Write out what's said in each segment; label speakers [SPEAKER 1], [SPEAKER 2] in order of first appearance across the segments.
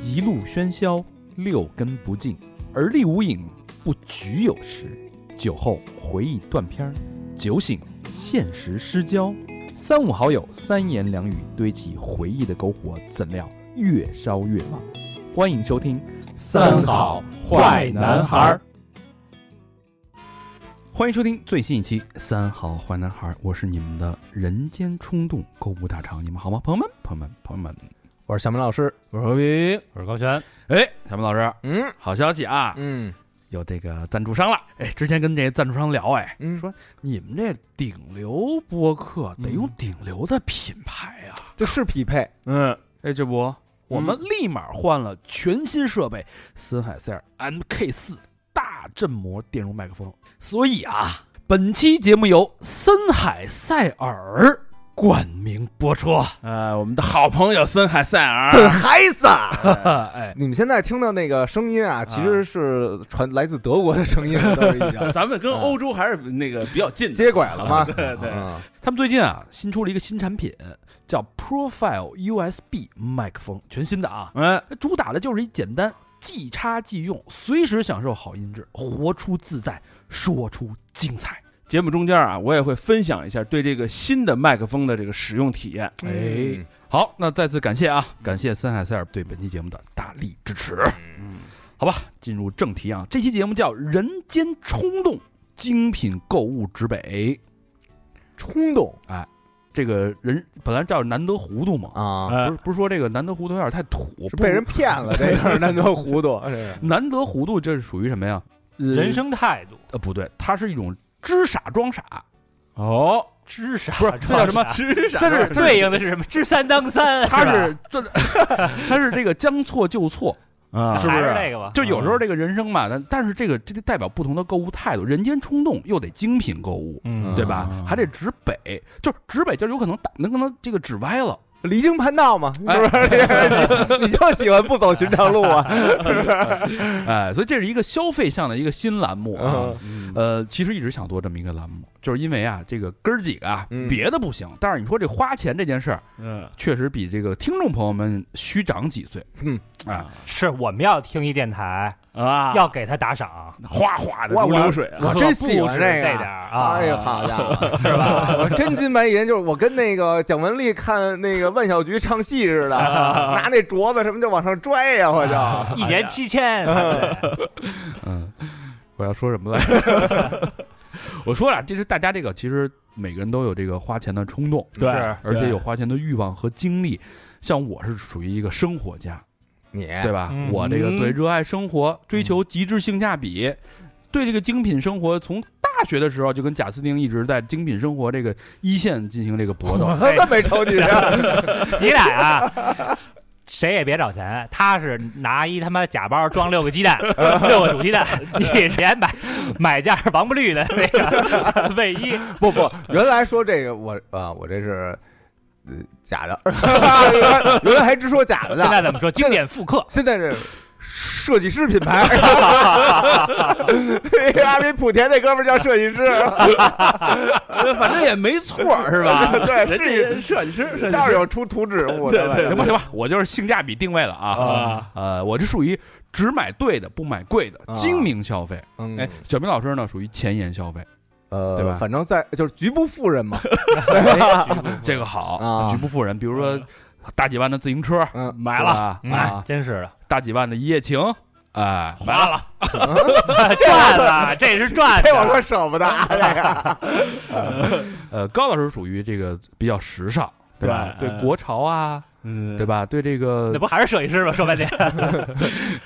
[SPEAKER 1] 一路喧嚣，六根不净，而立无影，不局有时。酒后回忆断片儿，酒醒现实失焦。三五好友，三言两语堆起回忆的篝火，怎料越烧越旺。欢迎收听《
[SPEAKER 2] 儿。
[SPEAKER 1] 欢迎收听最新一期《三好坏男孩》，我是你们的人间冲动购物大厂，你们好吗？朋友们，朋友们，朋友们。
[SPEAKER 2] 我是小明老师，我是何平，我是高璇。
[SPEAKER 1] 哎，小明老师，
[SPEAKER 2] 嗯
[SPEAKER 1] 好消息啊，
[SPEAKER 2] 嗯
[SPEAKER 1] 有这个赞助商了。哎，之前跟这赞助商聊，哎，
[SPEAKER 2] 嗯
[SPEAKER 1] 说你们这顶流播客得用顶流的品牌呀、
[SPEAKER 2] 嗯这是匹配，
[SPEAKER 1] 嗯，哎，这不，我们立马换了全新设备，森海塞尔 MK 四大振膜电容麦克风。所以啊，本期节目由森海塞尔冠名播出。
[SPEAKER 3] 呃，我们的好朋友森海塞尔，
[SPEAKER 2] 很孩子啊。
[SPEAKER 1] 哎，
[SPEAKER 2] 你们现在听到那个声音啊，其实是传来自德国的声音了，都是已 经
[SPEAKER 3] 咱们跟欧洲还是那个比较近的。
[SPEAKER 2] 接轨了吗？
[SPEAKER 3] 对对
[SPEAKER 2] 嗯
[SPEAKER 1] 他们最近啊新出了一个新产品，叫 Profile USB 麦克风，全新的啊，
[SPEAKER 3] 哎，
[SPEAKER 1] 主打的就是一简单。即插即用，随时享受好音质，活出自在，说出精彩。
[SPEAKER 3] 节目中间啊，我也会分享一下对这个新的麦克风的这个使用体验。
[SPEAKER 1] 哎，好，那再次感谢啊，感谢森海塞尔对本期节目的大力支持。
[SPEAKER 3] 嗯，
[SPEAKER 1] 好吧，进入正题啊，这期节目叫《人间冲动：精品购物之北》。
[SPEAKER 2] 冲动
[SPEAKER 1] 这个人本来叫难得糊涂嘛，
[SPEAKER 2] 啊，
[SPEAKER 3] 哎
[SPEAKER 1] 不是不是说这个难得糊涂有点太土，
[SPEAKER 2] 是
[SPEAKER 1] 不
[SPEAKER 2] 被人骗了，这是难得糊涂，这 是
[SPEAKER 1] 难得糊涂，这是属于什么呀？呃
[SPEAKER 4] 人生态度，
[SPEAKER 1] 呃不对，它是一种知傻装傻，
[SPEAKER 3] 哦，
[SPEAKER 4] 知傻
[SPEAKER 1] 不是这叫什么？
[SPEAKER 3] 知
[SPEAKER 1] 它是它
[SPEAKER 4] 对应的是什么？知三当三，啊
[SPEAKER 1] 它
[SPEAKER 4] 吧
[SPEAKER 1] 是这它是这个将错就错，
[SPEAKER 3] 啊
[SPEAKER 1] 是不
[SPEAKER 4] 还
[SPEAKER 1] 是
[SPEAKER 4] 是那个吧？
[SPEAKER 1] 就有时候这个人生嘛，但但是这个这就代表不同的购物态度，人间冲动又得精品购物，
[SPEAKER 3] 嗯
[SPEAKER 1] 对吧？
[SPEAKER 3] 啊
[SPEAKER 1] 还得指北，就是指北，就是有可能打，能可能这个指歪了。
[SPEAKER 2] 离经叛道嘛，是不是？ 你你就喜欢不走寻常路啊？
[SPEAKER 1] 哎，所以这是一个消费向的一个新栏目啊。
[SPEAKER 2] 嗯
[SPEAKER 3] 嗯
[SPEAKER 1] 呃，其实一直想做这么一个栏目，就是因为啊，这个哥儿几个啊，
[SPEAKER 2] 嗯
[SPEAKER 1] 别的不行，但是你说这花钱这件事儿，
[SPEAKER 3] 嗯
[SPEAKER 1] 确实比这个听众朋友们虚长几岁。
[SPEAKER 2] 嗯
[SPEAKER 1] 啊，
[SPEAKER 4] 是我们要听一电台，
[SPEAKER 3] 啊，
[SPEAKER 4] 要给他打赏，
[SPEAKER 3] 哗哗的
[SPEAKER 2] 哇
[SPEAKER 3] 如
[SPEAKER 2] 我
[SPEAKER 3] 流水啊，
[SPEAKER 2] 我真喜欢
[SPEAKER 4] 可不止
[SPEAKER 2] 这
[SPEAKER 4] 这
[SPEAKER 2] 个
[SPEAKER 4] 点。儿啊！
[SPEAKER 2] 哎呀，好家伙， 是吧？ 我真金白银，就是我跟那个蒋雯丽看那个万小菊唱戏似
[SPEAKER 3] 啊
[SPEAKER 2] 的，拿那镯子什么就往上拽呀，我就。
[SPEAKER 4] 一年七千，对不对
[SPEAKER 1] 嗯， 我要说什么来着？ 我说了，这是大家这个其实每个人都有这个花钱的冲动，
[SPEAKER 3] 对
[SPEAKER 4] 是，
[SPEAKER 1] 而且
[SPEAKER 3] 对
[SPEAKER 1] 有花钱的欲望和精力。像我是属于一个生活家，
[SPEAKER 2] 你
[SPEAKER 1] 对吧？
[SPEAKER 4] 嗯
[SPEAKER 1] 我这个对热爱生活、追求极致性价比，对这个精品生活，从大学的时候就跟贾斯汀一直在精品生活这个一线进行这个搏斗。
[SPEAKER 2] 我 根本瞅你
[SPEAKER 3] 哎
[SPEAKER 2] 这，
[SPEAKER 4] 你俩啊， 谁也别找钱，他是拿一他妈假包装六个鸡蛋， 六个煮鸡蛋，你连买买件王不绿的那个卫衣，
[SPEAKER 2] 不不，原来说这个我啊，我这是呃假的， 原来原来还直说假的
[SPEAKER 4] 现
[SPEAKER 2] 呢，
[SPEAKER 4] 在怎么说？经典 复刻，
[SPEAKER 2] 现在是设计师品 牌。 阿斌莆田那哥们儿叫设计师，？
[SPEAKER 3] 反正也没错儿是吧
[SPEAKER 2] 对是
[SPEAKER 3] 人家设计师，设计师
[SPEAKER 2] 倒是有出图纸物
[SPEAKER 3] 对
[SPEAKER 2] 的吧，
[SPEAKER 3] 对
[SPEAKER 1] 行吧，行吧，我就是性价比定位了啊。
[SPEAKER 3] 啊，
[SPEAKER 1] 呃，我是属于只买对的，不买贵的，
[SPEAKER 2] 啊
[SPEAKER 1] 精明消费。
[SPEAKER 2] 嗯
[SPEAKER 1] 哎，小明老师呢，属于前沿消费，
[SPEAKER 2] 呃，
[SPEAKER 1] 对吧
[SPEAKER 2] 反正在就是局部富 人嘛，
[SPEAKER 3] 哎
[SPEAKER 1] 这个好
[SPEAKER 2] 啊
[SPEAKER 1] 局部富人，比如说大几万的自行车
[SPEAKER 2] 嗯，
[SPEAKER 3] 买
[SPEAKER 1] 对
[SPEAKER 3] 了，
[SPEAKER 1] 吧
[SPEAKER 4] 哎
[SPEAKER 1] 啊，，
[SPEAKER 4] 真是的。
[SPEAKER 1] 大几万的一夜情，哎，买
[SPEAKER 4] 花了， 赚了，这是赚
[SPEAKER 2] 这我可
[SPEAKER 4] 的。
[SPEAKER 2] 舍不得。
[SPEAKER 3] 哎
[SPEAKER 2] 这个
[SPEAKER 1] 呃，高老师属于这个比较时尚，对吧？
[SPEAKER 3] 对
[SPEAKER 1] 对
[SPEAKER 3] 嗯
[SPEAKER 1] 国潮啊，
[SPEAKER 3] 嗯
[SPEAKER 1] 对吧？对这个
[SPEAKER 4] 那不还是设计师吗？说半天，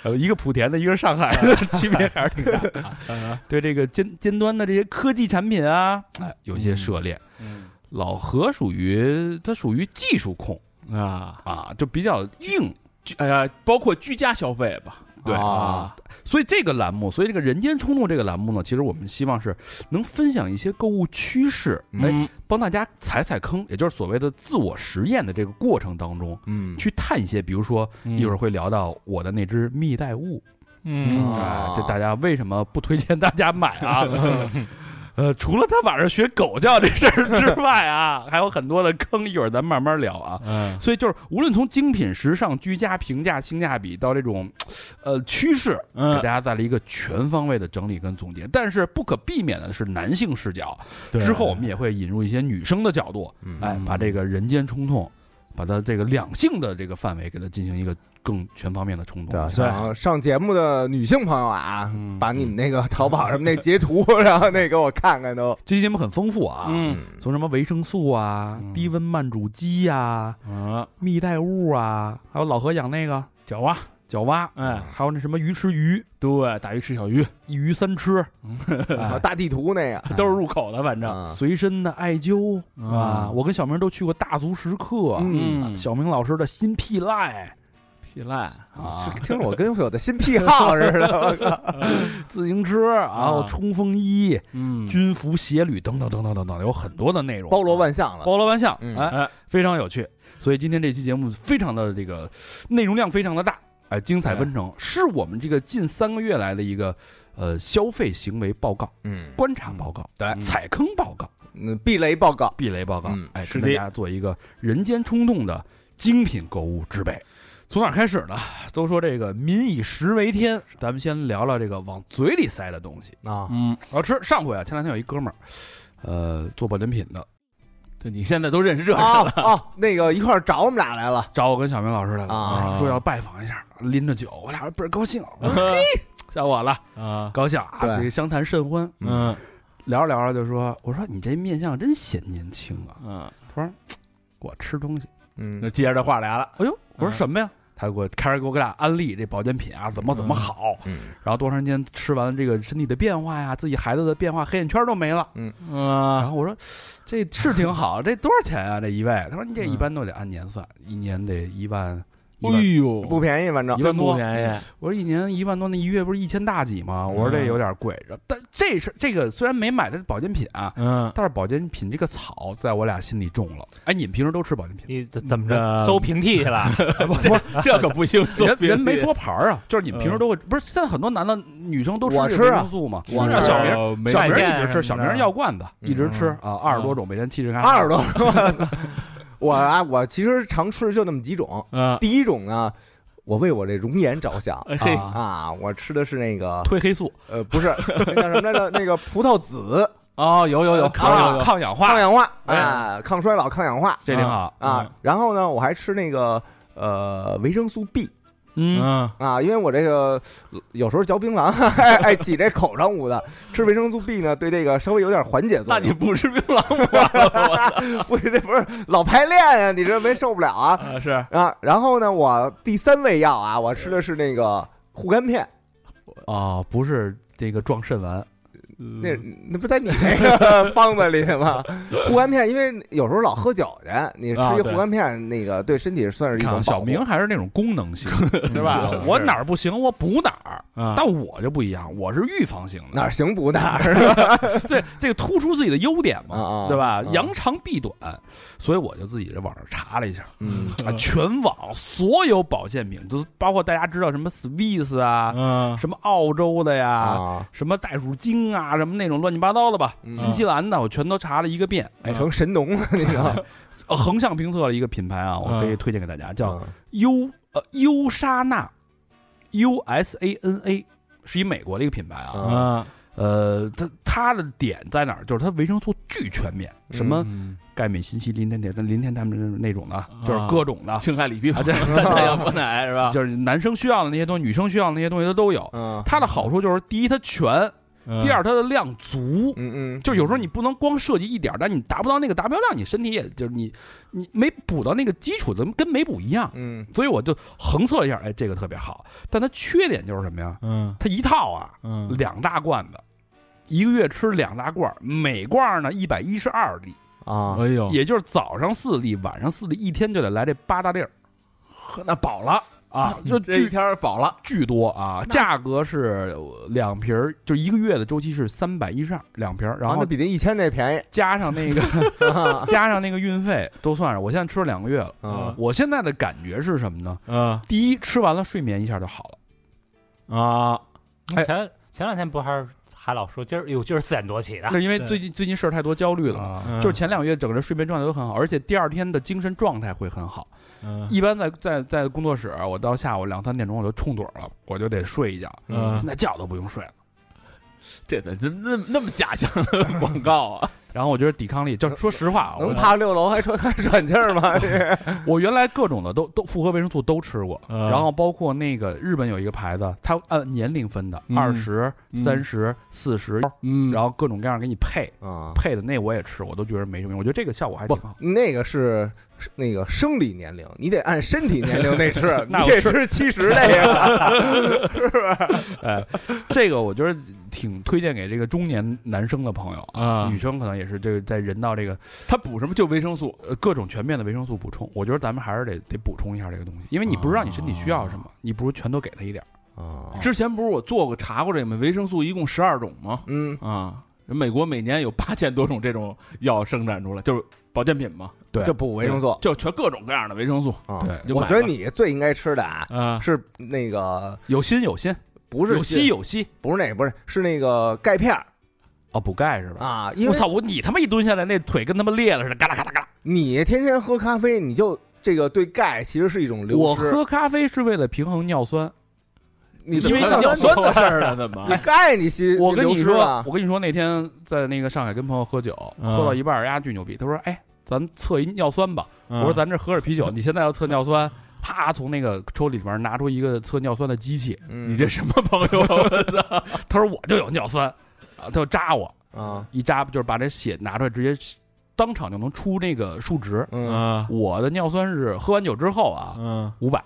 [SPEAKER 1] 呃，一个莆田的，一个是上海，
[SPEAKER 3] 嗯
[SPEAKER 1] 区别还是挺大的 啊。对这个尖尖端的这些科技产品啊，哎，有些涉猎。
[SPEAKER 3] 嗯
[SPEAKER 1] 老何属于他属于技术控
[SPEAKER 3] 啊，
[SPEAKER 1] 啊，就比较硬，
[SPEAKER 3] 居哎呀，包括居家消费吧，
[SPEAKER 1] 对
[SPEAKER 2] 啊，
[SPEAKER 1] 所以这个栏目，所以这个“人间冲动”这个栏目呢，其实我们希望是能分享一些购物趋势，哎，
[SPEAKER 3] 嗯
[SPEAKER 1] 帮大家踩踩坑，也就是所谓的自我实验的这个过程当中，
[SPEAKER 2] 嗯
[SPEAKER 1] 去探一些，比如说
[SPEAKER 3] 嗯
[SPEAKER 1] 一会儿会聊到我的那只蜜袋鼯，
[SPEAKER 4] 嗯
[SPEAKER 2] 啊
[SPEAKER 1] 哎，这大家为什么不推荐大家买啊？
[SPEAKER 3] 呃，除了他晚上学狗叫这事儿之外啊，还有很多的坑，一会儿咱慢慢聊啊。
[SPEAKER 1] 嗯
[SPEAKER 3] 所以就是，无论从精品、时尚、居家、平价、性价比到这种，呃，趋势，给大
[SPEAKER 1] 嗯，
[SPEAKER 3] 家带来一个全方位的整理跟总结。但是不可避免的是男性视角，
[SPEAKER 1] 对
[SPEAKER 3] 之后我们也会引入一些女生的角度，
[SPEAKER 2] 嗯
[SPEAKER 3] 哎，把这个人间冲动，把它这个两性的这个范围给它进行一个更全方面的冲
[SPEAKER 2] 对啊
[SPEAKER 3] 动。，
[SPEAKER 2] 想上节目的女性朋友啊
[SPEAKER 3] 嗯，
[SPEAKER 2] 把你们那个淘宝什么那截 图，然后那给我看看都。
[SPEAKER 1] 这期节目很丰富啊，
[SPEAKER 3] 嗯
[SPEAKER 1] 从什么维生素啊、
[SPEAKER 3] 嗯
[SPEAKER 1] 低温慢煮鸡呀、
[SPEAKER 3] 啊，
[SPEAKER 1] 蜜袋鼯啊，还有老何养那个
[SPEAKER 3] 角蛙，
[SPEAKER 1] 角蛙，
[SPEAKER 2] 嗯
[SPEAKER 3] 哎，
[SPEAKER 1] 还有那什么鱼吃鱼，
[SPEAKER 3] 对，打鱼吃小鱼，
[SPEAKER 1] 一鱼三吃，
[SPEAKER 2] 啊
[SPEAKER 1] 哎
[SPEAKER 2] 大地图那个，
[SPEAKER 3] 都是入口的，反正。
[SPEAKER 2] 啊
[SPEAKER 1] 随身的艾灸啊，
[SPEAKER 3] 嗯
[SPEAKER 1] 我跟小明都去过大足石刻，
[SPEAKER 3] 嗯
[SPEAKER 1] 小明老师的新屁赖
[SPEAKER 3] 屁烂
[SPEAKER 1] 啊，
[SPEAKER 2] 听着我跟我的新癖好似 的，我靠
[SPEAKER 1] 自行车，然后
[SPEAKER 3] 啊
[SPEAKER 1] 冲锋衣、
[SPEAKER 3] 嗯
[SPEAKER 1] 军服、鞋履等等等等等等，有很多的内容，
[SPEAKER 2] 包罗万象了。
[SPEAKER 1] 包罗万象，
[SPEAKER 2] 嗯
[SPEAKER 1] 哎
[SPEAKER 3] 哎，
[SPEAKER 1] 非常有趣。所以今天这期节目非常的这个内容量非常的大，哎，精彩纷呈，是我们这个近三个月来的一个呃消费行为报告、
[SPEAKER 2] 嗯，
[SPEAKER 1] 观察报告、
[SPEAKER 2] 对
[SPEAKER 1] 踩坑报告、
[SPEAKER 2] 嗯避雷报告，
[SPEAKER 1] 避雷报告
[SPEAKER 2] 嗯，
[SPEAKER 1] 哎，
[SPEAKER 3] 是
[SPEAKER 1] 跟
[SPEAKER 3] 的
[SPEAKER 1] 大家做一个人间冲动的精品购物之备。从哪儿开始呢？都说这个民以食为天，咱们先聊聊这个往嘴里塞的东西。
[SPEAKER 2] 啊，
[SPEAKER 3] 嗯，
[SPEAKER 1] 我要吃上回啊，前两天有一哥们儿，呃，做保健品的，
[SPEAKER 3] 对，你现在都认识这事
[SPEAKER 2] 啊
[SPEAKER 3] 了，
[SPEAKER 2] 啊，那个一块儿找我们俩来了
[SPEAKER 1] 找我跟小明老师来了，
[SPEAKER 2] 啊
[SPEAKER 1] 说要拜访一下，拎着酒，我俩人倍儿高兴，我说嘿，吓我了，
[SPEAKER 3] 啊，
[SPEAKER 1] 高兴啊，
[SPEAKER 2] 嗯对
[SPEAKER 1] 这个相谈甚欢，
[SPEAKER 3] 嗯
[SPEAKER 1] 聊着聊着就说，我说你这面相真显年轻啊，
[SPEAKER 3] 嗯，
[SPEAKER 1] 我吃东西，
[SPEAKER 2] 嗯
[SPEAKER 3] 那接着这话来了，
[SPEAKER 1] 哎呦，我说
[SPEAKER 3] 嗯
[SPEAKER 1] 什么呀？他给我开始给我给俩安利这保健品啊，怎么怎么好，
[SPEAKER 2] 嗯
[SPEAKER 1] 然后多长时间吃完这个身体的变化呀，自己孩子的变化，黑眼圈都没了。然
[SPEAKER 3] 嗯，
[SPEAKER 1] 后我说这是挺好，这多少钱啊？这一位？他说你这一般都得按年算，一年得一万。一万
[SPEAKER 3] 哎呦，
[SPEAKER 2] 不便宜，反正
[SPEAKER 1] 一万多
[SPEAKER 3] 真不便宜，
[SPEAKER 1] 我说一年一万多，那一月不是一千大几吗？我说这有点贵，但这是这个虽然没买它是保健品啊，
[SPEAKER 3] 嗯，
[SPEAKER 1] 但是保健品这个草在我俩心里种了。哎，你们平时都吃保健品？
[SPEAKER 4] 你怎怎么着
[SPEAKER 3] 嗯
[SPEAKER 4] 搜平替 去了？
[SPEAKER 1] 哎不不，
[SPEAKER 3] 这可不行， 做
[SPEAKER 1] 人
[SPEAKER 3] 别嗯的
[SPEAKER 1] 人没说牌儿啊，就是你们平时都会，不是现在很多男的女生都吃
[SPEAKER 2] 我
[SPEAKER 1] 这
[SPEAKER 2] 吃
[SPEAKER 1] 个维
[SPEAKER 2] 啊
[SPEAKER 1] 生素嘛？
[SPEAKER 2] 我
[SPEAKER 1] 那
[SPEAKER 2] 吃
[SPEAKER 1] 小明。
[SPEAKER 3] 明哦没
[SPEAKER 1] 小
[SPEAKER 4] 买
[SPEAKER 1] 明
[SPEAKER 4] 店
[SPEAKER 1] 一直
[SPEAKER 4] 什么
[SPEAKER 1] 吃，小明
[SPEAKER 4] 的
[SPEAKER 1] 药罐子一直吃啊，二十
[SPEAKER 3] 嗯
[SPEAKER 1] 多种，每天七十开。
[SPEAKER 2] 二十多。 我啊，我其实常吃就那么几种。
[SPEAKER 3] 啊，
[SPEAKER 2] 第一种呢，我为我这容颜着想
[SPEAKER 3] 嘿
[SPEAKER 1] 啊，
[SPEAKER 2] 啊，我吃的是那个
[SPEAKER 1] 褪黑素
[SPEAKER 2] 呃，不是那叫什么来着？那个葡萄籽
[SPEAKER 3] 哦，有有有，
[SPEAKER 2] 抗
[SPEAKER 3] 有有有
[SPEAKER 1] 啊抗氧
[SPEAKER 2] 抗
[SPEAKER 1] 化，
[SPEAKER 2] 氧化啊，抗衰老、抗氧化
[SPEAKER 1] 这挺好。
[SPEAKER 2] 啊。然后呢，我还吃那个呃维生素 B
[SPEAKER 1] 嗯，
[SPEAKER 3] 嗯，
[SPEAKER 2] 啊，因为我这个呃有时候嚼槟榔 爱爱起这口上捂的，吃维生素 B 呢，对这个稍微有点缓解作
[SPEAKER 3] 那
[SPEAKER 2] 用。
[SPEAKER 3] 你不吃槟 榔
[SPEAKER 2] 不这不是老排练呀、你这没受不了啊
[SPEAKER 3] 吗？是
[SPEAKER 2] 啊！然后呢，我第三味药啊，我吃的是那个护肝片，
[SPEAKER 1] 哦，不是这个壮肾丸，
[SPEAKER 3] 嗯
[SPEAKER 1] 嗯
[SPEAKER 2] 那那不在你 那个方子里吗？护肝片，因为有时候老喝酒去，你吃
[SPEAKER 3] 啊
[SPEAKER 2] 一护
[SPEAKER 3] 对
[SPEAKER 2] 肝片，那个对身体算是一
[SPEAKER 1] 你
[SPEAKER 2] 种
[SPEAKER 1] 看啊小
[SPEAKER 2] 保护
[SPEAKER 1] 明还是那种功能 性，对吧
[SPEAKER 3] 嗯？是
[SPEAKER 1] 我哪儿不行，我补哪儿。
[SPEAKER 3] 啊，
[SPEAKER 1] 但我就不一样，我是预防型
[SPEAKER 2] 哪
[SPEAKER 1] 的，
[SPEAKER 2] 儿行补哪儿
[SPEAKER 1] 对这个突出自己的优点
[SPEAKER 2] 啊
[SPEAKER 1] 嘛，
[SPEAKER 2] 啊，
[SPEAKER 1] 对吧？
[SPEAKER 2] 嗯
[SPEAKER 1] 扬长避短，所以我就自己在网上查了一下，
[SPEAKER 2] 嗯
[SPEAKER 1] 啊，全网所有保健品，就是包括大家知道什么 Swiss 啊，
[SPEAKER 3] 嗯
[SPEAKER 1] 什么澳洲的呀，
[SPEAKER 2] 啊，
[SPEAKER 1] 什么袋鼠精啊，什么那种乱七八糟的吧，
[SPEAKER 2] 嗯
[SPEAKER 1] 新西兰的我全都查了一个遍，
[SPEAKER 2] 哎，成神农了，你知道
[SPEAKER 1] 呃横向评测了一个品牌啊，我可以推荐给大家， 叫
[SPEAKER 2] 嗯
[SPEAKER 1] 优呃优莎娜，U S A N A，是一美国的一个品牌啊。
[SPEAKER 2] 嗯
[SPEAKER 3] 啊，
[SPEAKER 1] 呃，它它的点在哪儿？就是它维生素巨全面，什么
[SPEAKER 3] 嗯
[SPEAKER 1] 钙、镁、锌、硒、磷、铁、铁、跟磷、天他们那种的，就是
[SPEAKER 3] 啊
[SPEAKER 1] 各种的，
[SPEAKER 3] 青海里皮
[SPEAKER 1] 啊
[SPEAKER 3] 跑
[SPEAKER 1] 这
[SPEAKER 2] 嗯
[SPEAKER 3] 太阳牛奶是吧？
[SPEAKER 1] 就是男生需要的那些东西，女生需要的那些东西它都有。
[SPEAKER 2] 嗯，
[SPEAKER 1] 它的好处就是，第一它全，
[SPEAKER 3] 嗯
[SPEAKER 1] 第二它的量足。
[SPEAKER 2] 嗯嗯，
[SPEAKER 1] 就是有时候你不能光涉及一点儿，但你达不到那个达标量，你身体也就是你你没补到那个基础的，跟没补一样。
[SPEAKER 2] 嗯
[SPEAKER 1] 所以我就横测了一下，哎，这个特别好。但它缺点就是什么呀？
[SPEAKER 3] 嗯
[SPEAKER 1] 它一套啊，
[SPEAKER 3] 嗯
[SPEAKER 1] 两大罐子，一个月吃两大罐儿，每罐儿呢一百一十二粒，
[SPEAKER 2] 啊，
[SPEAKER 3] 哎呦，
[SPEAKER 1] 也就是早上四粒，晚上四粒，一天就得来这八大粒儿
[SPEAKER 3] 呵那饱了
[SPEAKER 1] 啊，就
[SPEAKER 3] 就这一
[SPEAKER 1] 巨
[SPEAKER 3] 天儿饱了，
[SPEAKER 1] 巨多啊！价格是呃两瓶儿，就一个月的周期是三百一十二两瓶儿，然
[SPEAKER 2] 啊那
[SPEAKER 1] 后
[SPEAKER 2] 比那一千那 便宜
[SPEAKER 1] 加上那个
[SPEAKER 2] 啊
[SPEAKER 1] 加上那个运费都算上，我现在吃了两个月了。
[SPEAKER 2] 啊
[SPEAKER 1] 我现在的感觉是什么呢？
[SPEAKER 4] 啊
[SPEAKER 3] 嗯
[SPEAKER 1] 第一，吃完了睡眠一下就好了。
[SPEAKER 3] 啊，
[SPEAKER 1] 哎
[SPEAKER 4] 前前两天不还是还老说今儿哟，今儿四点多 起的
[SPEAKER 1] 那因为
[SPEAKER 3] 对
[SPEAKER 1] 最近最近事儿太多，焦虑了嘛。
[SPEAKER 4] 啊
[SPEAKER 5] 嗯
[SPEAKER 1] 就是前两个月整个人睡眠状态都很好，而且第二天的精神状态会很好。
[SPEAKER 5] 嗯
[SPEAKER 1] 一般在在在工作室，我到下午两三点钟我就冲盹了，我就得睡一觉。
[SPEAKER 5] 嗯
[SPEAKER 1] 现在觉都不用睡了。
[SPEAKER 3] 这怎怎么那么那么假象的广告啊？
[SPEAKER 1] 然后我觉得抵抗力，就说实话啊，
[SPEAKER 2] 能
[SPEAKER 1] 我
[SPEAKER 2] 爬六楼还喘还喘气儿吗？这
[SPEAKER 1] 我原来各种的都都复合维生素都吃过，
[SPEAKER 5] 嗯
[SPEAKER 1] 然后包括那个日本有一个牌子，它按年龄分的，
[SPEAKER 3] 嗯
[SPEAKER 1] 二十
[SPEAKER 3] 嗯
[SPEAKER 1] 三十四十，
[SPEAKER 3] 嗯
[SPEAKER 1] 然后各种各样给你配
[SPEAKER 2] 啊，
[SPEAKER 1] 配的那我也吃，我都觉得没什么用。我觉得这个效果还挺
[SPEAKER 2] 不
[SPEAKER 1] 好。，
[SPEAKER 2] 那个是是那个生理年龄，你得按身体年龄那吃，
[SPEAKER 1] 那
[SPEAKER 2] 你
[SPEAKER 1] 我
[SPEAKER 2] 得吃七十那 个。
[SPEAKER 1] 哎，这个我觉得挺推荐给这个中年男生的朋友啊，
[SPEAKER 3] 啊
[SPEAKER 1] 女，生可能也是这个在人到这个
[SPEAKER 3] 它补什么就维生素，
[SPEAKER 1] 呃各种全面的维生素补充，我觉得咱们还是得得补充一下这个东西，因为你不知道你身体需要什么，你不如全都给他一点儿。
[SPEAKER 2] 啊，
[SPEAKER 3] 之前不是我做过查过这个吗？维生素一共十二种吗？
[SPEAKER 2] 嗯，
[SPEAKER 3] 啊，人美国每年有八千多种这种药生产出来，就是保健品嘛，
[SPEAKER 1] 对
[SPEAKER 2] 就补维生素
[SPEAKER 3] 就全各种各样的维生素。
[SPEAKER 2] 啊
[SPEAKER 1] 对
[SPEAKER 3] 就
[SPEAKER 2] 我
[SPEAKER 3] 买
[SPEAKER 2] 觉得
[SPEAKER 3] 吧
[SPEAKER 2] 你最应该吃的啊，
[SPEAKER 3] 啊，
[SPEAKER 2] 是那个
[SPEAKER 1] 有心有心，
[SPEAKER 2] 不是
[SPEAKER 1] 有息有息。
[SPEAKER 2] 不是那个不是是那个钙片儿
[SPEAKER 1] 哦，补钙是吧？
[SPEAKER 2] 啊，因
[SPEAKER 1] 我
[SPEAKER 2] 为
[SPEAKER 1] 操！我你他妈一蹲下来，那腿跟他妈裂了似的，嘎啦嘎啦嘎啦。
[SPEAKER 2] 你天天喝咖啡，你就这个对钙其实是一种流失。
[SPEAKER 1] 我喝咖啡是为了平衡尿酸。
[SPEAKER 2] 你
[SPEAKER 3] 因为
[SPEAKER 2] 怎么
[SPEAKER 3] 尿
[SPEAKER 2] 尿
[SPEAKER 3] 酸的事啊儿呢，怎么
[SPEAKER 2] 你？钙你吸，
[SPEAKER 1] 我跟你
[SPEAKER 2] 流失
[SPEAKER 1] 说
[SPEAKER 2] 了，
[SPEAKER 1] 我跟你说，那天在那个上海跟朋友喝酒，
[SPEAKER 3] 嗯
[SPEAKER 1] 喝到一半，人家巨牛逼，他说：“哎，咱测一尿酸吧。”
[SPEAKER 3] 我
[SPEAKER 2] 嗯
[SPEAKER 1] 我说：“咱这喝着啤酒，你现在要测尿酸。”啪！从那个抽屉里面拿出一个测尿酸的机器，
[SPEAKER 2] 嗯
[SPEAKER 3] 你这什么朋友？
[SPEAKER 1] 他说：“我就有尿酸。”啊，他就扎我，
[SPEAKER 2] 啊，
[SPEAKER 1] 一扎就是把这血拿出来，直接当场就能出那个数值。
[SPEAKER 2] 嗯，
[SPEAKER 3] 啊，
[SPEAKER 1] 我的尿酸是喝完酒之后啊，
[SPEAKER 3] 嗯，
[SPEAKER 1] 五百。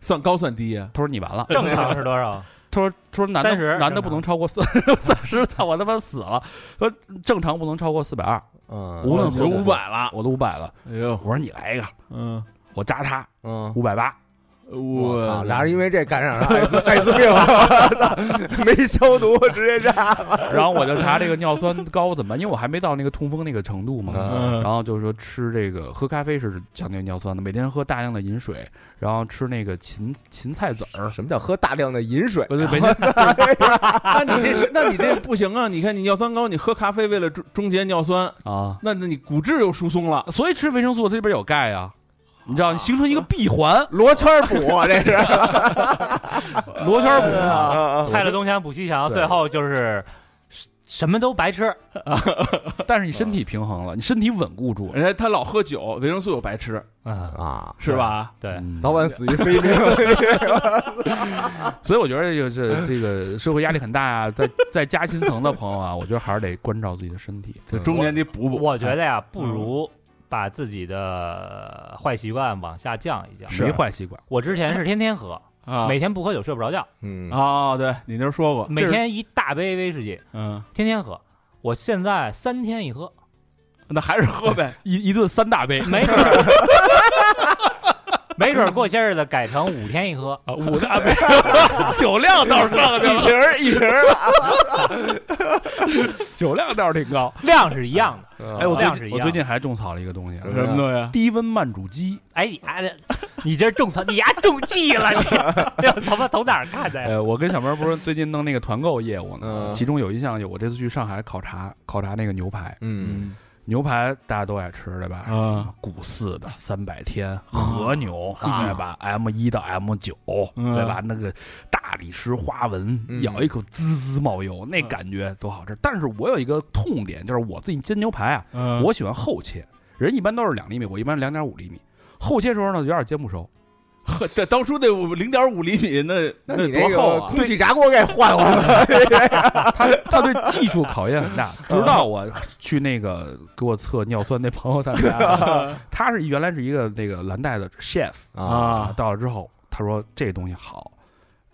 [SPEAKER 3] 算高算低呀？
[SPEAKER 1] 他说：“你完了。”
[SPEAKER 4] 正常是多少？
[SPEAKER 1] 他说：“他说男的
[SPEAKER 4] 30
[SPEAKER 1] 男的不能超过四 三十，操我他妈死了！说正常不能超过四百二，
[SPEAKER 2] 嗯
[SPEAKER 1] 无论何
[SPEAKER 3] 有五，百了。
[SPEAKER 1] 我都五百了。
[SPEAKER 3] 哎呦
[SPEAKER 1] 我，说你来一个，
[SPEAKER 3] 嗯，
[SPEAKER 1] 我扎他
[SPEAKER 2] 嗯，
[SPEAKER 1] 五百八。
[SPEAKER 2] 我
[SPEAKER 3] 我
[SPEAKER 2] 操，俩人因为这感染了艾滋 艾滋病了， 没消毒直接炸了。
[SPEAKER 1] 然后我就查这个尿酸高怎么办，因为我还没到那个痛风那个程度嘛。
[SPEAKER 3] 嗯
[SPEAKER 1] 然后就是说吃这个喝咖啡是强调尿酸的，每天喝大量的饮水，然后吃那个芹芹菜籽儿，
[SPEAKER 2] 啊什么叫喝大量的饮水？
[SPEAKER 1] 不对，每天
[SPEAKER 3] 那你这是，那你这不行啊！你看你尿酸高，你喝咖啡为了终终结尿酸，
[SPEAKER 1] 啊，
[SPEAKER 3] 那那你骨质又疏松了。
[SPEAKER 1] 所以吃维生素它里边有钙啊。你知道，你形成一个闭环，
[SPEAKER 2] 罗圈儿补啊这是
[SPEAKER 1] 罗圈
[SPEAKER 4] 哎
[SPEAKER 1] 补
[SPEAKER 2] 啊
[SPEAKER 1] 嘛。
[SPEAKER 2] 啊
[SPEAKER 4] 拆了东墙补西墙，
[SPEAKER 1] 对
[SPEAKER 4] 最后就是什什么都白吃。
[SPEAKER 1] 但是你身体平衡了，你身体稳固住，
[SPEAKER 3] 人家他老喝酒，维生素又白吃，
[SPEAKER 4] 嗯，
[SPEAKER 2] 啊！
[SPEAKER 3] 是吧？
[SPEAKER 4] 对，
[SPEAKER 1] 嗯
[SPEAKER 2] 早晚死于 非命。
[SPEAKER 1] 所以我觉得就是这个社会压力很大啊，在在夹心层的朋友啊，我 觉得还是得关照自己的身体。
[SPEAKER 3] 这中间得补补。
[SPEAKER 4] 我觉得呀，不如把自己的坏习惯往下降一降。
[SPEAKER 1] 没坏习惯，
[SPEAKER 4] 我之前是天天喝，
[SPEAKER 3] 啊，
[SPEAKER 4] 每天不喝酒睡不着觉，
[SPEAKER 2] 嗯
[SPEAKER 1] 啊
[SPEAKER 3] 哦，对你那时候说过，
[SPEAKER 4] 每
[SPEAKER 3] 这是
[SPEAKER 4] 天一大杯威士忌，
[SPEAKER 3] 嗯，
[SPEAKER 4] 天天喝。我现在三天一喝，
[SPEAKER 3] 那还是喝呗。
[SPEAKER 1] 一一顿三大杯
[SPEAKER 4] 没 准儿，没准儿过些日子改成五天一喝。
[SPEAKER 1] 啊，五大 杯，酒量倒是上去了，
[SPEAKER 2] 儿一瓶儿，
[SPEAKER 1] 酒量倒是挺高。
[SPEAKER 4] 量是一样的。
[SPEAKER 2] 啊
[SPEAKER 1] 哎，我
[SPEAKER 4] 量
[SPEAKER 1] 最
[SPEAKER 4] 是一
[SPEAKER 1] 近
[SPEAKER 4] 样
[SPEAKER 1] 我最近还种草了一个东西啊，
[SPEAKER 2] 嗯
[SPEAKER 3] 什么东西啊？
[SPEAKER 1] 低温慢煮鸡。
[SPEAKER 4] 哎，你丫的，你这种草，你丫中计了，你 这他妈从哪儿看的呀？
[SPEAKER 1] 呃，我跟小妹儿不是最近弄那个团购业务呢
[SPEAKER 2] 嗯，
[SPEAKER 1] 其中有一项有我这次去上海考察考察那个牛排，
[SPEAKER 2] 嗯
[SPEAKER 1] 牛排大家都爱吃对吧？
[SPEAKER 3] 啊，
[SPEAKER 1] 古四的三百天和牛，对吧？M 一到 M 九，
[SPEAKER 3] 嗯
[SPEAKER 1] 对吧？那个大理石花纹，
[SPEAKER 2] 嗯
[SPEAKER 1] 咬一口滋滋冒油，那感觉多好吃！但是我有一个痛点，就是我自己煎牛排啊，
[SPEAKER 3] 我
[SPEAKER 1] 我喜欢厚切，人一般都是两厘米，我一般两点五厘米。厚切时候呢，有点煎不熟，
[SPEAKER 3] 呵这当初那五零点五厘米，那
[SPEAKER 2] 那你那
[SPEAKER 3] 多
[SPEAKER 2] 个
[SPEAKER 3] 厚啊！
[SPEAKER 2] 空气炸锅给换换
[SPEAKER 1] 啊
[SPEAKER 2] 了。
[SPEAKER 1] 它它对技术考验很大。直到我去那个给我测尿酸那朋友他们家，他是原来是一个那个蓝带的 chef，啊，
[SPEAKER 3] 啊，
[SPEAKER 1] 到了之后，他说这东西好，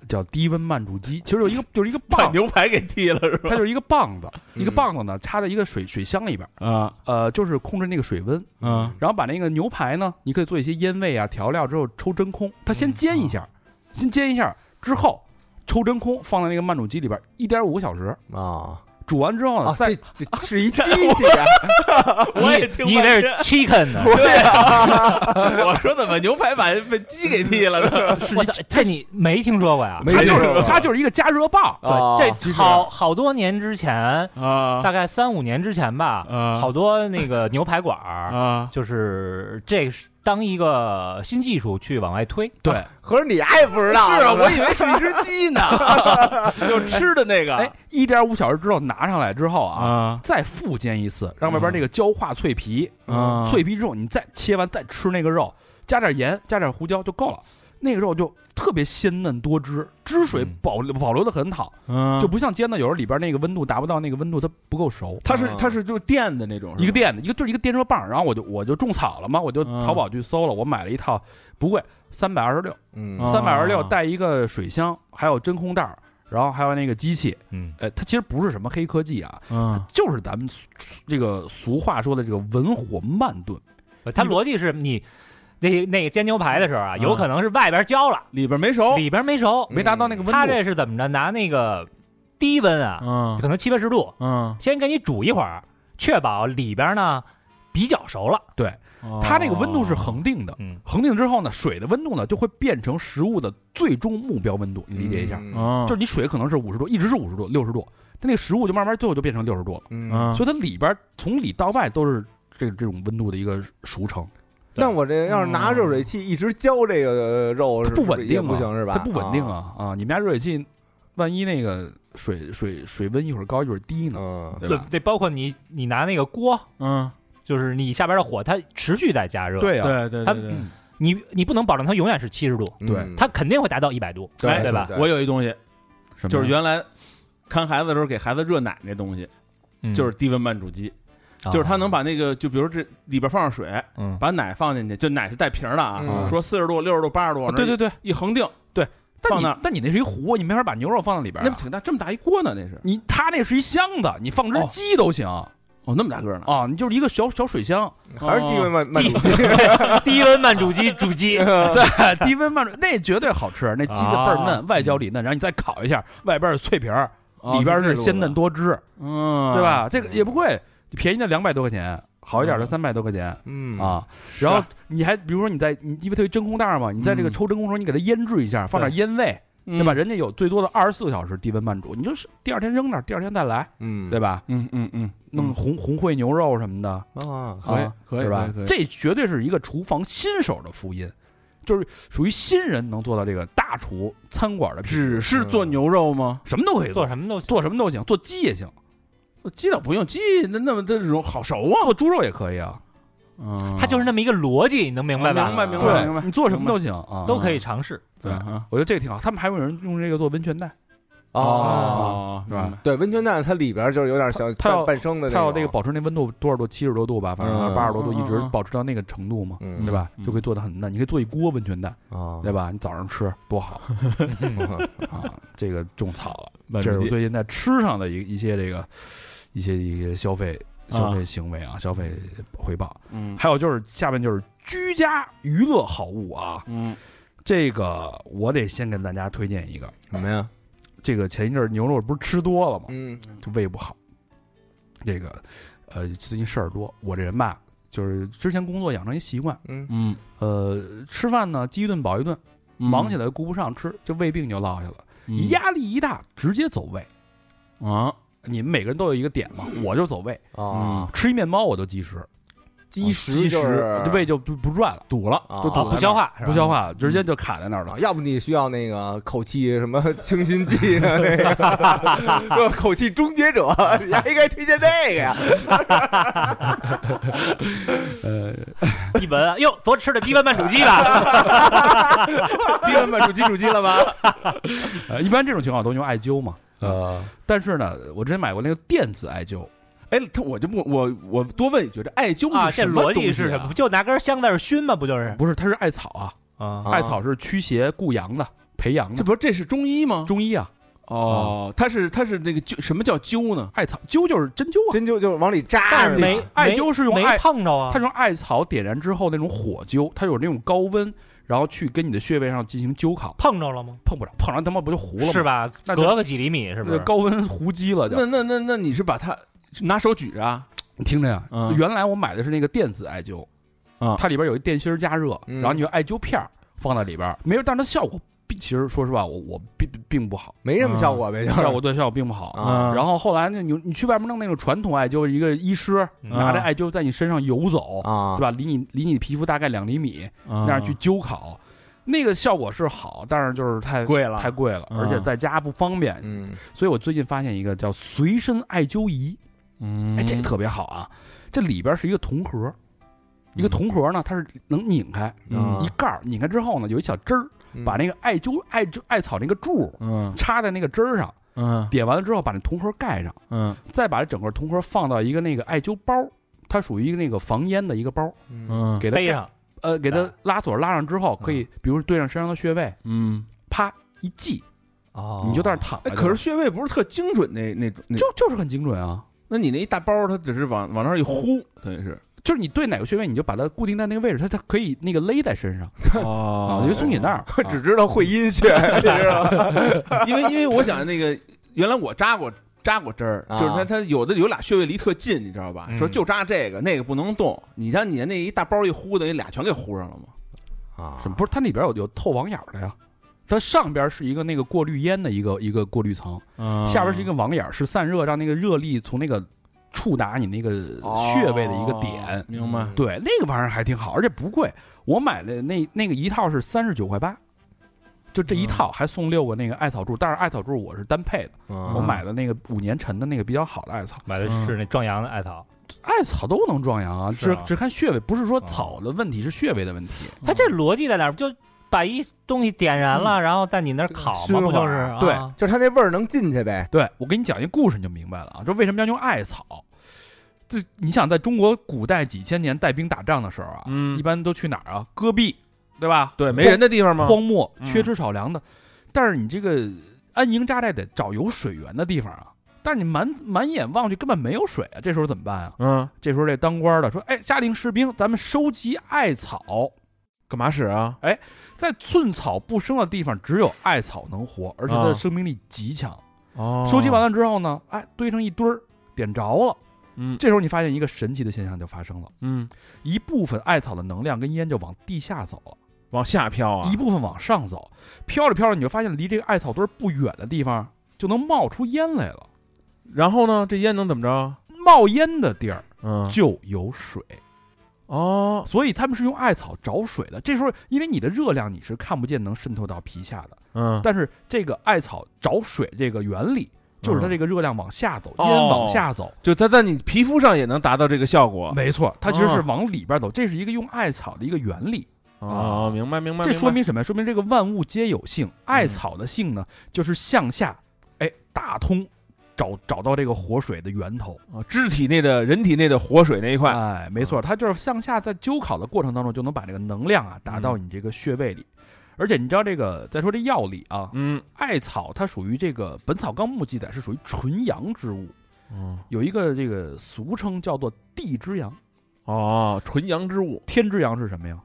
[SPEAKER 1] 叫低温慢煮鸡，其实有 一个就是一个
[SPEAKER 3] 把
[SPEAKER 1] 棒，
[SPEAKER 3] 牛排给剃了是吧？
[SPEAKER 1] 它就是一个棒子，一个
[SPEAKER 2] 嗯
[SPEAKER 1] 棒子呢插在一个水水箱里边，
[SPEAKER 3] 啊
[SPEAKER 1] 呃，就是控制那个水温，
[SPEAKER 3] 啊
[SPEAKER 1] 然后把那个牛排呢，你可以做一些腌味啊、调料之后抽真空，它先煎一
[SPEAKER 2] 嗯
[SPEAKER 1] 下，
[SPEAKER 2] 啊
[SPEAKER 1] 先煎一下之后抽真空，放在那个慢煮机里边一点五个小时，
[SPEAKER 2] 啊，
[SPEAKER 1] 煮完之后呢，
[SPEAKER 2] 啊，
[SPEAKER 1] 再
[SPEAKER 2] 这这 是一机器啊！
[SPEAKER 3] 我也听
[SPEAKER 4] 你以为是 chicken 呢？
[SPEAKER 3] 对啊，我说怎么牛排把被鸡给踢了 呢？
[SPEAKER 4] 我操，这你没听说过呀？
[SPEAKER 2] 啊没
[SPEAKER 1] 它就
[SPEAKER 2] 听说
[SPEAKER 1] 是
[SPEAKER 2] 过
[SPEAKER 1] 它就是一个加热棒，
[SPEAKER 2] 啊
[SPEAKER 4] 对，这好好多年之前，
[SPEAKER 3] 啊
[SPEAKER 4] 大概三五年之前吧，
[SPEAKER 3] 啊
[SPEAKER 4] 好多那个牛排馆儿，
[SPEAKER 3] 啊，
[SPEAKER 4] 就是这是当一个新技术去往外推。
[SPEAKER 2] 合着你丫也不知
[SPEAKER 3] 是
[SPEAKER 2] 道？
[SPEAKER 3] 啊，我以为是一只鸡呢，就吃的那个
[SPEAKER 1] 哎，一点五小时之后拿上来之后啊，
[SPEAKER 3] 啊
[SPEAKER 1] 再复煎一次，让外边那个焦化脆皮，
[SPEAKER 3] 啊
[SPEAKER 1] 脆皮之后你再切完再吃那个肉，加点盐，加点胡椒就够了。那个肉就特别鲜嫩多汁，汁水
[SPEAKER 4] 嗯
[SPEAKER 1] 保留保留的很好，
[SPEAKER 3] 嗯
[SPEAKER 1] 就
[SPEAKER 3] 就
[SPEAKER 1] 不像煎的，有时候里边那个温度达不到那个温度，它不够熟。
[SPEAKER 3] 它是它是就是电的那种，
[SPEAKER 1] 一个
[SPEAKER 3] 电
[SPEAKER 1] 电的，一个就是一个电热棒，然后我就我就种草了嘛，我就
[SPEAKER 3] 嗯
[SPEAKER 1] 淘宝去搜了，我买了一套不贵，三百二十六，
[SPEAKER 2] 嗯
[SPEAKER 3] 啊
[SPEAKER 1] 三百二十六带一个水箱，还有真空袋儿，然后还有那个机器，
[SPEAKER 4] 嗯，
[SPEAKER 1] 呃，它其实不是什么黑科技啊，
[SPEAKER 3] 嗯
[SPEAKER 1] 就是咱们俗这个俗话说的这个文火慢炖，
[SPEAKER 4] 它逻辑是你那那个煎牛排的时候啊，有可能是外边焦了，
[SPEAKER 3] 里边没熟，
[SPEAKER 4] 里边没熟。
[SPEAKER 1] 没达到
[SPEAKER 2] 嗯
[SPEAKER 1] 那个温
[SPEAKER 4] 它
[SPEAKER 1] 度。
[SPEAKER 4] 这是怎么着？拿那个低温啊，
[SPEAKER 3] 嗯
[SPEAKER 4] 可能七八十度，
[SPEAKER 3] 嗯，
[SPEAKER 4] 先给你煮一会儿，确保里边呢比较熟了。
[SPEAKER 3] 哦
[SPEAKER 1] 它这个温度是恒定的，
[SPEAKER 4] 嗯，
[SPEAKER 1] 恒定之后呢，水的温度呢就会变成食物的最终目标温度，你理解一下，
[SPEAKER 2] 嗯
[SPEAKER 4] 嗯
[SPEAKER 1] 啊
[SPEAKER 3] 哦，
[SPEAKER 1] 就是你水可能是五十度，一直是五十度、六十度，它那个食物就慢慢最后就变成六十度了。
[SPEAKER 2] 嗯，
[SPEAKER 3] 嗯
[SPEAKER 1] 所以它里边儿从里到外都是这这种温度的一个熟成，
[SPEAKER 2] 那我这要是拿热水器一直浇这个肉，
[SPEAKER 1] 它
[SPEAKER 2] 是
[SPEAKER 1] 不
[SPEAKER 2] 是
[SPEAKER 1] 稳
[SPEAKER 2] 也
[SPEAKER 1] 定、啊，
[SPEAKER 2] 不行是吧？
[SPEAKER 1] 它不稳定啊啊！你们家热水器，万一那个水水水温一会儿高一会儿低呢，
[SPEAKER 2] 啊。
[SPEAKER 1] 对
[SPEAKER 4] 对
[SPEAKER 1] 吧？
[SPEAKER 4] 对，包括你你拿那个锅，
[SPEAKER 3] 嗯，
[SPEAKER 4] 就是你下边的火，它持续在加热，，
[SPEAKER 1] 对啊，
[SPEAKER 3] 对对
[SPEAKER 4] 它
[SPEAKER 3] 对对。
[SPEAKER 4] 你你不能保证它永远是七十度，
[SPEAKER 2] 嗯，
[SPEAKER 1] 对
[SPEAKER 2] 嗯
[SPEAKER 4] 它肯定会达到一百度，哎
[SPEAKER 2] 对
[SPEAKER 4] 对吧？
[SPEAKER 3] 我有一东西，
[SPEAKER 1] 什么
[SPEAKER 3] 就是原来看孩子的时候给孩子热奶那东西，
[SPEAKER 4] 嗯
[SPEAKER 3] 就是低温慢煮鸡，
[SPEAKER 4] 啊
[SPEAKER 3] 就是它能把那个，就比如这里边放上水，
[SPEAKER 4] 嗯
[SPEAKER 3] 把奶放进去，就奶是带瓶儿的啊，
[SPEAKER 2] 嗯
[SPEAKER 3] 说四十度、六十度、八十度，
[SPEAKER 1] 啊对对对，
[SPEAKER 3] 一恒定，
[SPEAKER 1] 但
[SPEAKER 3] 放
[SPEAKER 1] 你
[SPEAKER 3] 那儿
[SPEAKER 1] 但你那是一壶，你没法把牛肉放到里边儿
[SPEAKER 3] 那
[SPEAKER 1] 啊、
[SPEAKER 3] 挺大，这么大一锅呢，那是
[SPEAKER 1] 你它那是一箱子，你放只
[SPEAKER 3] 哦
[SPEAKER 1] 鸡都行、
[SPEAKER 3] 哦，那么大个儿呢，
[SPEAKER 1] 啊，你就是一个小小水箱，
[SPEAKER 2] 还是低温
[SPEAKER 1] 哦
[SPEAKER 2] 慢慢煮鸡，
[SPEAKER 4] 低温慢煮鸡煮鸡，
[SPEAKER 1] 对，低温慢煮，那绝对好吃，那鸡的倍儿嫩，
[SPEAKER 3] 啊
[SPEAKER 1] 外焦里嫩，然后你再烤一下，外边儿是脆皮儿，
[SPEAKER 3] 哦
[SPEAKER 1] 里边儿是鲜嫩，多汁，
[SPEAKER 3] 这路子嗯，
[SPEAKER 1] 对？吧？这个也不贵，便宜的两百多块钱，好一点的三百多块钱。
[SPEAKER 2] 嗯，
[SPEAKER 1] 啊，
[SPEAKER 3] 是
[SPEAKER 1] 然
[SPEAKER 3] 啊
[SPEAKER 1] 后你还比如说你在你因为它有真空袋儿嘛，你在这个
[SPEAKER 3] 嗯
[SPEAKER 1] 抽真空的时候，你给它腌制一下，放点烟味，
[SPEAKER 3] 嗯
[SPEAKER 1] 对吧？？人家有最多的二十四个小时低温慢煮，你就是第二天扔那儿，第二天再来，
[SPEAKER 2] 嗯，
[SPEAKER 1] 对吧？
[SPEAKER 3] 嗯嗯嗯，
[SPEAKER 1] 弄红红烩牛肉什么的，
[SPEAKER 2] 啊，
[SPEAKER 3] 可以
[SPEAKER 1] 啊
[SPEAKER 3] 可以
[SPEAKER 1] 是吧
[SPEAKER 3] 可以？可以
[SPEAKER 1] 这绝对是一个厨房新手的福音，就是属于新人能做到这个大厨餐馆的品质，
[SPEAKER 3] 只是做牛肉吗？
[SPEAKER 1] 什么都可以做，
[SPEAKER 4] 做什么都行
[SPEAKER 1] 做什么都行，做鸡也行，
[SPEAKER 3] 做鸡倒不用，鸡那那么这种好熟啊，
[SPEAKER 1] 做猪肉也可以啊，
[SPEAKER 3] 嗯
[SPEAKER 4] 它就是那么一个逻辑，你能明白
[SPEAKER 1] 哦
[SPEAKER 4] 吧？
[SPEAKER 3] 明白明白
[SPEAKER 1] 对嗯
[SPEAKER 3] 明，白，
[SPEAKER 1] 你做什么都行啊，
[SPEAKER 4] 都可以尝试。
[SPEAKER 3] 对啊
[SPEAKER 1] 我觉得这个挺好，他们还有人用这个做温泉蛋，
[SPEAKER 2] 哦，
[SPEAKER 3] 哦，
[SPEAKER 1] 是吧
[SPEAKER 3] 明白？
[SPEAKER 2] 对，温泉蛋它里边就是有点小
[SPEAKER 1] 它要
[SPEAKER 2] 半半生的
[SPEAKER 1] 它要
[SPEAKER 2] 那
[SPEAKER 1] 这个
[SPEAKER 2] 种，
[SPEAKER 1] 保持那温度多少度，七十多度吧，反正
[SPEAKER 2] 嗯
[SPEAKER 1] 八十多度
[SPEAKER 3] 嗯
[SPEAKER 1] 一直
[SPEAKER 3] 嗯嗯
[SPEAKER 1] 保持到那个程度嘛，
[SPEAKER 2] 嗯
[SPEAKER 1] 对吧？
[SPEAKER 3] 嗯
[SPEAKER 1] 就可以做的很嫩，你可以做一锅温泉蛋，
[SPEAKER 2] 啊
[SPEAKER 1] 对吧？你早上吃多好 啊！这个种草了，
[SPEAKER 3] 慢
[SPEAKER 1] 这是
[SPEAKER 3] 煮
[SPEAKER 1] 我
[SPEAKER 3] 鸡
[SPEAKER 1] 最近在吃上的一一些这个一些一些消费消费行为啊，消费回报。
[SPEAKER 3] 嗯
[SPEAKER 1] 还有就是下面就是居家娱乐好物啊，
[SPEAKER 3] 嗯
[SPEAKER 1] 这个我得先跟大家推荐一个。
[SPEAKER 2] 什么呀？
[SPEAKER 1] 这个前一阵儿牛肉不是吃多了吗？
[SPEAKER 2] 嗯
[SPEAKER 1] 就胃不好。这个，呃，最近事儿多，我这人吧，就是之前工作养成一习惯，
[SPEAKER 2] 嗯
[SPEAKER 3] 嗯，
[SPEAKER 1] 呃，吃饭呢饥一顿饱一顿，忙起来顾不上吃，这胃病就落下了。
[SPEAKER 3] 嗯
[SPEAKER 1] 压力一大，直接走胃。
[SPEAKER 3] 啊，
[SPEAKER 1] 你们每个人都有一个点嘛，我就走胃，
[SPEAKER 2] 啊，
[SPEAKER 1] 吃一面包我就积食，
[SPEAKER 2] 积
[SPEAKER 1] 哦
[SPEAKER 2] 食就是
[SPEAKER 1] 胃就不不转了，堵了，就
[SPEAKER 2] 啊
[SPEAKER 1] 堵
[SPEAKER 4] 啊，
[SPEAKER 1] 了
[SPEAKER 4] 不消化是吧？
[SPEAKER 1] 不消化，直接就卡在那儿了
[SPEAKER 2] 啊，。要不你需要那个口气什么清新 剂的那个， 就口气终结者， 你还应该推荐那个呀。
[SPEAKER 1] 呃，
[SPEAKER 4] 一闻啊，哟，昨吃的低温慢煮鸡 吧？
[SPEAKER 3] 低温慢煮鸡煮鸡了吧？
[SPEAKER 1] 呃一般这种情况都用艾灸嘛，
[SPEAKER 2] 呃，
[SPEAKER 1] 但是呢，我之前买过那个电子艾灸，
[SPEAKER 3] 哎，他我就不我我多问一句，这艾灸
[SPEAKER 4] 啊，
[SPEAKER 3] 是
[SPEAKER 4] 这
[SPEAKER 3] 什么
[SPEAKER 4] 逻
[SPEAKER 3] 东西
[SPEAKER 4] 辑
[SPEAKER 3] 啊
[SPEAKER 4] 是什么？不就拿根香在这熏吗？不就是？
[SPEAKER 1] 不是，它是艾草啊，
[SPEAKER 4] 啊，
[SPEAKER 1] 艾草是驱邪固阳的，培阳
[SPEAKER 3] 这
[SPEAKER 1] 的，
[SPEAKER 3] 不是这是中医吗？
[SPEAKER 1] 中医啊，
[SPEAKER 3] 哦，它是它是那个灸，什么叫灸呢？
[SPEAKER 1] 艾草灸就是针灸啊，
[SPEAKER 2] 真就就是往里扎
[SPEAKER 4] 但
[SPEAKER 2] 着
[SPEAKER 4] 是没
[SPEAKER 2] 呢，
[SPEAKER 1] 艾灸是用
[SPEAKER 4] 没
[SPEAKER 1] 艾
[SPEAKER 4] 碰着啊
[SPEAKER 1] 它是，用艾草点燃之后那种火灸，它有那种高温，然后去跟你的穴位上进行灸烤，
[SPEAKER 4] 碰着了吗？
[SPEAKER 1] 碰不着，碰着他妈不就糊了吗？
[SPEAKER 4] 是吧？
[SPEAKER 1] 那就
[SPEAKER 4] 隔个几厘米是不
[SPEAKER 1] 那
[SPEAKER 4] 是？
[SPEAKER 1] 高温糊鸡了就。
[SPEAKER 3] 那那那那你是把它拿手举着啊？
[SPEAKER 1] 你听着呀，
[SPEAKER 3] 嗯
[SPEAKER 1] 原来我买的是那个电子艾灸，
[SPEAKER 3] 嗯
[SPEAKER 1] 它里边有一电芯儿加热，
[SPEAKER 2] 嗯
[SPEAKER 1] 然后你用艾灸片儿放在里边儿，没有，但是它效果并其实说实话，我我并并不 好，
[SPEAKER 2] 没什么效果呗，就是
[SPEAKER 1] 嗯效果对效果并不好。
[SPEAKER 2] 啊
[SPEAKER 3] 嗯
[SPEAKER 1] 然后后来呢，你你去外面弄那种传统艾灸，一个医师
[SPEAKER 4] 嗯
[SPEAKER 1] 拿着艾灸在你身上游走，
[SPEAKER 3] 嗯
[SPEAKER 2] 啊
[SPEAKER 1] 对，吧？离你离你皮肤大概两厘米，
[SPEAKER 3] 那
[SPEAKER 1] 那样去灸烤，那个效果是好，但是就是太
[SPEAKER 3] 贵了
[SPEAKER 1] 太贵了，
[SPEAKER 3] 嗯
[SPEAKER 1] 而且在家不方便。
[SPEAKER 2] 嗯
[SPEAKER 1] 所以我最近发现一个叫随身艾灸仪，
[SPEAKER 3] 嗯
[SPEAKER 1] 哎，这特别好啊！这里边是一个铜盒，一个铜盒呢，它是能拧开
[SPEAKER 3] 嗯
[SPEAKER 1] 一盖儿，拧开之后呢，有一小针儿，
[SPEAKER 2] 啊嗯
[SPEAKER 1] 把那个艾灸艾灸艾草那个柱儿
[SPEAKER 3] 嗯
[SPEAKER 1] 插在那个针儿上，
[SPEAKER 3] 嗯
[SPEAKER 1] 点完了之后把那铜盒盖上，
[SPEAKER 3] 嗯
[SPEAKER 1] 再把这整个铜盒放到一个那个艾灸包。它属于一个那个防烟的一个包，
[SPEAKER 3] 嗯啊
[SPEAKER 1] 给它
[SPEAKER 4] 背上
[SPEAKER 1] 呃，给它拉锁拉上之后，可以，比如对上身上的穴位，
[SPEAKER 3] 嗯。
[SPEAKER 1] 啪一系，
[SPEAKER 4] 哦
[SPEAKER 1] 你就在那儿躺着
[SPEAKER 3] 哎，
[SPEAKER 1] 就。
[SPEAKER 3] 可是穴位不是特精准那那种那，
[SPEAKER 1] 就就是很精准啊，
[SPEAKER 3] 那你那一大包，它只是往往那儿一呼，等于是
[SPEAKER 1] 就是你对哪个穴位，你就把它固定在那个位置，它它可以那个勒在身上啊，
[SPEAKER 3] 哦
[SPEAKER 1] 有一个松紧带， 儿。啊
[SPEAKER 2] 只知道会 阴穴，你知道吗？
[SPEAKER 3] 因为因为我想那个原来我扎过扎过针儿，
[SPEAKER 2] 啊
[SPEAKER 3] 就是它它有的有俩穴位离特近，你知道吧？
[SPEAKER 4] 嗯
[SPEAKER 3] 说就扎这个那个不能动，你像你那一大包一呼，等于俩全给呼上了嘛。
[SPEAKER 2] 啊
[SPEAKER 1] 什么？不是，它里边有有透网眼儿的呀，它上边是一个那个过滤烟的一个一个过滤层，
[SPEAKER 3] 嗯
[SPEAKER 1] 下边是一个网眼儿，是散热让那个热力从那个触达你那个穴位的一个点。
[SPEAKER 3] 哦明白？
[SPEAKER 1] 对，那个玩意儿还挺好，而且不贵。我买的那那个一套是三十九块八，就这一套还送六个那个艾草柱，但是艾草柱我是单配的，我
[SPEAKER 2] 嗯
[SPEAKER 1] 买的那个五年陈的那个比较好的艾草。
[SPEAKER 4] 买的是那壮阳的艾草，
[SPEAKER 1] 艾草都能壮阳啊，
[SPEAKER 4] 是
[SPEAKER 1] 只
[SPEAKER 4] 啊
[SPEAKER 1] 只看穴位，不是说草的问题，是穴位的问题。
[SPEAKER 4] 它这逻辑在哪儿？就把一东西点燃
[SPEAKER 1] 嗯
[SPEAKER 4] 了，然后在你那儿烤
[SPEAKER 2] 熏
[SPEAKER 4] 嘛，不
[SPEAKER 2] 会
[SPEAKER 4] 就是
[SPEAKER 2] 儿
[SPEAKER 4] 啊
[SPEAKER 2] 对，就是它那味儿能进去呗。
[SPEAKER 1] 对我给你讲一个故事，你就明白了啊，这为什么要用艾草？这你想，在中国古代几千年带兵打仗的时候啊，
[SPEAKER 3] 嗯
[SPEAKER 1] 一般都去哪儿啊？戈壁，对吧？
[SPEAKER 3] 对，没人的地方吗？
[SPEAKER 1] 荒漠，
[SPEAKER 3] 嗯
[SPEAKER 1] 缺吃少粮的。但是你这个安营扎寨得找有水源的地方啊。但是你满满眼望去根本没有水啊，这时候怎么办啊？
[SPEAKER 3] 嗯，
[SPEAKER 1] 这时候这当官的说：“哎，下令士兵，咱们收集艾草，
[SPEAKER 3] 干嘛使啊？
[SPEAKER 1] 在寸草不生的地方，只有艾草能活，而且它
[SPEAKER 3] 啊
[SPEAKER 1] 的生命力极强。
[SPEAKER 3] 哦
[SPEAKER 1] 收集完，了之后呢，哎，堆成一堆儿，点着了。
[SPEAKER 3] 嗯
[SPEAKER 1] 这时候你发现一个神奇的现象就发生了，
[SPEAKER 3] 嗯，
[SPEAKER 1] 一部分艾草的能量跟烟就往地下走了，
[SPEAKER 3] 往下飘啊
[SPEAKER 1] 一，部分往上走，飘着飘着，你就发现离这个艾草堆儿不远的地方就能冒出烟来了。
[SPEAKER 3] 然后呢，这烟能怎么着？
[SPEAKER 1] 冒烟的地儿
[SPEAKER 3] 嗯，
[SPEAKER 1] 就有水，
[SPEAKER 3] 哦，
[SPEAKER 1] 所以他们是用艾草找水的。这时候，因为你的热量你是看不见能渗透到皮下的，
[SPEAKER 3] 嗯，
[SPEAKER 1] 但是这个艾草找水这个原理，就是它
[SPEAKER 3] 嗯
[SPEAKER 1] 这个热量往下走，
[SPEAKER 3] 哦
[SPEAKER 1] 烟往下走。
[SPEAKER 3] 就它在你皮肤上也能达到这个效果。
[SPEAKER 1] 没错，它其实是
[SPEAKER 3] 哦
[SPEAKER 1] 往里边走，这是一个用艾草的一个原理。
[SPEAKER 3] 哦，明白明
[SPEAKER 1] 啊
[SPEAKER 3] 白，嗯
[SPEAKER 1] 这
[SPEAKER 3] 明白
[SPEAKER 1] 说明什么呀？说明这个万物皆有性，艾草的性呢，就是向下，哎，打通，找找到这个活水的源头。
[SPEAKER 3] 啊，肢体内的人体内的活水那一块，
[SPEAKER 1] 哎，没
[SPEAKER 3] 嗯
[SPEAKER 1] 错，它就是向下，在灸烤的过程当中，就能把这个能量啊打
[SPEAKER 3] 嗯
[SPEAKER 1] 到你这个穴位里。而且你知道这个，再说这药理啊，
[SPEAKER 3] 嗯
[SPEAKER 1] 艾草它属于这个《本草纲目》记载是属于纯阳之物，
[SPEAKER 3] 嗯，
[SPEAKER 1] 有一个这个俗称叫做地之阳。
[SPEAKER 3] 哦，纯阳之物
[SPEAKER 1] 天之阳是什么呀？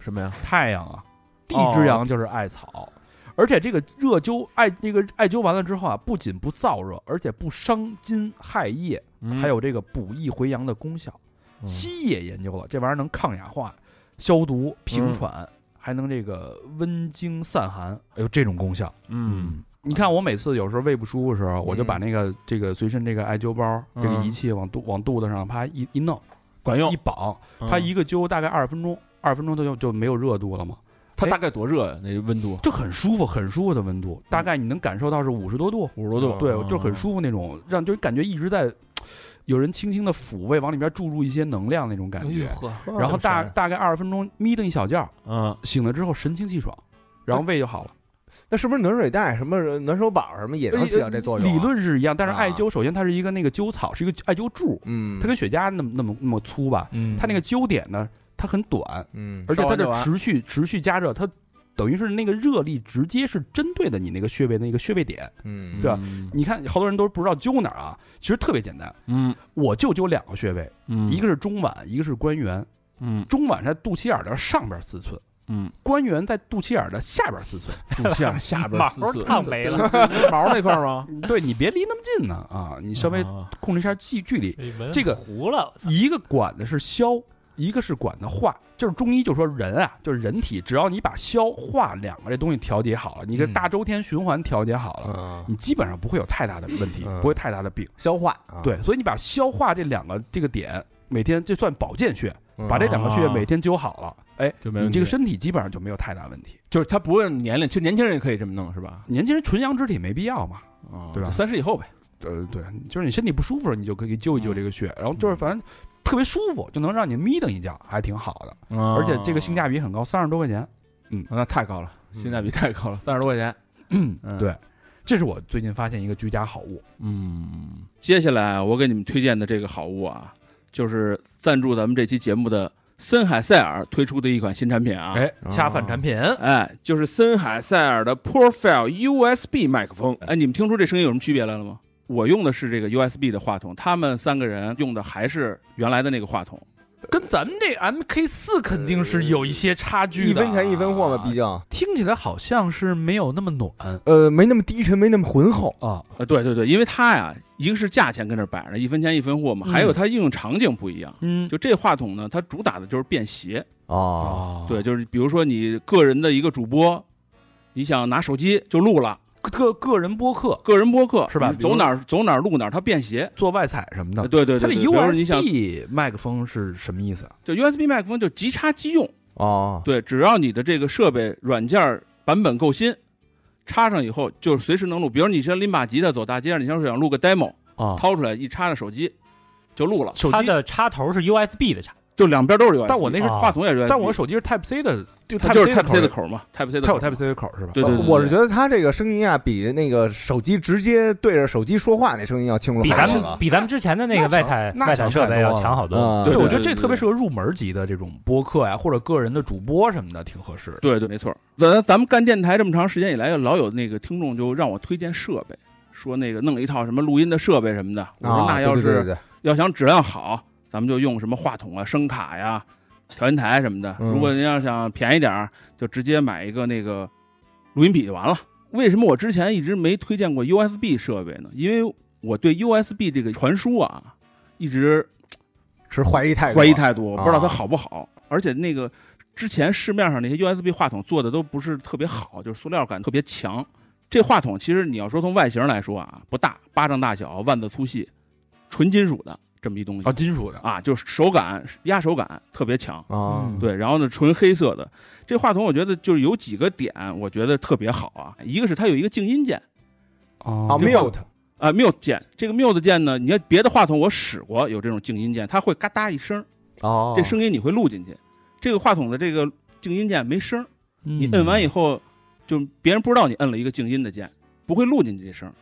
[SPEAKER 3] 什么呀？
[SPEAKER 1] 太阳啊，地
[SPEAKER 3] 哦
[SPEAKER 1] 之阳就是艾草。而且这个热灸艾那个艾灸完了之后啊，不仅不燥热，而且不伤筋害液，还有这个补益回阳的功效。
[SPEAKER 3] 嗯
[SPEAKER 1] 西医也研究了，这玩意儿能抗氧化、消毒、平喘，
[SPEAKER 3] 嗯
[SPEAKER 1] 还能这个温经散寒，有这种功效。
[SPEAKER 3] 嗯，
[SPEAKER 1] 你看，我每次有时候胃不舒服的时候，我就把那个这个随身这个艾灸包这个
[SPEAKER 3] 嗯
[SPEAKER 1] 仪器往肚往肚子上啪一一弄，
[SPEAKER 3] 管用
[SPEAKER 1] 一。绑，
[SPEAKER 3] 嗯
[SPEAKER 1] 它一个灸大概二十分钟，二十分钟它就就没有热度了嘛，
[SPEAKER 3] 它
[SPEAKER 1] 哎
[SPEAKER 3] 大概多热呀？那温度
[SPEAKER 1] 就很舒服，很舒服的温度，大概你能感受到是五十多度，
[SPEAKER 3] 五十多度，
[SPEAKER 1] 对，
[SPEAKER 3] 嗯
[SPEAKER 1] 就很。舒服那种，让就是感觉一直在有人轻轻的抚慰，往里边注入一些能量那种感
[SPEAKER 3] 哎
[SPEAKER 1] 觉。
[SPEAKER 2] 然
[SPEAKER 1] 然后大大概二十分钟，眯瞪一小觉，
[SPEAKER 3] 嗯，
[SPEAKER 1] 醒了之后神清气爽，然后胃就好了。
[SPEAKER 2] 那是不是暖水袋、什么暖手宝什么也能起到这作用啊？
[SPEAKER 1] 呃哎理论是一样，但是
[SPEAKER 2] 啊
[SPEAKER 1] 艾灸首先它是一个那个灸草，是一个艾灸柱，
[SPEAKER 2] 嗯，
[SPEAKER 1] 它跟雪茄那么那么那么粗吧，
[SPEAKER 4] 嗯，
[SPEAKER 1] 它那个灸点呢，它很短，
[SPEAKER 2] 嗯
[SPEAKER 1] 而且它
[SPEAKER 3] 烧完就
[SPEAKER 1] 的
[SPEAKER 3] 完
[SPEAKER 1] 持续持续加热，它等于是那个热力直接是针对的你那个穴位那个穴位点。
[SPEAKER 2] 嗯
[SPEAKER 1] 对吧
[SPEAKER 3] 嗯
[SPEAKER 1] 你看，好多人都不知道灸哪儿啊，其实特别简单，
[SPEAKER 3] 嗯
[SPEAKER 1] 我就灸两个穴位，
[SPEAKER 3] 嗯，
[SPEAKER 1] 一个是中脘，一个是关元。
[SPEAKER 3] 嗯
[SPEAKER 1] 中脘是在肚脐眼儿的上边四寸，
[SPEAKER 6] 嗯，
[SPEAKER 1] 官员在肚脐眼儿的下边四寸。
[SPEAKER 6] 肚脐眼下边
[SPEAKER 4] 毛
[SPEAKER 6] 四寸
[SPEAKER 4] 烫没了，
[SPEAKER 6] 毛那块儿 吗？
[SPEAKER 3] 嗯
[SPEAKER 1] 对你别离那么近呢啊，你稍微
[SPEAKER 6] 啊
[SPEAKER 1] 控制一下距距离。
[SPEAKER 4] 嗯
[SPEAKER 1] 这个
[SPEAKER 4] 糊了，我操
[SPEAKER 1] 一个管的是消，一个是管的化，就是中医就说人啊，就是人体，只要你把消化两个这东西调节好了，你跟
[SPEAKER 4] 嗯
[SPEAKER 1] 大周天循环调节好了，
[SPEAKER 2] 嗯，
[SPEAKER 1] 你基本上不会有太大的问题，
[SPEAKER 2] 嗯
[SPEAKER 1] 不会太大的病。
[SPEAKER 2] 消化啊，
[SPEAKER 1] 对，所以你把消化这两个这个点，每天这算保健穴，
[SPEAKER 2] 嗯，
[SPEAKER 1] 把这两个穴
[SPEAKER 6] 啊
[SPEAKER 1] 每天灸好了，哎，
[SPEAKER 6] 就没问
[SPEAKER 1] 你
[SPEAKER 6] 题
[SPEAKER 1] 这个身体基本上就没有太大问题。
[SPEAKER 6] 就是他不问年龄，其实年轻人也可以这么弄，是吧？
[SPEAKER 1] 年轻人纯阳之体没必要嘛，
[SPEAKER 6] 啊
[SPEAKER 1] 对吧
[SPEAKER 6] 三十以后呗，
[SPEAKER 1] 呃，对，嗯就是你身体不舒服，你就可以灸一灸这个穴，然后就是反正特别舒服，就能让你眯瞪一觉，还挺好的。而
[SPEAKER 6] 而
[SPEAKER 1] 且这个性价比很高，三十多块钱。
[SPEAKER 6] 那太高了，性
[SPEAKER 2] 嗯
[SPEAKER 6] 价比太高了，三十多块钱。
[SPEAKER 1] 嗯
[SPEAKER 6] 嗯
[SPEAKER 1] 对，这是我最近发现一个居家好物。
[SPEAKER 6] 嗯，
[SPEAKER 3] 接下来啊我给你们推荐的这个好物啊，就是赞助咱们这期节目的森海塞尔推出的一款新产品啊。
[SPEAKER 1] 哎，恰饭产品，
[SPEAKER 3] 哎，就是森海塞尔的 Profile USB 麦克风。哎，你们听出这声音有什么区别来了吗？我用的是这个 USB 的话筒，他们三个人用的还是原来的那个话筒。
[SPEAKER 1] 跟咱们这 MK 四肯定是有一些差距的。
[SPEAKER 2] 一分钱一分货嘛，毕
[SPEAKER 1] 竟
[SPEAKER 2] 竟
[SPEAKER 1] 听起来好像是没有那么暖
[SPEAKER 2] 呃没那么低沉，没那么浑厚。
[SPEAKER 1] 啊。
[SPEAKER 3] 呃，对对对，因为它呀，一个是价钱跟这摆着，一分钱一分货嘛，
[SPEAKER 1] 嗯
[SPEAKER 3] 还有它应用场景不一样。
[SPEAKER 1] 嗯，
[SPEAKER 3] 就这话筒呢，它主打的就是便携，
[SPEAKER 2] 哦，
[SPEAKER 1] 啊，
[SPEAKER 3] 对，就是比如说你个人的一个主播，你想拿手机就录了，
[SPEAKER 1] 个个人播客、
[SPEAKER 3] 个人播客
[SPEAKER 1] 是吧
[SPEAKER 3] 你
[SPEAKER 1] 比如
[SPEAKER 3] 走哪儿走哪儿录哪儿，它便携。
[SPEAKER 1] 做外采什么
[SPEAKER 3] 呃
[SPEAKER 1] 的。
[SPEAKER 3] 对对
[SPEAKER 1] 它
[SPEAKER 3] 对
[SPEAKER 1] 这
[SPEAKER 3] 对，比如说你想
[SPEAKER 1] USB 麦克风是什么意思啊？
[SPEAKER 3] 就 USB 麦克风就即插即用，
[SPEAKER 2] 哦，
[SPEAKER 3] 对，只要你的这个设备软件儿版本够新，插上以后就是随时能录。比如你先拎把吉他走大街上，你要是想录个 demo，
[SPEAKER 1] 啊
[SPEAKER 3] 掏出来一插上手机就录了，
[SPEAKER 1] 手
[SPEAKER 4] 它
[SPEAKER 1] 机，
[SPEAKER 4] 的插头是 USB 的插，
[SPEAKER 3] 就两边都是 USB。
[SPEAKER 1] 但我那是
[SPEAKER 4] 啊
[SPEAKER 3] 话筒也是 USB，
[SPEAKER 1] 但我手机是 Type C 的，就
[SPEAKER 3] 呃它就是 Type
[SPEAKER 1] Type
[SPEAKER 3] C
[SPEAKER 1] 的，
[SPEAKER 3] 的口儿嘛，Type C 的
[SPEAKER 1] 它有
[SPEAKER 3] 口儿
[SPEAKER 1] Type C 的口是吧？
[SPEAKER 3] 对对对，对
[SPEAKER 2] 我是觉得他这个声音啊，比那个手机直接对着手机说话那声音要轻了
[SPEAKER 4] 比
[SPEAKER 2] 好
[SPEAKER 4] 咱
[SPEAKER 2] 多
[SPEAKER 4] 们
[SPEAKER 2] 了。
[SPEAKER 4] 比咱们之前的那个
[SPEAKER 1] 啊那
[SPEAKER 4] 外
[SPEAKER 1] 强
[SPEAKER 4] 采
[SPEAKER 1] 那
[SPEAKER 4] 外
[SPEAKER 1] 强
[SPEAKER 4] 采设
[SPEAKER 1] 太
[SPEAKER 4] 备要
[SPEAKER 1] 多了
[SPEAKER 4] 强好多。
[SPEAKER 2] 嗯
[SPEAKER 3] 对
[SPEAKER 1] 我觉得这特别适合入门级的这种播客呀，或者个人的主播什么的，挺合适的。
[SPEAKER 3] 对对，没错。咱咱们干电台这么长时间以来，老有那个听众就让我推荐设备，说那个弄一套什么录音的设备什么的。我说
[SPEAKER 2] 啊，
[SPEAKER 3] 那要
[SPEAKER 2] 对对对
[SPEAKER 3] 是
[SPEAKER 2] 对对
[SPEAKER 3] 要想质量好，咱们就用什么话筒啊、声卡呀、调音台什么的。
[SPEAKER 2] 嗯
[SPEAKER 3] 如果您要想便宜点儿，就直接买一个那个录音笔就完了。为什么我之前一直没推荐过 USB 设备呢？因为我对 USB 这个传输啊，一直
[SPEAKER 2] 持怀疑态度，
[SPEAKER 3] 怀疑态度，我不知道它
[SPEAKER 2] 啊
[SPEAKER 3] 好不好。而且那个之前市面上那些 USB 话筒做的都不是特别好，就是塑料感特别强。这话筒其实你要说从外形来说啊，不大，巴掌大小，腕子粗细，纯金属的这么一东西
[SPEAKER 1] 啊，金属的，
[SPEAKER 3] 啊，就是手感压手感特别强。
[SPEAKER 2] 啊
[SPEAKER 1] 嗯，
[SPEAKER 3] 对，然后呢，纯黑色的这话筒，我觉得就是有几个点，我觉得特别好啊。一个是它有一个静音键
[SPEAKER 2] 啊
[SPEAKER 1] 啊
[SPEAKER 2] ，mute
[SPEAKER 3] 啊、m u t e 键。这个 mute 键呢，你看别的话筒我使过有这种静音键，它会嘎哒一声，
[SPEAKER 2] 哦，
[SPEAKER 3] 这声音你会录进去。这个话筒的这个静音键没声儿，
[SPEAKER 1] 嗯
[SPEAKER 3] 你摁完以后，就别人不知道你摁了一个静音的键，不会录进去这声儿，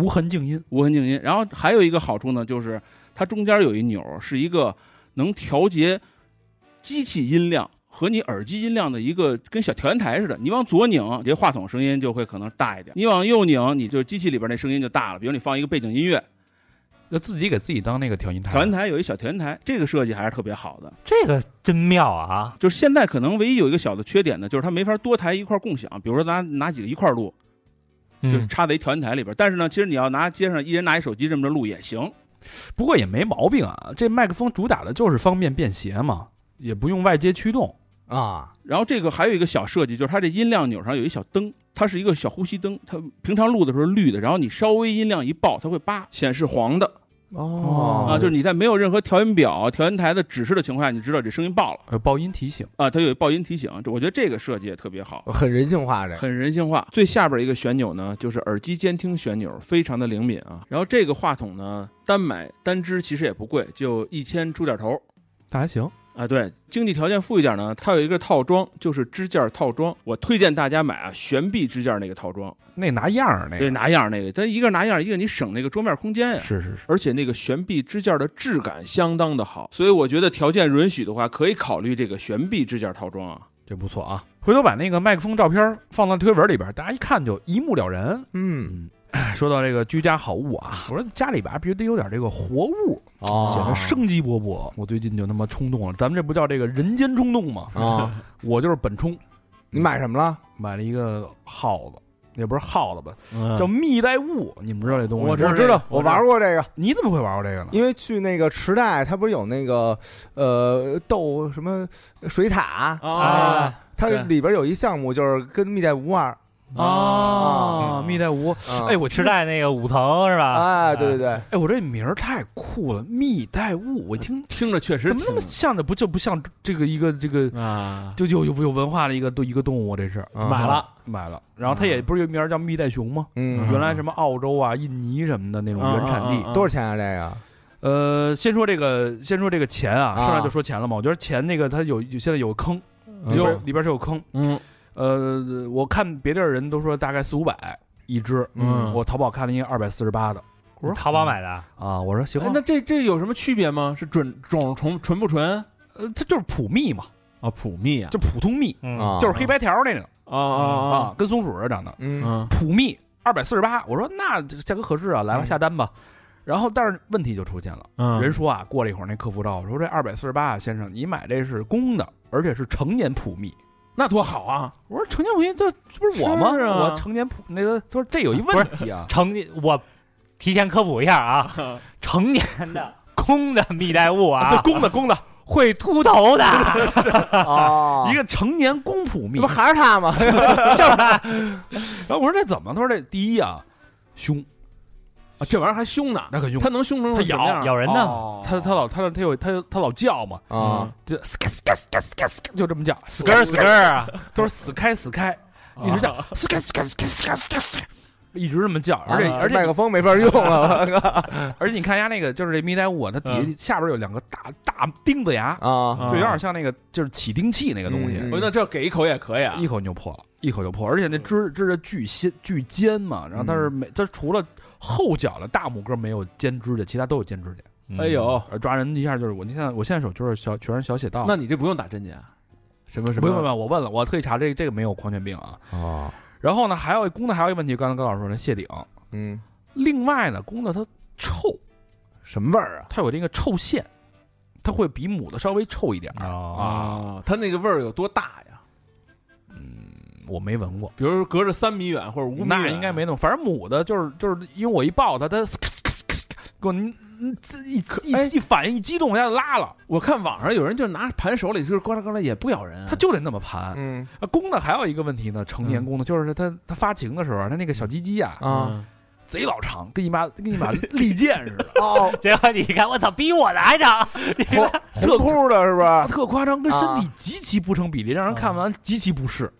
[SPEAKER 1] 无痕静音，
[SPEAKER 3] 无痕静音。然后还有一个好处呢，就是它中间有一钮儿，是一个能调节机器音量和你耳机音量的一个跟小调音台似的。你往左拧，这话筒声音就会可能大一点；你往右拧，你就机器里边那声音就大了。比如你放一个背景音乐，
[SPEAKER 1] 那自己给自己当那个调音台，
[SPEAKER 3] 调音台有一小调音台，这个设计还是特别好的。
[SPEAKER 4] 这个真妙啊！
[SPEAKER 3] 就是现在可能唯一有一个小的缺点呢，就是它没法多台一块儿共享。比如说拿拿几个一块儿录，就是
[SPEAKER 4] 嗯，
[SPEAKER 3] 插在一调音台里边儿。但是呢，其实你要拿街上一人拿一手机这么着录也行。
[SPEAKER 1] 不过也没毛病啊。这麦克风主打的就是方便便携嘛，也不用外接驱动。
[SPEAKER 2] 啊，
[SPEAKER 3] 然后这个还有一个小设计，就是它这音量钮上有一小灯，它是一个小呼吸灯。它平常录的时候是绿的，然后你稍微音量一爆，它会叭显示黄的
[SPEAKER 2] 哦
[SPEAKER 3] 啊。就是你在没有任何调音表、调音台的指示的情况下，你知道这声音爆了
[SPEAKER 1] 呃，爆音提醒，
[SPEAKER 3] 啊，它有爆音提醒。这我觉得这个设计也特别好。
[SPEAKER 2] 很人性化这，
[SPEAKER 3] 很人性化。最下边一个旋钮呢，就是耳机监听旋钮，非常的灵敏啊。然后这个话筒呢，单买单支其实也不贵，就一千出点头
[SPEAKER 1] 那还行。
[SPEAKER 3] 啊。对，经济条件富裕点呢，它有一个套装，就是支架套装。我推荐大家买啊，悬臂支架那个套装，
[SPEAKER 1] 那拿样儿那
[SPEAKER 3] 对，
[SPEAKER 1] 个，
[SPEAKER 3] 拿样儿那个，它一个拿样儿，一个你省那个桌面空间呀、
[SPEAKER 1] 是是是，
[SPEAKER 3] 而且那个悬臂支架的质感相当的好，所以我觉得条件允许的话，可以考虑这个悬臂支架套装啊。
[SPEAKER 1] 这不错啊。回头把那个麦克风照片放到推文里边，大家一看就一目了然。
[SPEAKER 2] 嗯
[SPEAKER 1] 哎说到这个居家好物啊，我说家里边必须得有点这个活物，
[SPEAKER 2] 哦
[SPEAKER 1] 显得生机勃勃。我最近就他妈冲动了，咱们这不叫这个人间冲动吗？
[SPEAKER 2] 啊！
[SPEAKER 1] 我就是本冲，
[SPEAKER 2] 你买什么 了？
[SPEAKER 1] 买了一个耗子，也不是耗子吧，
[SPEAKER 3] 嗯
[SPEAKER 1] 叫蜜袋鼯，你们知道这东西吗？
[SPEAKER 3] 我知道
[SPEAKER 2] 知道，我玩过这个，
[SPEAKER 1] 你怎么会玩过这个呢？
[SPEAKER 2] 因为去那个池袋，它不是有那个呃斗什么水塔，
[SPEAKER 3] 啊
[SPEAKER 2] 它
[SPEAKER 3] 对
[SPEAKER 2] 里边有一项目就是跟蜜袋鼯玩儿
[SPEAKER 1] 啊，蜜袋鼯，
[SPEAKER 2] 啊
[SPEAKER 1] 哎，我
[SPEAKER 4] 吃
[SPEAKER 1] 吃
[SPEAKER 4] 在那个五层是吧？
[SPEAKER 2] 啊，对对对，
[SPEAKER 1] 哎，我这名儿太酷了，蜜袋鼯，我一听
[SPEAKER 3] 听着确实
[SPEAKER 1] 怎么那么像的，不就不像这个一个这个
[SPEAKER 3] 挺啊，
[SPEAKER 1] 就有有有文化的一个一个动物啊，这是
[SPEAKER 3] 买了
[SPEAKER 1] 买了，然后它也不是有名儿叫蜜袋熊吗？
[SPEAKER 2] 嗯，
[SPEAKER 1] 原来什么澳洲啊、印尼什么的那种
[SPEAKER 3] 嗯
[SPEAKER 1] 原产地，
[SPEAKER 3] 地
[SPEAKER 2] 多少钱啊？这
[SPEAKER 1] 呃，先说这个，先说这个钱啊，
[SPEAKER 2] 啊
[SPEAKER 1] 上来就说钱了嘛。我觉得钱那个它有有现在有坑，
[SPEAKER 3] 嗯
[SPEAKER 1] 里边里边是有坑。
[SPEAKER 3] 嗯
[SPEAKER 1] 呃，我看别地儿人都说大概四五百一只，
[SPEAKER 3] 嗯
[SPEAKER 1] 我淘宝看了一个二百四十八的
[SPEAKER 4] 你哎淘宝买的，
[SPEAKER 1] 啊，我说行
[SPEAKER 3] 哎
[SPEAKER 1] 啊，
[SPEAKER 3] 那这这有什么区别吗？是准种纯纯不纯
[SPEAKER 1] 呃，它就是普蜜嘛，
[SPEAKER 3] 啊？普蜜啊
[SPEAKER 1] 就普通蜜，
[SPEAKER 2] 个
[SPEAKER 4] 嗯，
[SPEAKER 2] 啊，
[SPEAKER 1] 就是黑白条那种
[SPEAKER 3] 啊啊
[SPEAKER 1] 啊，跟松鼠似的长得。
[SPEAKER 2] 嗯
[SPEAKER 3] 嗯
[SPEAKER 1] 普蜜二百四十八，我说那这价格合适啊，来吧，下单吧。然后，但是问题就出现了。
[SPEAKER 3] 嗯，
[SPEAKER 1] 人说啊，过了一会儿那客服找我说：“这二百四十八啊，先生，你买这是公的，而且是成年普蜜。
[SPEAKER 3] 那多好啊！”
[SPEAKER 1] 我说：“成年普蜜这这不是我吗？
[SPEAKER 3] 是啊
[SPEAKER 1] 我成年普那个，他说这有一问题啊，
[SPEAKER 4] 成年我提前科普一下 啊，成年的公的蜜袋鼯
[SPEAKER 1] 这
[SPEAKER 4] 啊，
[SPEAKER 1] 公的公的，
[SPEAKER 4] 会秃头的，
[SPEAKER 2] 哦，
[SPEAKER 1] 一个成年公普蜜。
[SPEAKER 2] 这不还是他吗？
[SPEAKER 1] 然后我说这怎么？他说这第一啊，凶，
[SPEAKER 3] 啊，这玩意儿还凶呢，
[SPEAKER 1] 那可凶
[SPEAKER 3] 它，能凶成
[SPEAKER 1] 嗯它
[SPEAKER 3] 什么样
[SPEAKER 4] 咬人 呢。
[SPEAKER 3] 哦
[SPEAKER 1] 他他老他他有他他老叫嘛，
[SPEAKER 2] 啊，
[SPEAKER 1] 就死开死开死开死开死开，就这么叫，死
[SPEAKER 4] 咯
[SPEAKER 1] 开
[SPEAKER 4] 儿 死咯儿啊！
[SPEAKER 1] 都是死开死开，一直叫死开死开死开死开死开死开，一直这么叫，而且而且
[SPEAKER 2] 麦克风没法用了
[SPEAKER 1] 而且你看人家那个，就是这蜜袋鼯，啊它底下下边有两个大大钉子牙，
[SPEAKER 2] 啊
[SPEAKER 3] 啊哎
[SPEAKER 1] 就有点像那个就是起钉器那个东西，
[SPEAKER 2] 嗯
[SPEAKER 3] 我那这给一口也可以啊
[SPEAKER 1] 一口你就破了，一口就破。而且那枝枝的巨尖巨尖嘛，然后它是每它除了后脚的大拇哥没有尖指甲，其他都有尖指甲。
[SPEAKER 4] 嗯
[SPEAKER 3] 哎
[SPEAKER 4] 哦
[SPEAKER 3] 呦，
[SPEAKER 1] 呃抓人一下就是我，你现在我现在手就是小全是小血道。
[SPEAKER 3] 那你这不用打针去啊？什么什么？
[SPEAKER 1] 不用不用不用，我问了，我特意查这这个没有狂犬病啊。
[SPEAKER 2] 啊，
[SPEAKER 1] 然后呢，还有一公的还有一个问题，刚才高老师说的谢顶。
[SPEAKER 2] 嗯，
[SPEAKER 1] 另外呢，公的它臭，
[SPEAKER 2] 什么味儿啊？
[SPEAKER 1] 它有这个臭腺，它会比母的稍微臭一点儿。
[SPEAKER 3] 啊，它那个味儿有多大呀？
[SPEAKER 1] 我没闻过。
[SPEAKER 3] 比如说隔着三米远或者五米远，
[SPEAKER 1] 那应该没那么，反正母的就是就是因为我一抱它，它嘶嘶嘶嘶嘶给我嗯这一
[SPEAKER 3] 哎
[SPEAKER 1] 一一反应一激动一下就拉了，
[SPEAKER 3] 我看网上有人就拿盘手里就是呱啦呱啦也不咬人啊，
[SPEAKER 1] 它就得那么盘。
[SPEAKER 2] 嗯
[SPEAKER 1] 啊公的还有一个问题呢，成年
[SPEAKER 3] 嗯
[SPEAKER 1] 公的就是它它发情的时候，它那个小鸡鸡啊
[SPEAKER 2] 啊，
[SPEAKER 1] 贼老长，跟一把跟一把利剑似 的，
[SPEAKER 2] 哦，
[SPEAKER 4] 结果你看，我操，比我的还长，
[SPEAKER 2] 红红扑的是不是？
[SPEAKER 1] 啊特夸张，跟身体极其不成比例，让人看完极其不 适。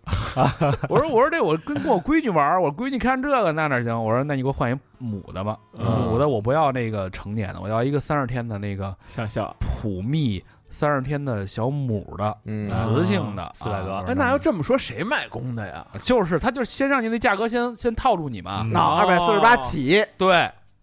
[SPEAKER 1] 我说我说这我跟跟我闺女玩儿，我闺女看这个那哪行？我说那你给我换一母的吧，
[SPEAKER 3] 嗯
[SPEAKER 1] 母的我不要那个成年的，我要一个三十天的那个。
[SPEAKER 3] 想笑。
[SPEAKER 1] 普密三十天的小母的
[SPEAKER 2] 嗯
[SPEAKER 1] 雌性的
[SPEAKER 4] 400多
[SPEAKER 3] 哎，那要这么说，谁卖公的呀？
[SPEAKER 1] 就是他就是先让你那价格先先套住你嘛，
[SPEAKER 4] 嗯
[SPEAKER 2] 那二百四十八起，
[SPEAKER 1] 对，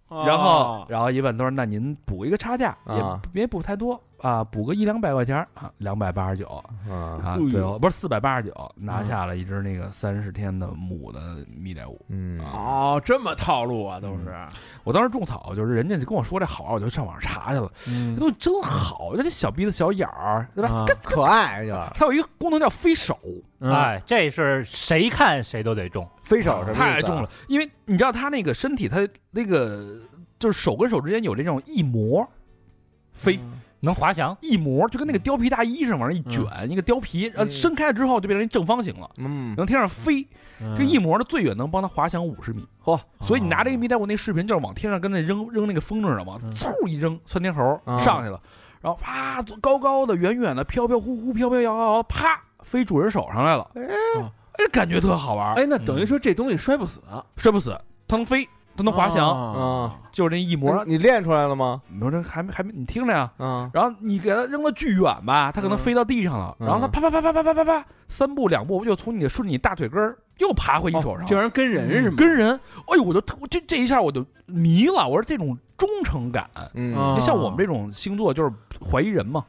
[SPEAKER 1] 然后
[SPEAKER 3] 哦
[SPEAKER 1] 然后一问他说那您补一个差价，
[SPEAKER 2] 啊
[SPEAKER 1] 也别补太多啊，补个一两百块钱儿啊，两百八十九
[SPEAKER 2] 啊，
[SPEAKER 1] 啊
[SPEAKER 3] 哎，呦
[SPEAKER 1] 最后不是四百八十九拿下了一只那个三十天的母的蜜袋鼯，
[SPEAKER 2] 嗯
[SPEAKER 3] 哦，这么套路啊，都是。
[SPEAKER 1] 我当时种草就是人家就跟我说这好，我就上网上查去了，这
[SPEAKER 3] 嗯
[SPEAKER 1] 东西真好，就这小鼻子小眼儿对吧？
[SPEAKER 3] 啊
[SPEAKER 2] 可爱就是
[SPEAKER 1] 它有一个功能叫飞手，
[SPEAKER 4] 哎，这是谁看谁都得中，
[SPEAKER 2] 飞手什么意思啊
[SPEAKER 1] 太重了，因为你知道他那个身体，他那个就是手跟手之间有这种一膜
[SPEAKER 3] 飞
[SPEAKER 1] 嗯
[SPEAKER 4] 能滑翔。
[SPEAKER 1] 一膜，就跟那个貂皮大衣上往上一卷，一个貂皮，然后伸开了之后就变成一正方形了，
[SPEAKER 2] 嗯，
[SPEAKER 1] 能天上飞。这一膜呢，最远能帮他滑翔五十米。
[SPEAKER 2] 嚯！
[SPEAKER 1] 所以你拿这个蜜袋鼯那视频，就是往天上跟那扔扔那个风筝似的，往嗖一扔，窜天猴
[SPEAKER 2] 啊
[SPEAKER 1] 上去了，然后啪，高高的、远远的、飘飘忽忽、飘飘摇摇摇，啪，飞主人手上来了。哎，感觉特好玩，哎，
[SPEAKER 3] 哎，那等于说这东西摔不死，
[SPEAKER 1] 摔不死，它能飞，它能滑翔，
[SPEAKER 3] 啊
[SPEAKER 2] 啊，
[SPEAKER 1] 就是那一膜
[SPEAKER 3] 哎
[SPEAKER 2] 我。你练出来了吗？
[SPEAKER 1] 你说这还没还没，你听着呀。
[SPEAKER 2] 啊，
[SPEAKER 1] 然后你给它扔了巨远吧，它可能
[SPEAKER 3] 嗯
[SPEAKER 1] 飞到地上了，
[SPEAKER 2] 嗯
[SPEAKER 1] 然后它啪啪啪啪啪啪啪啪，三步两步又从你的顺着你大腿根儿又爬回你手上，
[SPEAKER 3] 这玩意儿跟哦人是吗？
[SPEAKER 1] 跟人，哎呦，我就特我这这一下我就迷了，我说这种忠诚感。
[SPEAKER 2] 嗯
[SPEAKER 3] 啊
[SPEAKER 1] 你像我们这种星座就是怀疑人嘛，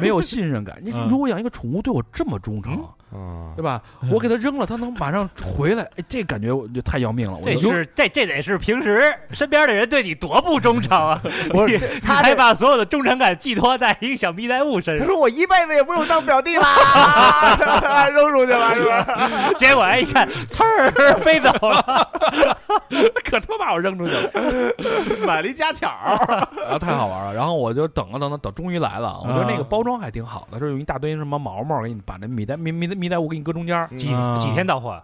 [SPEAKER 1] 没有信任感。你
[SPEAKER 3] 嗯
[SPEAKER 1] 如果养一个宠物对我这么忠诚，
[SPEAKER 2] 嗯
[SPEAKER 1] 对吧？我给它扔了，它能马上回来，哎，这感觉我就太要命了。我
[SPEAKER 4] 这
[SPEAKER 1] 就是
[SPEAKER 4] 这这得是平时身边的人对你多不忠诚啊！
[SPEAKER 2] 不是
[SPEAKER 4] 你
[SPEAKER 2] 这
[SPEAKER 4] 你
[SPEAKER 2] 他
[SPEAKER 4] 还
[SPEAKER 2] 这
[SPEAKER 4] 把所有的忠诚感寄托在一个小迷呆物身
[SPEAKER 2] 他
[SPEAKER 4] 上，
[SPEAKER 2] 说我一辈子也不用当表弟 啦，扔出去了是吧？
[SPEAKER 4] 结果哎一看，刺儿飞走了，
[SPEAKER 1] 可他妈把我扔出去了，
[SPEAKER 3] 买了一家巧儿，
[SPEAKER 1] 啊然后太好玩了。然后我就等了啊等了等，终于来了。我觉得那
[SPEAKER 3] 嗯
[SPEAKER 1] 个包装还挺好的，就是用一大堆什么毛毛给你把那米袋米米米袋鼯给你搁中间儿。
[SPEAKER 2] 嗯
[SPEAKER 4] 几
[SPEAKER 3] 啊
[SPEAKER 4] 几天到货啊？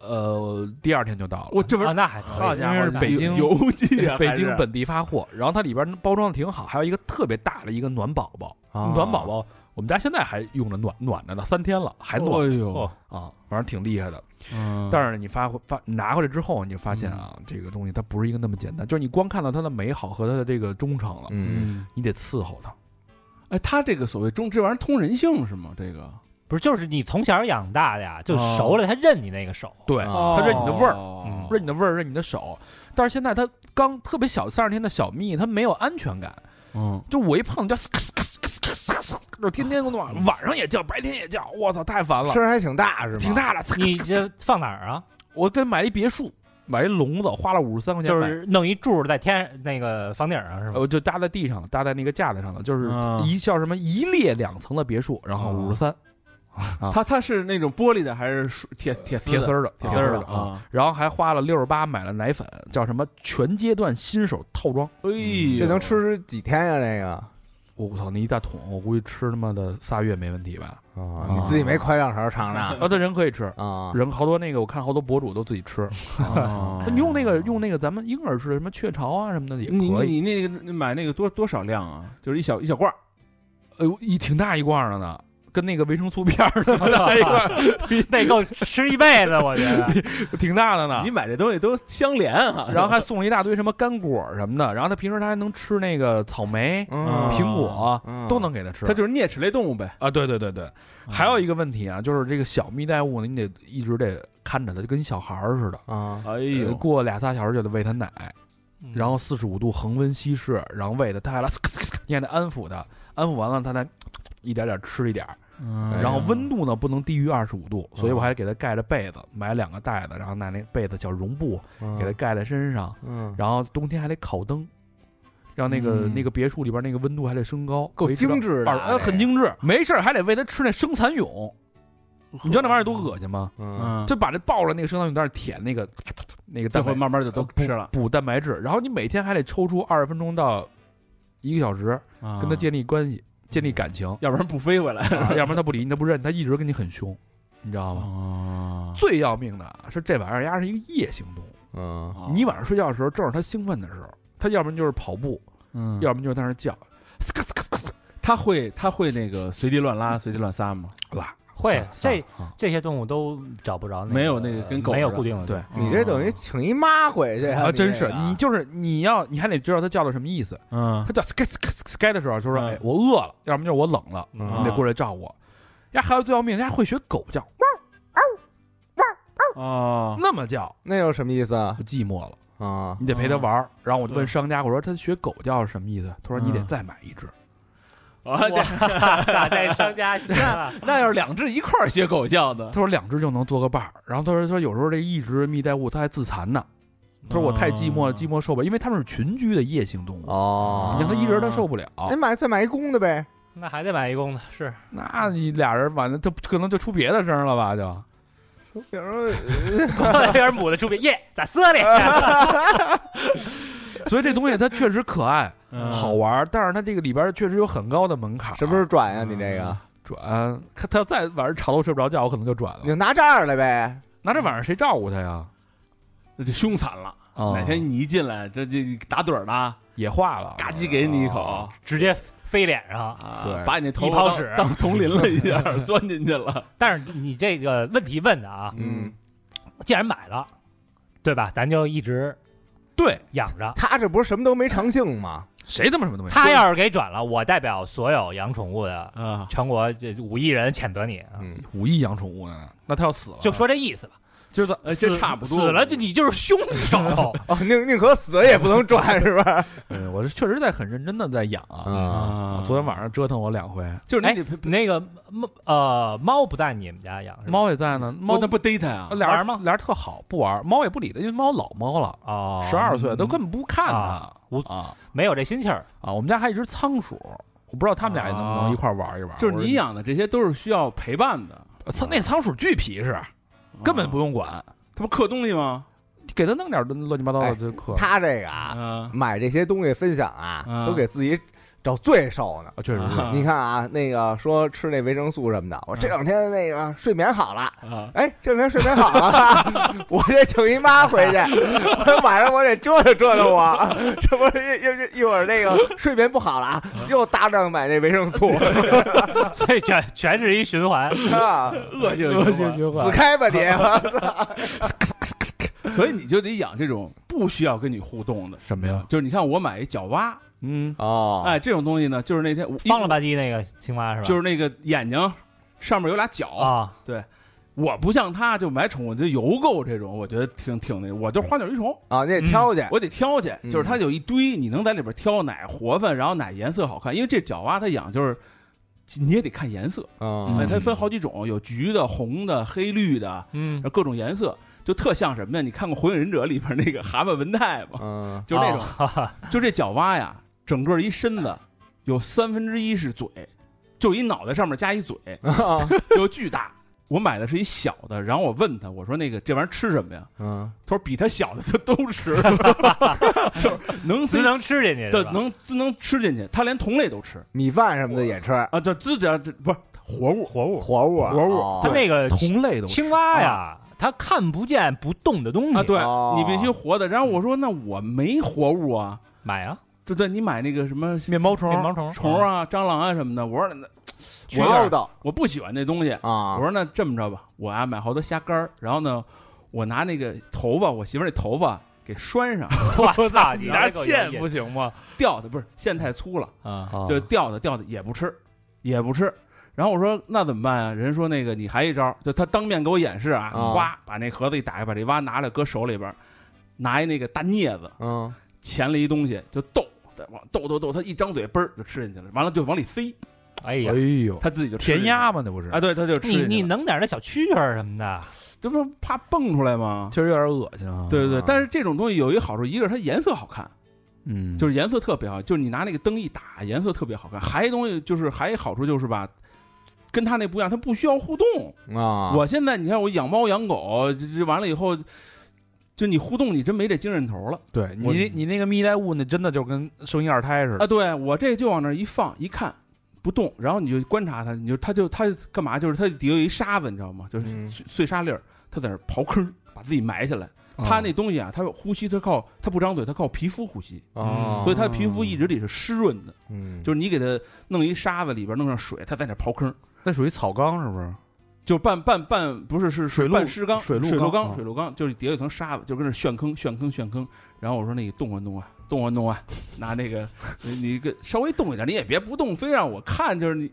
[SPEAKER 1] 呃，第二天就到了。
[SPEAKER 3] 我这不
[SPEAKER 4] 啊
[SPEAKER 3] 是
[SPEAKER 4] 那还可以
[SPEAKER 3] 好家
[SPEAKER 1] 因为
[SPEAKER 3] 伙，
[SPEAKER 1] 是北京
[SPEAKER 3] 邮邮寄啊，
[SPEAKER 1] 北
[SPEAKER 3] 还是
[SPEAKER 1] 京本地发货，然后它里边包装的挺好，还有一个特别大的一个暖宝宝，
[SPEAKER 2] 啊
[SPEAKER 1] 暖宝宝我们家现在还用着暖暖着呢，三天了还暖、
[SPEAKER 3] 哎呦，
[SPEAKER 1] 啊，反正挺厉害的。
[SPEAKER 3] 嗯
[SPEAKER 1] 但是你发回发拿回来之后，你就发现啊，这个东西它不是一个那么简单，就是你光看到它的美好和它的这个忠诚了，
[SPEAKER 2] 嗯，
[SPEAKER 3] 嗯，
[SPEAKER 1] 你得伺候它。
[SPEAKER 3] 哎，他这个所谓中这玩意儿通人性是吗？这个
[SPEAKER 4] 不是就是你从小养大的呀，就熟了，他认你那个手。
[SPEAKER 1] 对
[SPEAKER 2] 哦
[SPEAKER 1] 它认你的味儿，
[SPEAKER 3] 哦
[SPEAKER 1] 认你的味儿，认你的手。但是现在它刚特别小，三十天的小蜜，它没有安全感。
[SPEAKER 3] 嗯，
[SPEAKER 1] 就我一碰就嘶嘶嘶嘶嘶嘶嘶，就天天给我暖，晚上也叫，白天也叫，我操，太烦了
[SPEAKER 2] 声。儿还挺大是吗？
[SPEAKER 1] 挺。大的，
[SPEAKER 4] 你这放哪儿啊？
[SPEAKER 1] 我跟买了一别墅，买一笼子，花了五十三块钱
[SPEAKER 4] 就
[SPEAKER 1] 买，
[SPEAKER 4] 是弄一柱在天那个房顶上是吗？
[SPEAKER 1] 呃，就搭在地上了，搭在那个架子上了，就是
[SPEAKER 3] 啊
[SPEAKER 1] 一叫什么一列两层的别墅，然后
[SPEAKER 3] 啊
[SPEAKER 1] 五十三，啊
[SPEAKER 3] 他他是那种玻璃的还是水铁铁
[SPEAKER 1] 铁丝
[SPEAKER 3] 丝的
[SPEAKER 1] 儿的，
[SPEAKER 3] 铁
[SPEAKER 1] 铁丝儿的
[SPEAKER 3] 的？啊？
[SPEAKER 1] 然后还花了六十八买了奶粉，叫什么全阶段新手套装。
[SPEAKER 3] 哎呦，
[SPEAKER 2] 这能吃几天呀？这个
[SPEAKER 1] 我操，那一大桶，我估计吃他妈的仨月没问题吧？
[SPEAKER 2] 啊，你自己没快两勺尝 尝
[SPEAKER 1] 啊，这人可以吃，
[SPEAKER 2] 啊？
[SPEAKER 1] 人好多那个我看好多博主都自己吃。
[SPEAKER 3] 啊？
[SPEAKER 1] 你用那个用那个咱们婴儿吃的什么雀巢啊什么的也
[SPEAKER 3] 你
[SPEAKER 1] 可以。
[SPEAKER 3] 你你那个买那个多多少量啊？就是一小一小罐儿，
[SPEAKER 1] 哎呦，一挺大一罐儿的呢，跟那个维生素片儿似的，一 哎罐儿
[SPEAKER 4] 那够吃一辈子，我觉得。
[SPEAKER 1] 挺大的呢。
[SPEAKER 3] 你买这东西都相连啊。
[SPEAKER 1] 然后还送了一大堆什么干果儿什么的。然后他平时他还能吃那个草莓、
[SPEAKER 3] 啊
[SPEAKER 1] 苹果，
[SPEAKER 2] 嗯
[SPEAKER 1] 都能给他吃。
[SPEAKER 3] 它就是哦啮齿类动物呗。
[SPEAKER 1] 啊，对对对对。还有一个问题啊，就是这个小蜜袋鼯呢，你得一直得看着它，就跟小孩儿似的。
[SPEAKER 2] 啊，
[SPEAKER 3] 哎
[SPEAKER 1] 呃过俩仨小时就得喂它奶，
[SPEAKER 2] 嗯
[SPEAKER 4] 嗯
[SPEAKER 1] 然后四十五度恒温稀释，然后喂它，它还来，你还得安抚它，安抚完了它才一点点吃一点儿，
[SPEAKER 2] 哎呀哦
[SPEAKER 1] 然后温度呢不能低于二十五度，所以我还给它盖着被子，买两个袋子，然后拿那被子小绒布给它盖在身上，
[SPEAKER 2] 嗯，
[SPEAKER 1] 然后冬天还得烤灯，让那个、
[SPEAKER 3] 嗯
[SPEAKER 1] 那个别墅里边那个温度还得升高，
[SPEAKER 2] 够精致的
[SPEAKER 1] 二
[SPEAKER 2] 啊，这
[SPEAKER 1] 哎
[SPEAKER 2] 个
[SPEAKER 1] 很。精致。没事儿还得喂它吃那生蚕蛹，你知道那玩意儿多恶心吗？
[SPEAKER 2] 嗯，
[SPEAKER 3] 嗯，
[SPEAKER 1] 就把这抱着那个生蚕蛹在那儿舔那个那个
[SPEAKER 3] 这
[SPEAKER 1] 蛋
[SPEAKER 3] 会
[SPEAKER 1] 白
[SPEAKER 3] 慢慢就都吃了，
[SPEAKER 1] 补蛋白质，然后你每天还得抽出二十分钟到一个小时跟
[SPEAKER 3] 跟
[SPEAKER 1] 它建立关系，建立感情，
[SPEAKER 3] 要不然不飞回来。
[SPEAKER 1] 啊要不然它不理你，它不认，它一直跟你很凶，你知道吗？
[SPEAKER 3] 哦，
[SPEAKER 1] 最要命的是这玩意儿，它是一个夜行动物。
[SPEAKER 2] 嗯，
[SPEAKER 3] 啊
[SPEAKER 1] 你晚上睡觉的时候，正是它兴奋的时候，它要不然就是跑步，
[SPEAKER 3] 嗯
[SPEAKER 1] 要不然就是在那儿叫，
[SPEAKER 3] 它会它会那个随地乱拉、随地乱撒吗？
[SPEAKER 1] 哇，
[SPEAKER 4] 会
[SPEAKER 1] 算
[SPEAKER 4] 这这些动物都找不着那个，
[SPEAKER 3] 没有那个跟狗
[SPEAKER 4] 没有
[SPEAKER 3] 似的
[SPEAKER 4] 固定的
[SPEAKER 1] 对
[SPEAKER 2] 你这等于请一妈回
[SPEAKER 3] 哎
[SPEAKER 2] 去
[SPEAKER 1] 啊，真是你
[SPEAKER 2] 你
[SPEAKER 1] 就是你要你还得知道它叫的什么意思。
[SPEAKER 3] 嗯
[SPEAKER 1] 它叫 sky sky sky 的时候，就说
[SPEAKER 3] 嗯啊
[SPEAKER 1] 哎我饿了，要么就是我冷了，
[SPEAKER 2] 嗯
[SPEAKER 1] 你得过来照顾我。呀，还有最要命，人家会学狗叫，嗯
[SPEAKER 3] 哦，
[SPEAKER 1] 那么叫
[SPEAKER 2] 那有什么意思啊
[SPEAKER 1] 我？寂寞了，
[SPEAKER 2] 啊，
[SPEAKER 1] 你得
[SPEAKER 3] 嗯
[SPEAKER 1] 陪它玩儿。然后我就问商家，我说他学狗叫是什么意思？他说你得
[SPEAKER 3] 嗯
[SPEAKER 1] 再买一只。
[SPEAKER 3] 啊
[SPEAKER 4] 哇 咋在商家行啊？
[SPEAKER 3] 那要是两只一块儿学狗叫呢
[SPEAKER 1] 他？说两只就能做个伴儿。然后他说说有时候这一只蜜袋鼯它还自残呢。他说我太寂寞了，
[SPEAKER 3] 嗯
[SPEAKER 1] 寂寞受不了，因为它们是群居的夜行动物，
[SPEAKER 2] 哦
[SPEAKER 1] 你让它一人它受不了。
[SPEAKER 2] 哎，买再买一公的呗。
[SPEAKER 4] 那还得买一公的， 是
[SPEAKER 1] 那你俩人完了，就可能就出别的声儿了吧？就。
[SPEAKER 2] 比如说，
[SPEAKER 4] 有点母的出品，耶，咋撕哩？
[SPEAKER 1] 所以这东西它确实可爱、
[SPEAKER 3] 嗯
[SPEAKER 1] 好玩儿，但是它这个里边儿确实有很高的门槛儿。
[SPEAKER 2] 什么时候转
[SPEAKER 1] 嗯
[SPEAKER 2] 呀？你这个，
[SPEAKER 1] 转？看它再晚上吵得我睡不着觉，我可能就转
[SPEAKER 2] 你
[SPEAKER 1] 了。
[SPEAKER 2] 就拿这儿来呗。
[SPEAKER 1] 那这晚上谁照顾它呀？
[SPEAKER 3] 那就凶残了。
[SPEAKER 1] 啊，
[SPEAKER 3] 哪天你一进来，这这打盹儿呢，
[SPEAKER 1] 也化了？
[SPEAKER 3] 嘎叽给你一口，
[SPEAKER 4] 直接飞脸上。
[SPEAKER 3] 啊
[SPEAKER 1] 哦对，
[SPEAKER 3] 把你那头
[SPEAKER 4] 一
[SPEAKER 3] 发
[SPEAKER 4] 泡
[SPEAKER 3] 当
[SPEAKER 4] 屎
[SPEAKER 3] 当丛林了一下，钻进去 了。
[SPEAKER 4] 但是你这个问题问的啊，
[SPEAKER 2] 嗯，
[SPEAKER 4] 既然买了，对吧？咱就一直
[SPEAKER 1] 对，
[SPEAKER 4] 养着。
[SPEAKER 2] 他这不是什么都没长性吗？
[SPEAKER 1] 谁他妈什么东西？
[SPEAKER 4] 他要是给转了，我代表所有养宠物的
[SPEAKER 3] 啊，
[SPEAKER 4] 全国这五亿人谴责你，啊
[SPEAKER 2] 嗯
[SPEAKER 1] 五亿养宠物呢，那他要死了，
[SPEAKER 4] 就说这意思吧。
[SPEAKER 5] 就是
[SPEAKER 4] 死
[SPEAKER 3] 哎这差不多
[SPEAKER 4] 死了就你就是凶手，
[SPEAKER 2] 哦，宁宁可死也不能转，是吧？
[SPEAKER 5] 嗯我是确实在很认真的在养啊。
[SPEAKER 4] 嗯
[SPEAKER 2] 啊，
[SPEAKER 1] 哦
[SPEAKER 3] 啊
[SPEAKER 5] 昨天晚上折腾我两回，
[SPEAKER 3] 就是
[SPEAKER 4] 哎
[SPEAKER 3] 你得陪
[SPEAKER 4] 那个猫呃猫不在你们家养是吧
[SPEAKER 5] 猫也在呢，猫
[SPEAKER 3] 猫哦那不逮它呀？
[SPEAKER 5] 俩人
[SPEAKER 4] 玩吗
[SPEAKER 5] 俩人特好，不玩，猫也不理它，因为猫老猫了，
[SPEAKER 4] 哦，
[SPEAKER 5] 十二岁都根本不看它
[SPEAKER 4] 啊无
[SPEAKER 5] 啊
[SPEAKER 4] 没有这心气儿，
[SPEAKER 5] 啊！我们家还有一只仓鼠，我不知道他们俩能不能一块玩一玩。
[SPEAKER 3] 啊就是
[SPEAKER 5] 我呃
[SPEAKER 3] 你养的这些都是需要陪伴的，啊
[SPEAKER 5] 仓那仓鼠巨皮实，根本不用管，
[SPEAKER 3] 它不刻东西吗？
[SPEAKER 5] 给它弄点乱七八糟
[SPEAKER 2] 哎
[SPEAKER 5] 的就可。
[SPEAKER 2] 他这个啊，
[SPEAKER 3] 啊，
[SPEAKER 2] 买这些东西分享啊，
[SPEAKER 3] 嗯
[SPEAKER 2] 都给自己找罪受呢。
[SPEAKER 5] 啊确实是
[SPEAKER 3] 啊
[SPEAKER 2] 你看啊，那个说吃那维生素什么的，我这两天那个睡眠好了，
[SPEAKER 3] 啊
[SPEAKER 2] 哎，这两天睡眠好了， 我得请姨妈回去，晚上我得折腾折腾我，这不是又又一会儿那个睡眠不好了，啊
[SPEAKER 3] 啊
[SPEAKER 2] 又搭档买那维生素，
[SPEAKER 4] 所以全全是一循环。
[SPEAKER 2] 啊
[SPEAKER 3] 恶性
[SPEAKER 5] 恶
[SPEAKER 3] 循
[SPEAKER 5] 性
[SPEAKER 3] 环
[SPEAKER 5] 循
[SPEAKER 2] 死
[SPEAKER 5] 环。
[SPEAKER 2] 开吧你！
[SPEAKER 3] 啊所以你就得养这种不需要跟你互动的。
[SPEAKER 5] 什么呀？
[SPEAKER 3] 就是你看，我买一角蛙，
[SPEAKER 5] 嗯，
[SPEAKER 2] 哦
[SPEAKER 3] 哎，这种东西呢，就是那天我
[SPEAKER 4] 放了吧唧那个青蛙是吧？
[SPEAKER 3] 就是那个眼睛上面有俩角。
[SPEAKER 4] 啊，
[SPEAKER 3] 我不像他，就买宠物就邮购这种，我觉得挺挺那，我就花鸟鱼虫，
[SPEAKER 2] 啊，你得挑去，
[SPEAKER 3] 嗯我得挑去，
[SPEAKER 2] 嗯
[SPEAKER 3] 就是它有一堆，你能在里边挑哪活泛，然后哪颜色好看，因为这角蛙它养就是。你也得看颜色，
[SPEAKER 2] 嗯
[SPEAKER 3] 哎，它分好几种，有橘的、红的、黑绿的，
[SPEAKER 4] 嗯
[SPEAKER 3] 然后各种颜色，就特像什么呢？你看过《火影忍者》里边那个蛤蟆文太吗？
[SPEAKER 2] 嗯
[SPEAKER 3] 就 是那种，就这角蛙呀，整个一身子有三分之一是嘴，就一脑袋上面加一嘴，
[SPEAKER 2] 啊
[SPEAKER 3] 就巨大。我买的是一小的，然后我问他，我说那个这玩意儿吃什么呀？
[SPEAKER 2] 嗯，
[SPEAKER 3] 他说比他小的他都吃， 就是能塞
[SPEAKER 4] 只能吃进去
[SPEAKER 3] 的
[SPEAKER 4] 是吧？
[SPEAKER 3] 能滋能吃进去，他连同类都吃
[SPEAKER 2] 米饭什么的也吃，
[SPEAKER 3] 啊，就滋点这不是活物
[SPEAKER 4] 活物，
[SPEAKER 2] 活物啊
[SPEAKER 3] 活物
[SPEAKER 2] 哦
[SPEAKER 4] 它那个
[SPEAKER 5] 同类都是
[SPEAKER 4] 青蛙呀，它看不见不动的东
[SPEAKER 3] 啊，
[SPEAKER 4] 西，
[SPEAKER 3] 对
[SPEAKER 2] 哦
[SPEAKER 3] 你必须活的。然后我说那我没活物啊，
[SPEAKER 4] 买啊，
[SPEAKER 3] 对对，你买那个什么
[SPEAKER 5] 面包虫，
[SPEAKER 4] 面包虫
[SPEAKER 3] 虫，啊、蟑螂啊什么的，我说那
[SPEAKER 2] 去唠叨
[SPEAKER 3] 我不喜欢那东西，
[SPEAKER 2] 啊
[SPEAKER 3] 我，说那这么着吧，我啊买好多虾干儿，然后呢，我拿那个头发，我媳妇儿那头发给拴上，
[SPEAKER 4] 我操，你
[SPEAKER 5] 拿
[SPEAKER 4] 拿
[SPEAKER 5] 线不行吗？
[SPEAKER 3] 吊的不是线太粗了，
[SPEAKER 4] 啊，
[SPEAKER 5] 啊
[SPEAKER 3] 就吊的吊的也不吃，也不吃。然后我说那怎么办啊？人说那个你还一招，就他当面给我演示啊，
[SPEAKER 2] 啊
[SPEAKER 3] 呱把那盒子一打开，把这蛙拿来搁手里边儿，拿一那个大镊子
[SPEAKER 2] 嗯
[SPEAKER 3] 钳了一东西就逗。再往逗逗逗，他一张嘴嘣儿就吃进去了，完了就往里塞，
[SPEAKER 4] 哎
[SPEAKER 5] 哎
[SPEAKER 4] 呀，
[SPEAKER 5] 呦，
[SPEAKER 3] 他自己就吃
[SPEAKER 5] 填
[SPEAKER 3] 进去
[SPEAKER 5] 鸭
[SPEAKER 3] 了
[SPEAKER 5] 嘛，那不是
[SPEAKER 3] 啊，？对，他就吃
[SPEAKER 4] 你
[SPEAKER 3] 进去
[SPEAKER 4] 你
[SPEAKER 3] 了
[SPEAKER 4] 弄点那小蛐蛐儿什么 的，
[SPEAKER 3] 这不是怕蹦出来吗？
[SPEAKER 5] 确实有点恶心啊。
[SPEAKER 3] 对对对
[SPEAKER 2] 啊，
[SPEAKER 3] 但是这种东西有一个好处，一个是它颜色好看，
[SPEAKER 5] 嗯，
[SPEAKER 3] 就是是颜色特别好，就是你拿那个灯一打，颜色特别好看。还有一东西就是还有一好处就是吧，跟它那不一样，它不需要互动。
[SPEAKER 2] 啊，
[SPEAKER 3] 我现在你看我养猫养狗，这这完了以后，就你互动你真没这精神头了
[SPEAKER 5] 对
[SPEAKER 3] 我
[SPEAKER 5] 你你那个蜜袋鼯，那真的就跟生一二胎似
[SPEAKER 3] 啊！
[SPEAKER 5] 的。
[SPEAKER 3] 对我这就往那儿一放一看。不动，然后你就观察它，你就它就它干嘛？就是它底下有一沙子，你知道吗？就是
[SPEAKER 2] 嗯
[SPEAKER 3] 碎碎沙粒儿，它在那儿刨坑，把自己埋起来。
[SPEAKER 1] 哦嗯
[SPEAKER 3] 它那东西啊，它呼吸，它靠它不张嘴，它靠皮肤呼吸。
[SPEAKER 2] 哦
[SPEAKER 3] 所以它的皮肤一直得是湿润的，
[SPEAKER 2] 嗯
[SPEAKER 3] 就是你给它弄一沙子里边弄上水，它在那刨坑，
[SPEAKER 5] 那属于草缸是不是？
[SPEAKER 3] 就半半半不是是
[SPEAKER 5] 水路
[SPEAKER 3] 半湿缸，
[SPEAKER 5] 水路
[SPEAKER 3] 水路
[SPEAKER 5] 缸啊
[SPEAKER 3] 水路缸，就是底下有层沙子，就跟那旋坑旋坑旋坑。然后我说那个动唤动唤啊动唤动唤，拿那个你你个稍微动一点，你也别不动，非让我看，就是你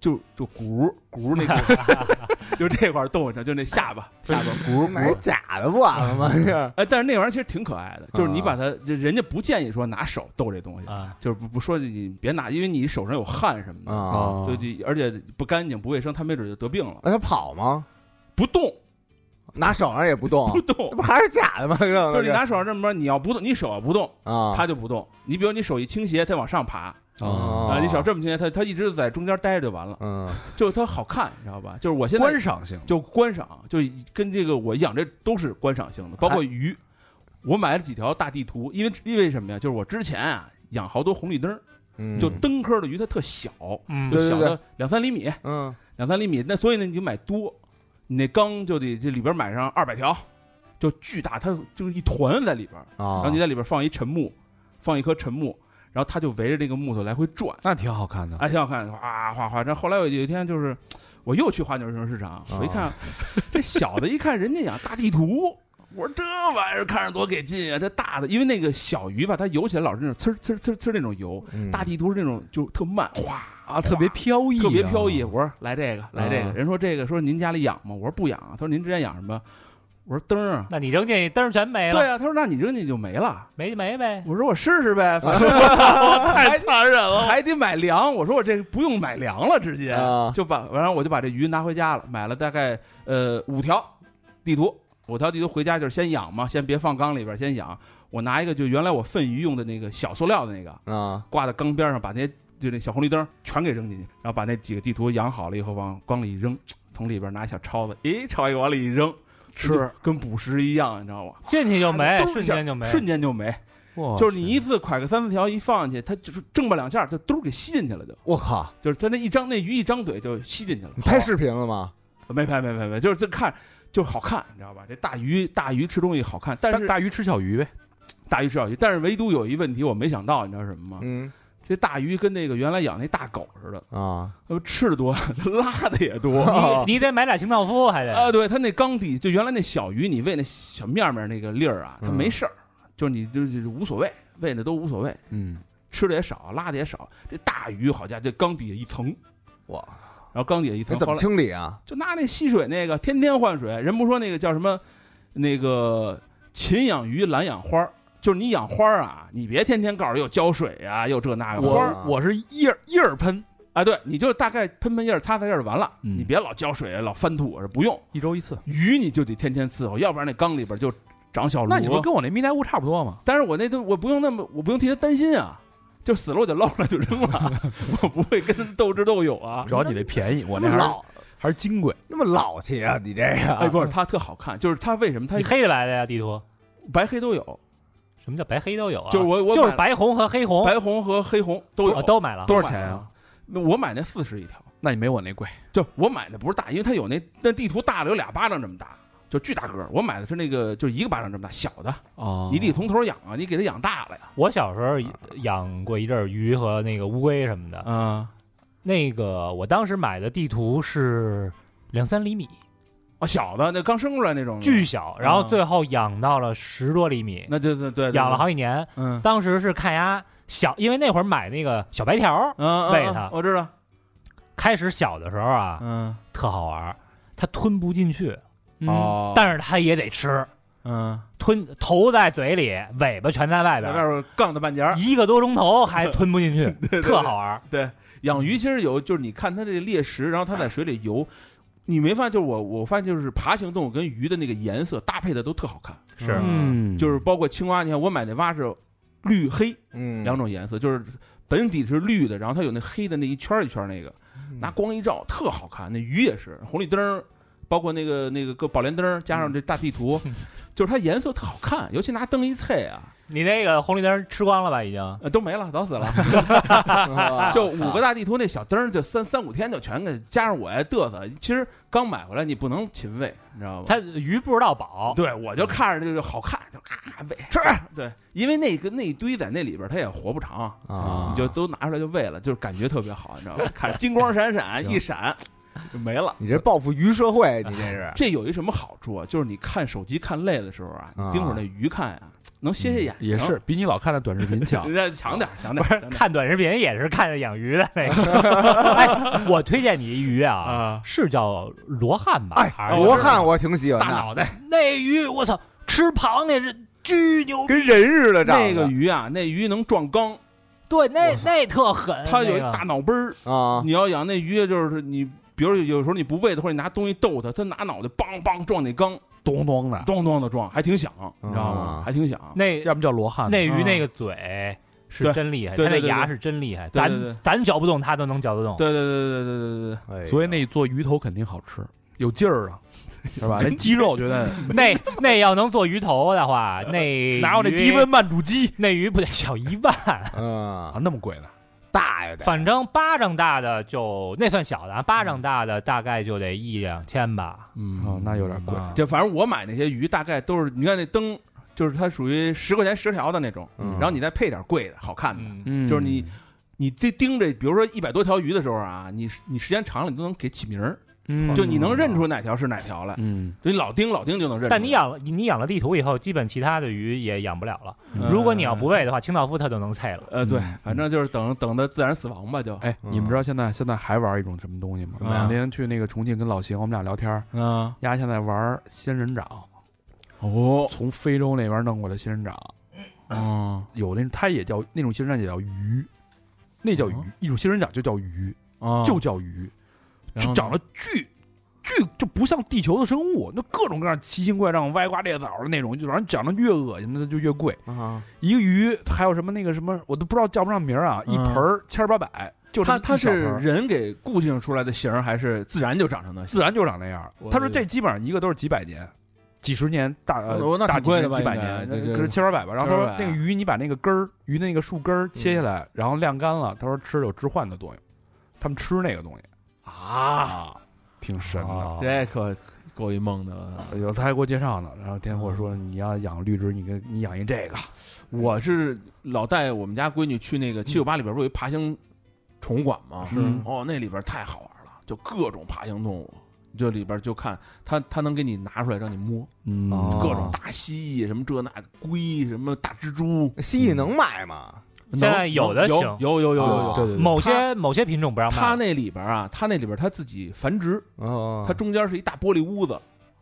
[SPEAKER 3] 就就鼓鼓那个， 就这块儿动一下，就那下巴下巴鼓
[SPEAKER 2] 买
[SPEAKER 3] 鼓。
[SPEAKER 2] 假的不完了吗？这
[SPEAKER 3] 哎，但是那玩意儿其实挺可爱的，就是
[SPEAKER 5] 啊
[SPEAKER 3] 你把它，就人家不建议说拿手逗这东西，
[SPEAKER 4] 啊，
[SPEAKER 3] 就是不不说你别拿，因为你手上有汗什么的，
[SPEAKER 2] 啊，
[SPEAKER 3] 对对，而且不干净不卫生，他没准就得病了。
[SPEAKER 2] 那他跑吗？
[SPEAKER 3] 不动
[SPEAKER 2] 拿手上也不动，啊
[SPEAKER 3] 不
[SPEAKER 2] 那
[SPEAKER 3] 动
[SPEAKER 2] 不，还是假的吗？
[SPEAKER 3] 就
[SPEAKER 2] 就是
[SPEAKER 3] 你拿手上这么着，你要不动，你手要不动，
[SPEAKER 2] 啊，哦
[SPEAKER 3] 它就不动。你比如你手一倾斜，它往上爬
[SPEAKER 1] 哦
[SPEAKER 5] 啊，
[SPEAKER 1] 嗯
[SPEAKER 3] 啊，你手这么倾斜，它它一直在中间待着就完了，
[SPEAKER 2] 嗯
[SPEAKER 3] 就它好看，你知道吧？就是我现在
[SPEAKER 5] 观赏性
[SPEAKER 3] 就观赏，就跟这个我养这都是观赏性的，包括鱼。我买了几条大地图，因为因为什么呀？就是我之前啊养好多红绿灯儿，
[SPEAKER 2] 嗯，
[SPEAKER 3] 就灯科的鱼它特小，
[SPEAKER 4] 嗯
[SPEAKER 3] 就
[SPEAKER 2] 对
[SPEAKER 3] 小的两三厘米，
[SPEAKER 2] 嗯
[SPEAKER 3] 两三厘米，那所以呢，你就买多，你那缸就得这里边买上二百条，就巨大，它就是一团在里边，
[SPEAKER 2] 啊，
[SPEAKER 3] 然后你在里边放一沉木，放一棵沉木，然后它就围着这个木头来回转，
[SPEAKER 5] 那挺好看的。
[SPEAKER 3] 哎，挺好看，哗哗哗。这后来我有一天就是，我又去花鸟鱼虫市
[SPEAKER 5] 啊
[SPEAKER 3] 场，我一看，这小的一看人家养大地图。我说这玩意儿看着多给劲啊！这大的，因为那个小鱼吧，它游起来老是那种呲儿呲儿呲儿呲儿那种游，
[SPEAKER 2] 嗯
[SPEAKER 3] 大地图是那种就特慢，哗
[SPEAKER 5] 啊，特别飘逸啊，
[SPEAKER 3] 特别飘逸。我说来这个，来这
[SPEAKER 2] 嗯
[SPEAKER 3] 个。啊人说这个，说您家里养吗？我说不养啊。他说您之前养什么？我说灯儿啊，
[SPEAKER 4] 那你扔进去灯儿全没
[SPEAKER 3] 对
[SPEAKER 4] 了，
[SPEAKER 3] 啊，他说那你扔进去就没了。
[SPEAKER 4] 没没呗。
[SPEAKER 3] 我说我试试呗， 反正我操，太残忍了，还得买粮。我说我这不用买粮了，直接
[SPEAKER 2] 啊
[SPEAKER 3] 就把，然后我就把这鱼拿回家了，买了大概呃五条地图，五条地图回家就是先养嘛，先别放缸里边，先养。我拿一个就原来我粪鱼用的那个小塑料的那个，
[SPEAKER 2] 啊
[SPEAKER 3] 挂在缸边上，把那些就那小红绿灯全给扔进去，然后把那几个地图养好了以后，往缸里一扔，从里边拿小抄子，咦，抄一个往里一 扔，
[SPEAKER 2] 吃
[SPEAKER 3] 跟捕食一样，你知道吗？
[SPEAKER 4] 进去就没
[SPEAKER 3] 嘟，一下
[SPEAKER 4] 瞬间就
[SPEAKER 2] 哎
[SPEAKER 4] 没。
[SPEAKER 3] 瞬间就没，
[SPEAKER 2] 哦
[SPEAKER 5] 哇
[SPEAKER 3] 就是你一次蒯个三四条，一放进去，它就是正吧两下，就都给吸进去了，就
[SPEAKER 2] 我靠，
[SPEAKER 3] 就是它那一张那鱼一张嘴就吸进去了。哦
[SPEAKER 2] 你拍视频了吗？
[SPEAKER 3] 没拍没拍没，就是这看就是好看，你知道吧？这大鱼大鱼吃东西好看，但
[SPEAKER 1] 大
[SPEAKER 3] 是
[SPEAKER 1] 大鱼吃小鱼呗，
[SPEAKER 3] 大鱼吃小鱼，但是唯独有一问题我没想到，你知道什么吗？
[SPEAKER 2] 嗯
[SPEAKER 3] 这大鱼跟那个原来养那大狗似的，
[SPEAKER 2] 啊，
[SPEAKER 3] 呃，吃的多， 拉的也 多。
[SPEAKER 2] 哦
[SPEAKER 4] 你得买俩清道夫，
[SPEAKER 2] 哎
[SPEAKER 4] 还
[SPEAKER 3] 啊，
[SPEAKER 4] 得
[SPEAKER 3] 对，它那缸底就原来那小鱼，你喂那小面面那个粒儿啊，它
[SPEAKER 2] 嗯
[SPEAKER 3] 没事儿，就是你就是无所谓，喂的都无所谓，
[SPEAKER 1] 嗯，
[SPEAKER 3] 吃的也少，拉的也少。这大鱼好家伙，这缸底下一层，
[SPEAKER 2] 哇，
[SPEAKER 3] 然后缸底下一
[SPEAKER 2] 那
[SPEAKER 3] 层，
[SPEAKER 2] 怎么
[SPEAKER 3] 后来
[SPEAKER 2] 清理啊？
[SPEAKER 3] 就拿那吸水那个，天天换水。人不说那个叫什么，那个勤养鱼，懒养花儿，就是你养花儿啊，你别天天告诉又浇水啊，又这那个花儿
[SPEAKER 2] 哇
[SPEAKER 1] 我我是一儿一儿喷，
[SPEAKER 3] 啊，对，你就大概喷喷叶儿、擦擦叶儿就完了，
[SPEAKER 1] 嗯
[SPEAKER 3] 你别老浇水、老翻土，不用。
[SPEAKER 1] 一周一次。
[SPEAKER 3] 鱼你就得天天伺候，要不然那缸里边就长小
[SPEAKER 1] 那你不
[SPEAKER 3] 螺
[SPEAKER 1] 是。跟我那蜜袋鼯差不多吗？
[SPEAKER 3] 但是我那都我不用那么，我不用替它担心啊，就死了我就捞出来就扔 了，我不会跟它斗智斗勇啊。
[SPEAKER 1] 主要你那便宜，我那
[SPEAKER 2] 那么
[SPEAKER 1] 还是
[SPEAKER 2] 老
[SPEAKER 1] 还是金贵。
[SPEAKER 2] 那么老气啊！你这
[SPEAKER 3] 哎，
[SPEAKER 2] 个
[SPEAKER 3] 不是，它特好看，就是它为什么它
[SPEAKER 4] 你黑的白的呀，地图。
[SPEAKER 3] 白黑都有，
[SPEAKER 4] 什么叫白黑都有啊？
[SPEAKER 3] 就是我我
[SPEAKER 4] 就是
[SPEAKER 3] 买
[SPEAKER 4] 白红和黑红
[SPEAKER 3] 白红和黑红都有
[SPEAKER 4] 啊都买了。
[SPEAKER 1] 多少钱啊？
[SPEAKER 3] 那我买那四十一条，
[SPEAKER 1] 那你没我那贵，
[SPEAKER 3] 就我买的不是大，因为它有那那地图大的有俩巴掌这么大，就巨大个儿。我买的是那个就是一个巴掌这么大小的，
[SPEAKER 1] 哦
[SPEAKER 3] 你得从头养啊，你给它养大了呀。
[SPEAKER 4] 我小时候养过一阵儿鱼和那个乌龟什么的。
[SPEAKER 3] 嗯，
[SPEAKER 4] 那个我当时买的地图是两三厘米，
[SPEAKER 3] 哦，小的那刚生出来那种，
[SPEAKER 4] 巨小，然后最后养到了十多厘米，
[SPEAKER 3] 那就对嗯对，对
[SPEAKER 4] 养了好几年。
[SPEAKER 3] 嗯
[SPEAKER 4] 当时是看呀小，因为那会儿买那个小白条儿，
[SPEAKER 3] 嗯，
[SPEAKER 4] 喂
[SPEAKER 3] 嗯
[SPEAKER 4] 它
[SPEAKER 3] 我知道，
[SPEAKER 4] 开始小的时候啊，
[SPEAKER 3] 嗯
[SPEAKER 4] 特好玩儿，它吞不进去，
[SPEAKER 1] 嗯
[SPEAKER 3] 哦，
[SPEAKER 4] 但是它也得吃，
[SPEAKER 3] 嗯，
[SPEAKER 4] 吞头在嘴里，尾巴全在外边
[SPEAKER 3] 外
[SPEAKER 4] 儿，
[SPEAKER 3] 边杠的半截儿。
[SPEAKER 4] 一个多钟头还吞不 进去，特好玩儿。
[SPEAKER 3] 养鱼其实有，就是你看它这个猎食，然后它在水里游，你没发现？就是我我发现就是爬行动物跟鱼的那个颜色搭配的都特好看，
[SPEAKER 4] 是
[SPEAKER 1] 嗯，
[SPEAKER 3] 就是包括青蛙，你看我买那蛙是绿黑
[SPEAKER 2] 嗯
[SPEAKER 3] 两种颜色，就是本体是绿的，然后它有那黑的那一圈儿一圈儿那个，
[SPEAKER 2] 嗯
[SPEAKER 3] 拿光一照特好看。那鱼也是红绿灯儿，包括那个那个个宝莲灯儿，加上这大地图，就是它颜色特好看，尤其拿灯一测啊，
[SPEAKER 4] 你那个红绿灯吃光了吧？已经
[SPEAKER 3] 呃都没了，早死了。
[SPEAKER 2] 啊
[SPEAKER 3] 就五个大地图那小灯儿，就三三五天就全给加上我还嘚瑟。其实刚买回来你不能勤喂，你知道吗？
[SPEAKER 4] 它鱼不知道饱，
[SPEAKER 3] 对我就看着就是好看，就咔喂吃。对，因为那个那一堆在那里边，它也活不长，
[SPEAKER 2] 啊
[SPEAKER 3] 你就都拿出来就喂了，就是感觉特别好，你知道吗？看着金光闪闪，一闪就没了。
[SPEAKER 2] 你这报复鱼社会，你这是
[SPEAKER 3] 这有一什么好处啊？就是你看手机看累的时候啊，你
[SPEAKER 2] 啊
[SPEAKER 3] 盯会儿那鱼看啊，能歇歇眼睛。
[SPEAKER 1] 嗯也是比你老看的短视频 强。
[SPEAKER 3] 人家强点儿，强
[SPEAKER 4] 不
[SPEAKER 3] 点儿，强点儿
[SPEAKER 4] 是看短视频也是看着养鱼的 那个。哎，我推荐你一鱼啊，
[SPEAKER 3] 啊，哎
[SPEAKER 4] 是叫罗汉吧？还是
[SPEAKER 2] 罗汉，我挺喜欢
[SPEAKER 3] 大
[SPEAKER 2] 的，
[SPEAKER 3] 脑袋
[SPEAKER 4] 那鱼我操，吃螃蟹是巨牛逼，
[SPEAKER 2] 跟人似的长得。
[SPEAKER 3] 那个鱼啊，那鱼能撞缸，
[SPEAKER 4] 对，那
[SPEAKER 3] 我操
[SPEAKER 4] 那特狠，
[SPEAKER 3] 它有一
[SPEAKER 4] 哎那个
[SPEAKER 3] 大脑杯儿。
[SPEAKER 2] 啊
[SPEAKER 3] 你要养那鱼，就是你，比如有时候你不喂它，或者你拿东西逗它，它拿脑袋梆梆撞那缸，
[SPEAKER 1] 咚咚的，
[SPEAKER 3] 咚咚的撞，还挺响，你知道吗
[SPEAKER 2] 啊？
[SPEAKER 3] 还挺响。
[SPEAKER 4] 那
[SPEAKER 1] 要么叫罗汉，
[SPEAKER 4] 那鱼
[SPEAKER 3] 嗯
[SPEAKER 4] 那个嘴是
[SPEAKER 3] 对
[SPEAKER 4] 真厉害，
[SPEAKER 3] 对
[SPEAKER 4] 它
[SPEAKER 3] 对
[SPEAKER 4] 那
[SPEAKER 3] 对
[SPEAKER 4] 牙
[SPEAKER 3] 对
[SPEAKER 4] 是真厉害，
[SPEAKER 3] 对对对
[SPEAKER 4] 咱咱嚼不动，它都能嚼得动。
[SPEAKER 3] 对对对对对对
[SPEAKER 2] 哎呀
[SPEAKER 1] 所以那做鱼头肯定好吃，有劲儿啊，是吧？那
[SPEAKER 3] 哎
[SPEAKER 1] 鸡肉觉得
[SPEAKER 4] 那那要能做鱼头的 话，
[SPEAKER 3] 哎
[SPEAKER 4] 那
[SPEAKER 1] 哪有那
[SPEAKER 4] 鱼
[SPEAKER 1] 低温慢煮鸡
[SPEAKER 4] 那鱼不得小一万？
[SPEAKER 1] 啊
[SPEAKER 2] 嗯，
[SPEAKER 1] 那么贵呢？
[SPEAKER 2] 大呀得
[SPEAKER 4] 反正巴掌大的就那算小的啊，巴掌大的大概就得一两千吧。
[SPEAKER 3] 嗯
[SPEAKER 1] 哦，那有点贵。
[SPEAKER 4] 啊
[SPEAKER 3] 就反正我买那些鱼，大概都是你看那灯，就是它属于十块钱十条的那种，
[SPEAKER 2] 嗯
[SPEAKER 3] 然后你再配点贵的、好看的。
[SPEAKER 4] 嗯，
[SPEAKER 1] 嗯
[SPEAKER 3] 就是你，你这盯着，比如说一百多条鱼的时候啊，你你时间长了，你都能给起名儿，
[SPEAKER 1] 嗯
[SPEAKER 3] 就你能认出哪条是哪条来，
[SPEAKER 1] 嗯，
[SPEAKER 3] 就你老盯老盯就能认出来。
[SPEAKER 4] 但你养了你养了地图以后，基本其他的鱼也养不了了。
[SPEAKER 3] 嗯
[SPEAKER 4] 如果你要不喂的话，清道夫它都能菜了。
[SPEAKER 3] 呃，对
[SPEAKER 1] 嗯，
[SPEAKER 3] 反正就是等等它自然死亡吧，就
[SPEAKER 1] 哎，
[SPEAKER 2] 嗯
[SPEAKER 1] 你们知道现在现在还玩一种什么东西吗？
[SPEAKER 3] 什么呀
[SPEAKER 1] 那天去那个重庆跟老邢，我们俩聊天儿，
[SPEAKER 3] 嗯。
[SPEAKER 1] 丫现在玩仙人掌，
[SPEAKER 3] 哦，
[SPEAKER 1] 从非洲那边弄过来仙人掌，
[SPEAKER 3] 嗯
[SPEAKER 1] 有那它也叫那种仙人掌也叫鱼，那叫鱼
[SPEAKER 3] 啊，
[SPEAKER 1] 一种仙人掌就叫鱼，
[SPEAKER 3] 啊，
[SPEAKER 1] 就叫鱼，
[SPEAKER 3] 然
[SPEAKER 1] 就
[SPEAKER 3] 后
[SPEAKER 1] 长得巨巨就不像地球的生物，那各种各样奇形怪状、歪瓜裂枣的那种，就反正长得越恶心的就越贵。
[SPEAKER 2] 啊，
[SPEAKER 1] 一个鱼还有什么那个什么，我都不知道叫不上名儿啊，一
[SPEAKER 3] 嗯
[SPEAKER 1] 盆儿千儿八百，就
[SPEAKER 3] 它
[SPEAKER 1] 它
[SPEAKER 3] 它
[SPEAKER 1] 它
[SPEAKER 3] 是人给固定出来的形儿，还是自然就长成的？
[SPEAKER 1] 自然就长那样
[SPEAKER 3] 我。
[SPEAKER 1] 他说这基本上一个都是几百年。几十年大呃
[SPEAKER 3] 哦那挺
[SPEAKER 1] 大几十
[SPEAKER 3] 贵的
[SPEAKER 1] 年
[SPEAKER 3] 吧
[SPEAKER 1] 几百
[SPEAKER 3] 应该
[SPEAKER 1] 年，
[SPEAKER 3] 对对
[SPEAKER 1] 那可
[SPEAKER 3] 对
[SPEAKER 1] 是千儿八百吧。然后他
[SPEAKER 3] 千
[SPEAKER 1] 说
[SPEAKER 3] 儿八百嗯
[SPEAKER 1] 那个鱼你把那个根儿鱼的那个树根儿切下来，然后晾干了，他说吃有致幻的作用，他们吃那个东西啊，挺神的。
[SPEAKER 4] 哦
[SPEAKER 3] 这哎可够一梦的 了。
[SPEAKER 1] 有他还给我介绍呢，然后天火说你要养绿植，你跟你养一这个，
[SPEAKER 3] 我是老带我们家闺女去那个七九八里边不有一爬行宠物馆吗？
[SPEAKER 1] 是嗯
[SPEAKER 3] 哦，那里边太好玩了，就各种爬行动物，就里边就看它，它能给你拿出来让你摸，
[SPEAKER 1] 嗯
[SPEAKER 2] 哦
[SPEAKER 3] 各种大蜥蜴什么这那龟什么大蜘蛛，
[SPEAKER 2] 蜥蜴能买吗？
[SPEAKER 3] 能
[SPEAKER 4] 现在有的
[SPEAKER 3] 有
[SPEAKER 4] 行
[SPEAKER 3] 有有有有有
[SPEAKER 2] 啊
[SPEAKER 1] 对对对，
[SPEAKER 4] 某些某些品种不让
[SPEAKER 3] 它
[SPEAKER 4] 卖，
[SPEAKER 3] 那里边啊，它那里边它自己繁殖，
[SPEAKER 2] 哦
[SPEAKER 3] 它中间是一大玻璃屋子，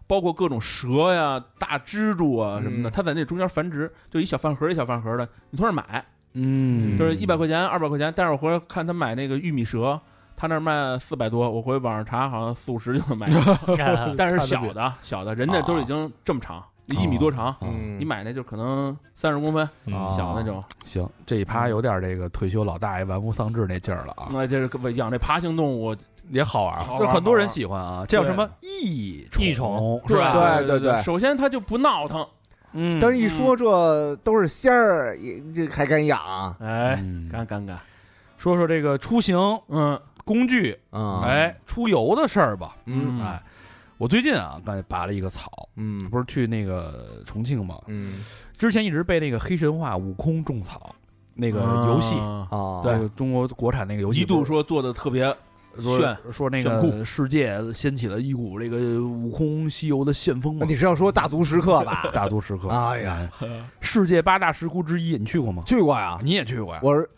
[SPEAKER 3] 包括各种蛇呀、大蜘蛛啊什么的，
[SPEAKER 2] 嗯
[SPEAKER 3] 它在那中间繁殖，就一小饭盒一小饭盒的，你从那儿买，
[SPEAKER 1] 嗯
[SPEAKER 3] 就是一百块钱、二百块钱。但是我回来看他买那个玉米蛇，他那儿卖四百多，我回网上查好像四五十就能买着， 但是小的小的，人家都已经这么长，一米多
[SPEAKER 1] 哦
[SPEAKER 3] 长，
[SPEAKER 2] 嗯，
[SPEAKER 3] 你买那就可能三十公分
[SPEAKER 2] 哦
[SPEAKER 3] 嗯小那种。
[SPEAKER 1] 啊行，这一趴有点这个退休老大爷玩物丧志那劲儿了啊，
[SPEAKER 3] 那这是养这爬行动物，
[SPEAKER 1] 也好玩
[SPEAKER 3] 好
[SPEAKER 1] 儿，
[SPEAKER 3] 玩
[SPEAKER 1] 就
[SPEAKER 3] 儿
[SPEAKER 1] 很多人
[SPEAKER 3] 好玩儿
[SPEAKER 1] 喜欢啊，这叫什么益虫
[SPEAKER 4] 益虫
[SPEAKER 1] 是吧？
[SPEAKER 3] 吧？
[SPEAKER 2] 对
[SPEAKER 3] 对
[SPEAKER 2] 对对
[SPEAKER 3] 首先它就不闹腾，
[SPEAKER 1] 嗯
[SPEAKER 2] 但是一说这都是仙儿，也这还敢养啊？
[SPEAKER 3] 哎，
[SPEAKER 1] 嗯
[SPEAKER 3] 干干干，
[SPEAKER 1] 说说这个出行
[SPEAKER 3] 嗯
[SPEAKER 1] 工具，
[SPEAKER 2] 嗯
[SPEAKER 1] 哎，出游的事儿吧，
[SPEAKER 2] 嗯
[SPEAKER 1] 哎，我最近啊，刚才拔了一个草，
[SPEAKER 2] 嗯
[SPEAKER 1] 不是去那个重庆吗？
[SPEAKER 2] 嗯
[SPEAKER 1] 之前一直被那个黑神话悟空种草那个游戏。
[SPEAKER 3] 啊
[SPEAKER 2] 啊，
[SPEAKER 3] 对
[SPEAKER 1] 那个中国国产那个游戏
[SPEAKER 3] 一度
[SPEAKER 1] 不是
[SPEAKER 3] 说做的特别
[SPEAKER 1] 说
[SPEAKER 3] 炫
[SPEAKER 1] 说那
[SPEAKER 3] 炫酷
[SPEAKER 1] 个世界掀起了一股这个悟空西游的旋风嘛
[SPEAKER 2] 那，你是要说大足石刻 吧？
[SPEAKER 1] 大都石刻。
[SPEAKER 2] 哎呀，
[SPEAKER 1] 世界八大石窟之一，你去过吗？
[SPEAKER 2] 去过呀，
[SPEAKER 1] 你也去过呀？
[SPEAKER 2] 我是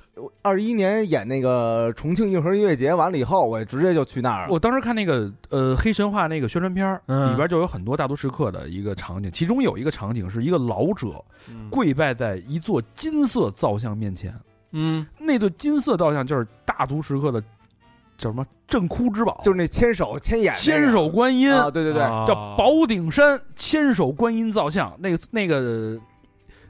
[SPEAKER 2] 二一年演那个重庆硬核音乐节完了以后，我直接就去那儿了。
[SPEAKER 1] 我当时看那个呃黑神话那个宣传片儿，
[SPEAKER 3] 嗯
[SPEAKER 1] 里边就有很多大都石刻的一个场景，其中有一个场景是一个老者跪拜在一座金色造像面前，
[SPEAKER 3] 嗯
[SPEAKER 1] 那座金色造像就是大都石刻的叫什么镇窟之宝，
[SPEAKER 2] 就是那牵手牵眼那个，
[SPEAKER 1] 千手观音，
[SPEAKER 2] 啊，对对对，
[SPEAKER 1] 叫宝顶山千手观音造像，那个那个。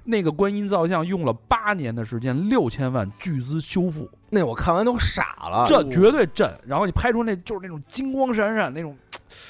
[SPEAKER 1] 那个观音造像用了八年的时间，六千万巨资修复，
[SPEAKER 2] 那我看完都傻了。
[SPEAKER 1] 这绝对震。然后你拍出那就是那种金光闪闪那种，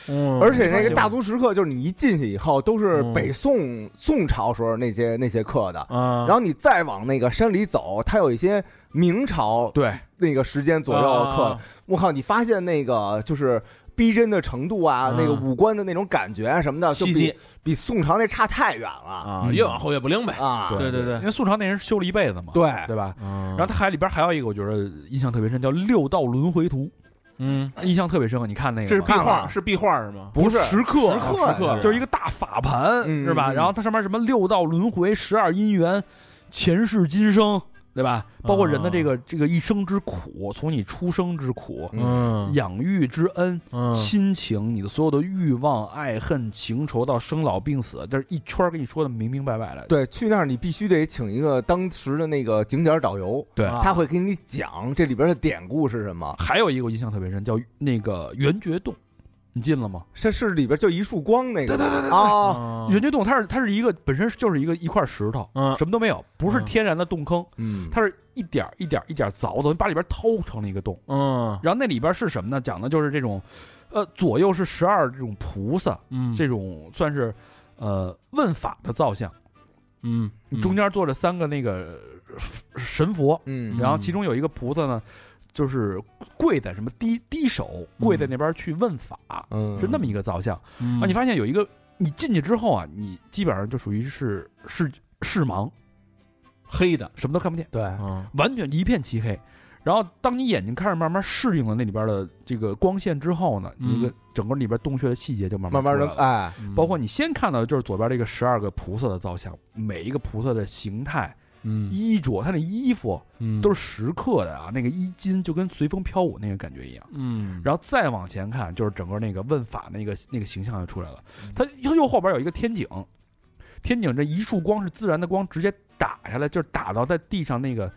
[SPEAKER 3] 而
[SPEAKER 2] 而且那个大足石刻，就是你一进去以后，都是北宋宋朝时候那些那些刻的。
[SPEAKER 3] 啊，
[SPEAKER 2] 然后你再往那个山里走，它有一些明朝
[SPEAKER 1] 对，
[SPEAKER 2] 那个时间左右的刻。我靠，你发现那个就是逼真的程度啊，
[SPEAKER 3] 嗯
[SPEAKER 2] 那个五官的那种感觉啊什么的，就
[SPEAKER 3] 细腻
[SPEAKER 2] 比比宋朝那差太远了
[SPEAKER 3] 啊，越往后越不灵呗。
[SPEAKER 2] 啊！
[SPEAKER 3] 对对对嗯
[SPEAKER 1] 因为宋朝那人修了一辈子嘛，
[SPEAKER 2] 对，
[SPEAKER 1] 对吧？
[SPEAKER 3] 然
[SPEAKER 1] 然后他还里边还有一个，我觉得印象特别深，叫《六道轮回图
[SPEAKER 3] 嗯，》，
[SPEAKER 1] 印象特别深啊。你看那个
[SPEAKER 3] 这是
[SPEAKER 1] 吗
[SPEAKER 3] 壁画，是壁画是吗？
[SPEAKER 2] 不是
[SPEAKER 1] 石刻，
[SPEAKER 2] 石刻
[SPEAKER 1] 啊
[SPEAKER 2] 呀
[SPEAKER 3] 刻
[SPEAKER 1] 就是一个大法盘，
[SPEAKER 2] 嗯
[SPEAKER 1] 是吧？
[SPEAKER 2] 嗯
[SPEAKER 1] 然后它上面什么六道轮回、十二姻缘、前世今生，对吧？包括人的这
[SPEAKER 2] 啊
[SPEAKER 1] 个这个一生之苦，从你出生之苦。
[SPEAKER 3] 嗯
[SPEAKER 1] 养育之恩、
[SPEAKER 3] 嗯
[SPEAKER 1] 亲情，你的所有的欲望、爱恨、情仇，到生老病死，这是一圈儿给你说的明明白白的。
[SPEAKER 2] 对，去那儿你必须得请一个当时的那个景点导游，
[SPEAKER 1] 对
[SPEAKER 2] 他会给你讲这里边的典故是什么。
[SPEAKER 1] 还有一个我印象特别深，叫那个圆觉洞，你进了吗？
[SPEAKER 2] 这是里边就一束光那个，对对对对啊，
[SPEAKER 5] 嗯
[SPEAKER 3] 啊
[SPEAKER 1] 圆觉洞它是它是一个本身就是一个一块石头，
[SPEAKER 3] 嗯
[SPEAKER 1] 什么都没有，不是
[SPEAKER 3] 嗯
[SPEAKER 1] 天然的洞坑，
[SPEAKER 2] 嗯，
[SPEAKER 1] 它是一点儿一点儿一点儿凿的，把里边掏成了一个洞。
[SPEAKER 3] 嗯
[SPEAKER 1] 然后那里边是什么呢？讲的就是这种，呃，左右是十二这种菩萨，
[SPEAKER 3] 嗯
[SPEAKER 1] 这种算是呃问法的造像，
[SPEAKER 3] 嗯
[SPEAKER 1] 中间坐着三个那个呃神佛，
[SPEAKER 2] 嗯，
[SPEAKER 1] 然后其中有一个菩萨呢，就是跪在什么低低手跪在那边去问法，
[SPEAKER 2] 嗯
[SPEAKER 1] 是那么一个造像。啊，
[SPEAKER 3] 啊
[SPEAKER 5] 嗯
[SPEAKER 1] 你发现有一个，你进去之后啊，你基本上就属于是视视盲，
[SPEAKER 3] 黑的
[SPEAKER 1] 什么都看不见，
[SPEAKER 2] 对，
[SPEAKER 5] 嗯
[SPEAKER 3] 啊
[SPEAKER 1] 完全一片漆黑。然后当你眼睛开始慢慢适应了那里边的这个光线之后呢，
[SPEAKER 3] 嗯
[SPEAKER 1] 你个整个里边洞穴的细节就慢
[SPEAKER 2] 慢慢
[SPEAKER 1] 出
[SPEAKER 2] 的
[SPEAKER 1] 来了。
[SPEAKER 2] 哎，
[SPEAKER 1] 包括你先看到的就是左边这个十二个菩萨的造像，每一个菩萨的形态、
[SPEAKER 3] 嗯
[SPEAKER 1] 衣着，他那衣服
[SPEAKER 3] 嗯
[SPEAKER 1] 都
[SPEAKER 3] 是
[SPEAKER 1] 是石刻的啊，那个衣襟就跟随风飘舞那个感觉一样。
[SPEAKER 3] 嗯
[SPEAKER 1] 然后再往前
[SPEAKER 5] 嗯
[SPEAKER 1] 看，就是整个那个问法那个那个形象就出来了。它它右后边有一个天井，天井这一束光是自然的光，直接打下来，就是打到在地上那个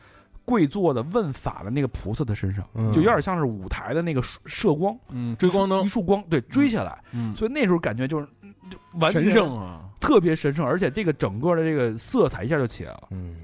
[SPEAKER 1] 跪坐的问法的那个菩萨的身上，
[SPEAKER 5] 嗯
[SPEAKER 1] 就有点像是舞台的那个射光，
[SPEAKER 5] 嗯，追光
[SPEAKER 1] 一
[SPEAKER 5] 灯，
[SPEAKER 1] 束光，对，追下来。
[SPEAKER 5] 嗯，
[SPEAKER 1] 所以那时候感觉就是嗯就完全
[SPEAKER 5] 神圣啊，
[SPEAKER 1] 特别神圣，而且这个整个的这个色彩一下就起来了。
[SPEAKER 5] 嗯，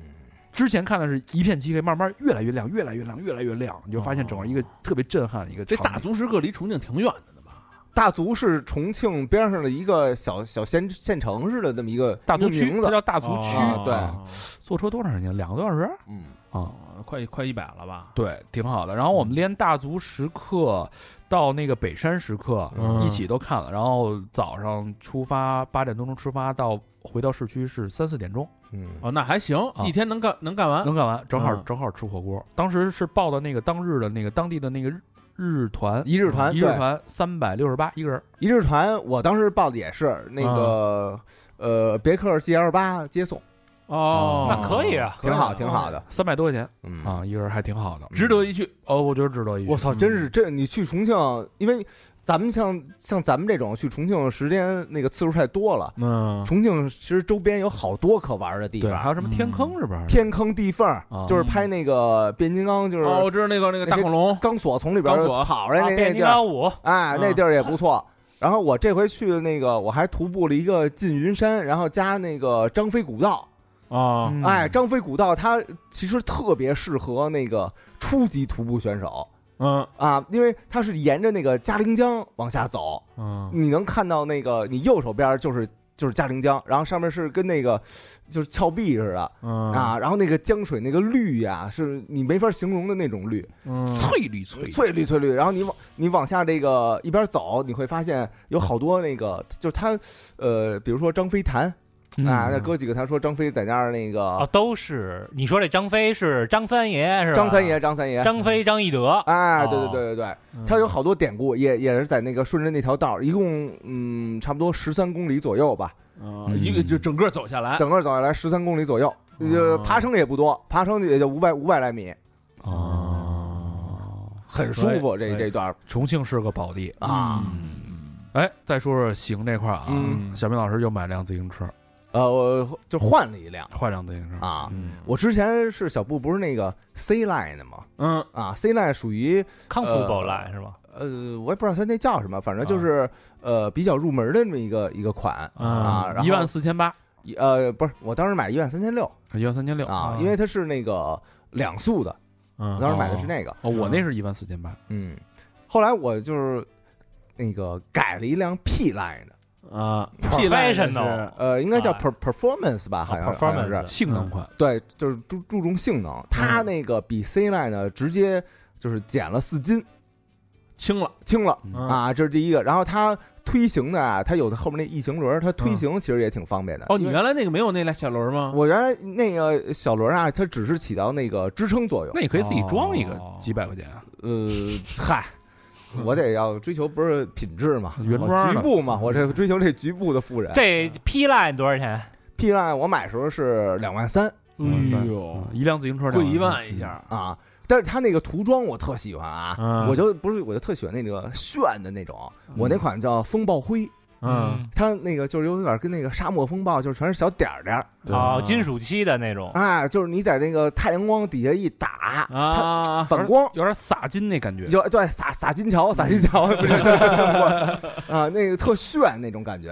[SPEAKER 1] 之前看的是一片漆黑，慢慢越来越亮，越来越亮，越来越亮，你就发现整个
[SPEAKER 5] 哦
[SPEAKER 1] 一个特别震撼的一个
[SPEAKER 5] 这
[SPEAKER 1] 场景
[SPEAKER 5] 大足石刻离重庆挺远的呢吧？
[SPEAKER 2] 大足是重庆边上的一个小小县县城似的那么一个
[SPEAKER 1] 大
[SPEAKER 2] 一个
[SPEAKER 1] 足区
[SPEAKER 2] 名，
[SPEAKER 1] 它
[SPEAKER 2] 字，
[SPEAKER 1] 叫大足
[SPEAKER 3] 哦
[SPEAKER 1] 区，
[SPEAKER 5] 哦
[SPEAKER 2] 啊对
[SPEAKER 1] 坐车多长时间？两个多小时
[SPEAKER 2] 嗯，
[SPEAKER 1] 啊，
[SPEAKER 5] 哦快快一百了吧？
[SPEAKER 1] 对，挺好的。然后我们连大足石刻到那个北山石刻
[SPEAKER 5] 嗯
[SPEAKER 1] 一起都看了，然后早上出发八点多钟出发，到回到市区是三四点钟。
[SPEAKER 2] 嗯
[SPEAKER 5] 哦，那还行，一天能干能干完，
[SPEAKER 1] 能干完，正好
[SPEAKER 5] 嗯
[SPEAKER 1] 正好吃火锅。当时是报的那个当日的那个当地的那个日日团，
[SPEAKER 2] 一日团
[SPEAKER 1] 一日
[SPEAKER 2] 对
[SPEAKER 1] 团三百六十八一个人，
[SPEAKER 2] 一日团，我当时报的也是那个
[SPEAKER 1] 啊
[SPEAKER 2] 呃别克 G L 八接送，
[SPEAKER 5] 哦，
[SPEAKER 4] 那可以啊，
[SPEAKER 2] 挺好，挺好的，
[SPEAKER 1] 三百多块钱
[SPEAKER 2] 嗯
[SPEAKER 1] 啊，一个人还挺好的，
[SPEAKER 7] 值得一去。
[SPEAKER 1] 哦，我觉得值得一去。
[SPEAKER 2] 我操，真
[SPEAKER 1] 嗯
[SPEAKER 2] 是这你去重庆，因为咱们像像咱们这种去重庆时间那个次数太多了，
[SPEAKER 5] 嗯，
[SPEAKER 2] 重庆其实周边有好多可玩的地
[SPEAKER 1] 对，还
[SPEAKER 2] 方，
[SPEAKER 1] 有什么天坑是不是？
[SPEAKER 2] 天坑地缝儿
[SPEAKER 1] 啊，
[SPEAKER 2] 就是拍那个变形金刚，就是
[SPEAKER 5] 哦，我知道那个那个大恐龙，
[SPEAKER 2] 钢索从里边
[SPEAKER 5] 钢索
[SPEAKER 2] 跑出来
[SPEAKER 4] 啊
[SPEAKER 2] 那那
[SPEAKER 4] 变形金
[SPEAKER 2] 地儿，
[SPEAKER 4] 刚五，
[SPEAKER 1] 嗯
[SPEAKER 2] 哎，那地儿也不错。然后我这回去那个，我还徒步了一个缙云山，然后加那个张飞古道。
[SPEAKER 5] 啊
[SPEAKER 1] 嗯
[SPEAKER 2] 哎，，张飞古道它其实特别适合那个初级徒步选手
[SPEAKER 5] 嗯
[SPEAKER 2] 啊，因为它是沿着那个嘉陵江往下走，
[SPEAKER 5] 嗯
[SPEAKER 2] 你能看到那个你右手边就是就是嘉陵江，然后上面是跟那个就是峭壁似的
[SPEAKER 5] 嗯
[SPEAKER 2] 啊，然后那个江水那个绿呀、是你没法形容的那种绿，
[SPEAKER 5] 嗯
[SPEAKER 7] 翠绿翠绿，
[SPEAKER 1] 哎
[SPEAKER 2] 翠绿翠绿。然后你往你往下这个一边走，你会发现有好多那个就是它呃，比如说张飞潭
[SPEAKER 1] 嗯
[SPEAKER 2] 啊，那哥几个他说张飞在那儿那
[SPEAKER 4] 啊，
[SPEAKER 2] 个
[SPEAKER 4] 都是你说这张飞是张三爷是吧？
[SPEAKER 2] 张三、爷，张三爷。
[SPEAKER 4] 张飞、张翼德，
[SPEAKER 2] 哎，对
[SPEAKER 4] 哦
[SPEAKER 2] 对对对对，它有好多典故，也也是在那个顺着那条道儿，一共嗯差不多十三公里左右吧，
[SPEAKER 7] 啊，
[SPEAKER 1] 嗯
[SPEAKER 7] 一个就整个走下来，
[SPEAKER 2] 整个走下来十三公里左右，呃，爬升的也不多，爬升也就五百五百来米，
[SPEAKER 1] 哦，
[SPEAKER 2] 很舒服。这这段儿
[SPEAKER 1] 重庆是个宝地。
[SPEAKER 2] 啊，
[SPEAKER 1] 哎，再说说行这块儿啊，
[SPEAKER 2] 嗯
[SPEAKER 1] 小明老师又买辆自行车，
[SPEAKER 2] 呃，我就换了一辆
[SPEAKER 1] 换辆自行车，
[SPEAKER 2] 啊。
[SPEAKER 1] 嗯，
[SPEAKER 2] 我之前是小布，不是那个 C line 的嘛，
[SPEAKER 5] 嗯
[SPEAKER 2] 啊，C line 属于
[SPEAKER 4] 康复宝
[SPEAKER 2] 呃
[SPEAKER 4] 来是吧？
[SPEAKER 2] 呃，我也不知道它那叫什么，反正就是呃比较入门的那么一个一个款啊，然后
[SPEAKER 1] 嗯一万四千八，
[SPEAKER 2] 一呃不是，我当时买一万三千六
[SPEAKER 1] 一万三千六
[SPEAKER 2] 啊，因为它是那个两速的，
[SPEAKER 3] 啊
[SPEAKER 2] 我
[SPEAKER 5] 嗯
[SPEAKER 2] 当时买的是那个，
[SPEAKER 1] 哦，我那是一万四千八，
[SPEAKER 2] 嗯，后来我就是那个改了一辆 P line 的，
[SPEAKER 5] 啊，
[SPEAKER 7] 屁赖的是
[SPEAKER 4] Professional
[SPEAKER 2] 呃，应该叫
[SPEAKER 4] 啊
[SPEAKER 2] per performance 吧，好像好像是
[SPEAKER 4] performance
[SPEAKER 1] 性能款，
[SPEAKER 2] 对，就是注注重性能，它那个比 C line 呢直接就是减了四斤，
[SPEAKER 5] 轻了，
[SPEAKER 2] 轻了。
[SPEAKER 1] 嗯
[SPEAKER 2] 啊，这是第一个。然后它推行的啊，它有的后面那异形轮，它推行其实也挺方便的。
[SPEAKER 5] 哦，你
[SPEAKER 2] 因为
[SPEAKER 5] 原来那个没有那俩小轮吗？
[SPEAKER 2] 我原来那个小轮啊，它只是起到那个支撑作用
[SPEAKER 1] 那。你可以自己装一个
[SPEAKER 5] 哦
[SPEAKER 1] 几百块钱啊，
[SPEAKER 2] 呃，嗨，我得要追求不是品质嘛，
[SPEAKER 1] 原
[SPEAKER 2] 我
[SPEAKER 1] 装的
[SPEAKER 2] 局部嘛，我这追求这局部的富人。
[SPEAKER 4] 这 P line 多少钱？
[SPEAKER 2] P line 我买时候是两万三
[SPEAKER 5] 哎呦
[SPEAKER 1] 嗯，一辆自行车
[SPEAKER 5] 贵
[SPEAKER 1] 两
[SPEAKER 5] 一万一，下，
[SPEAKER 2] 啊。但是它那个涂装我特喜欢啊，
[SPEAKER 5] 嗯
[SPEAKER 2] 我就不是我就特喜欢那个炫的那种，我那款叫风暴灰，
[SPEAKER 5] 嗯，
[SPEAKER 2] 它那个就是有点跟那个沙漠风暴，就是全是小点儿点儿，
[SPEAKER 1] 嗯
[SPEAKER 5] 对
[SPEAKER 4] 啊，金属漆的那种，
[SPEAKER 2] 啊，就是你在那个太阳光底下一打，它
[SPEAKER 5] 啊，
[SPEAKER 2] 反光。
[SPEAKER 1] 有点洒金那感觉。
[SPEAKER 2] 就对，撒撒金桥，撒金桥，不是啊，那个特炫那种感觉，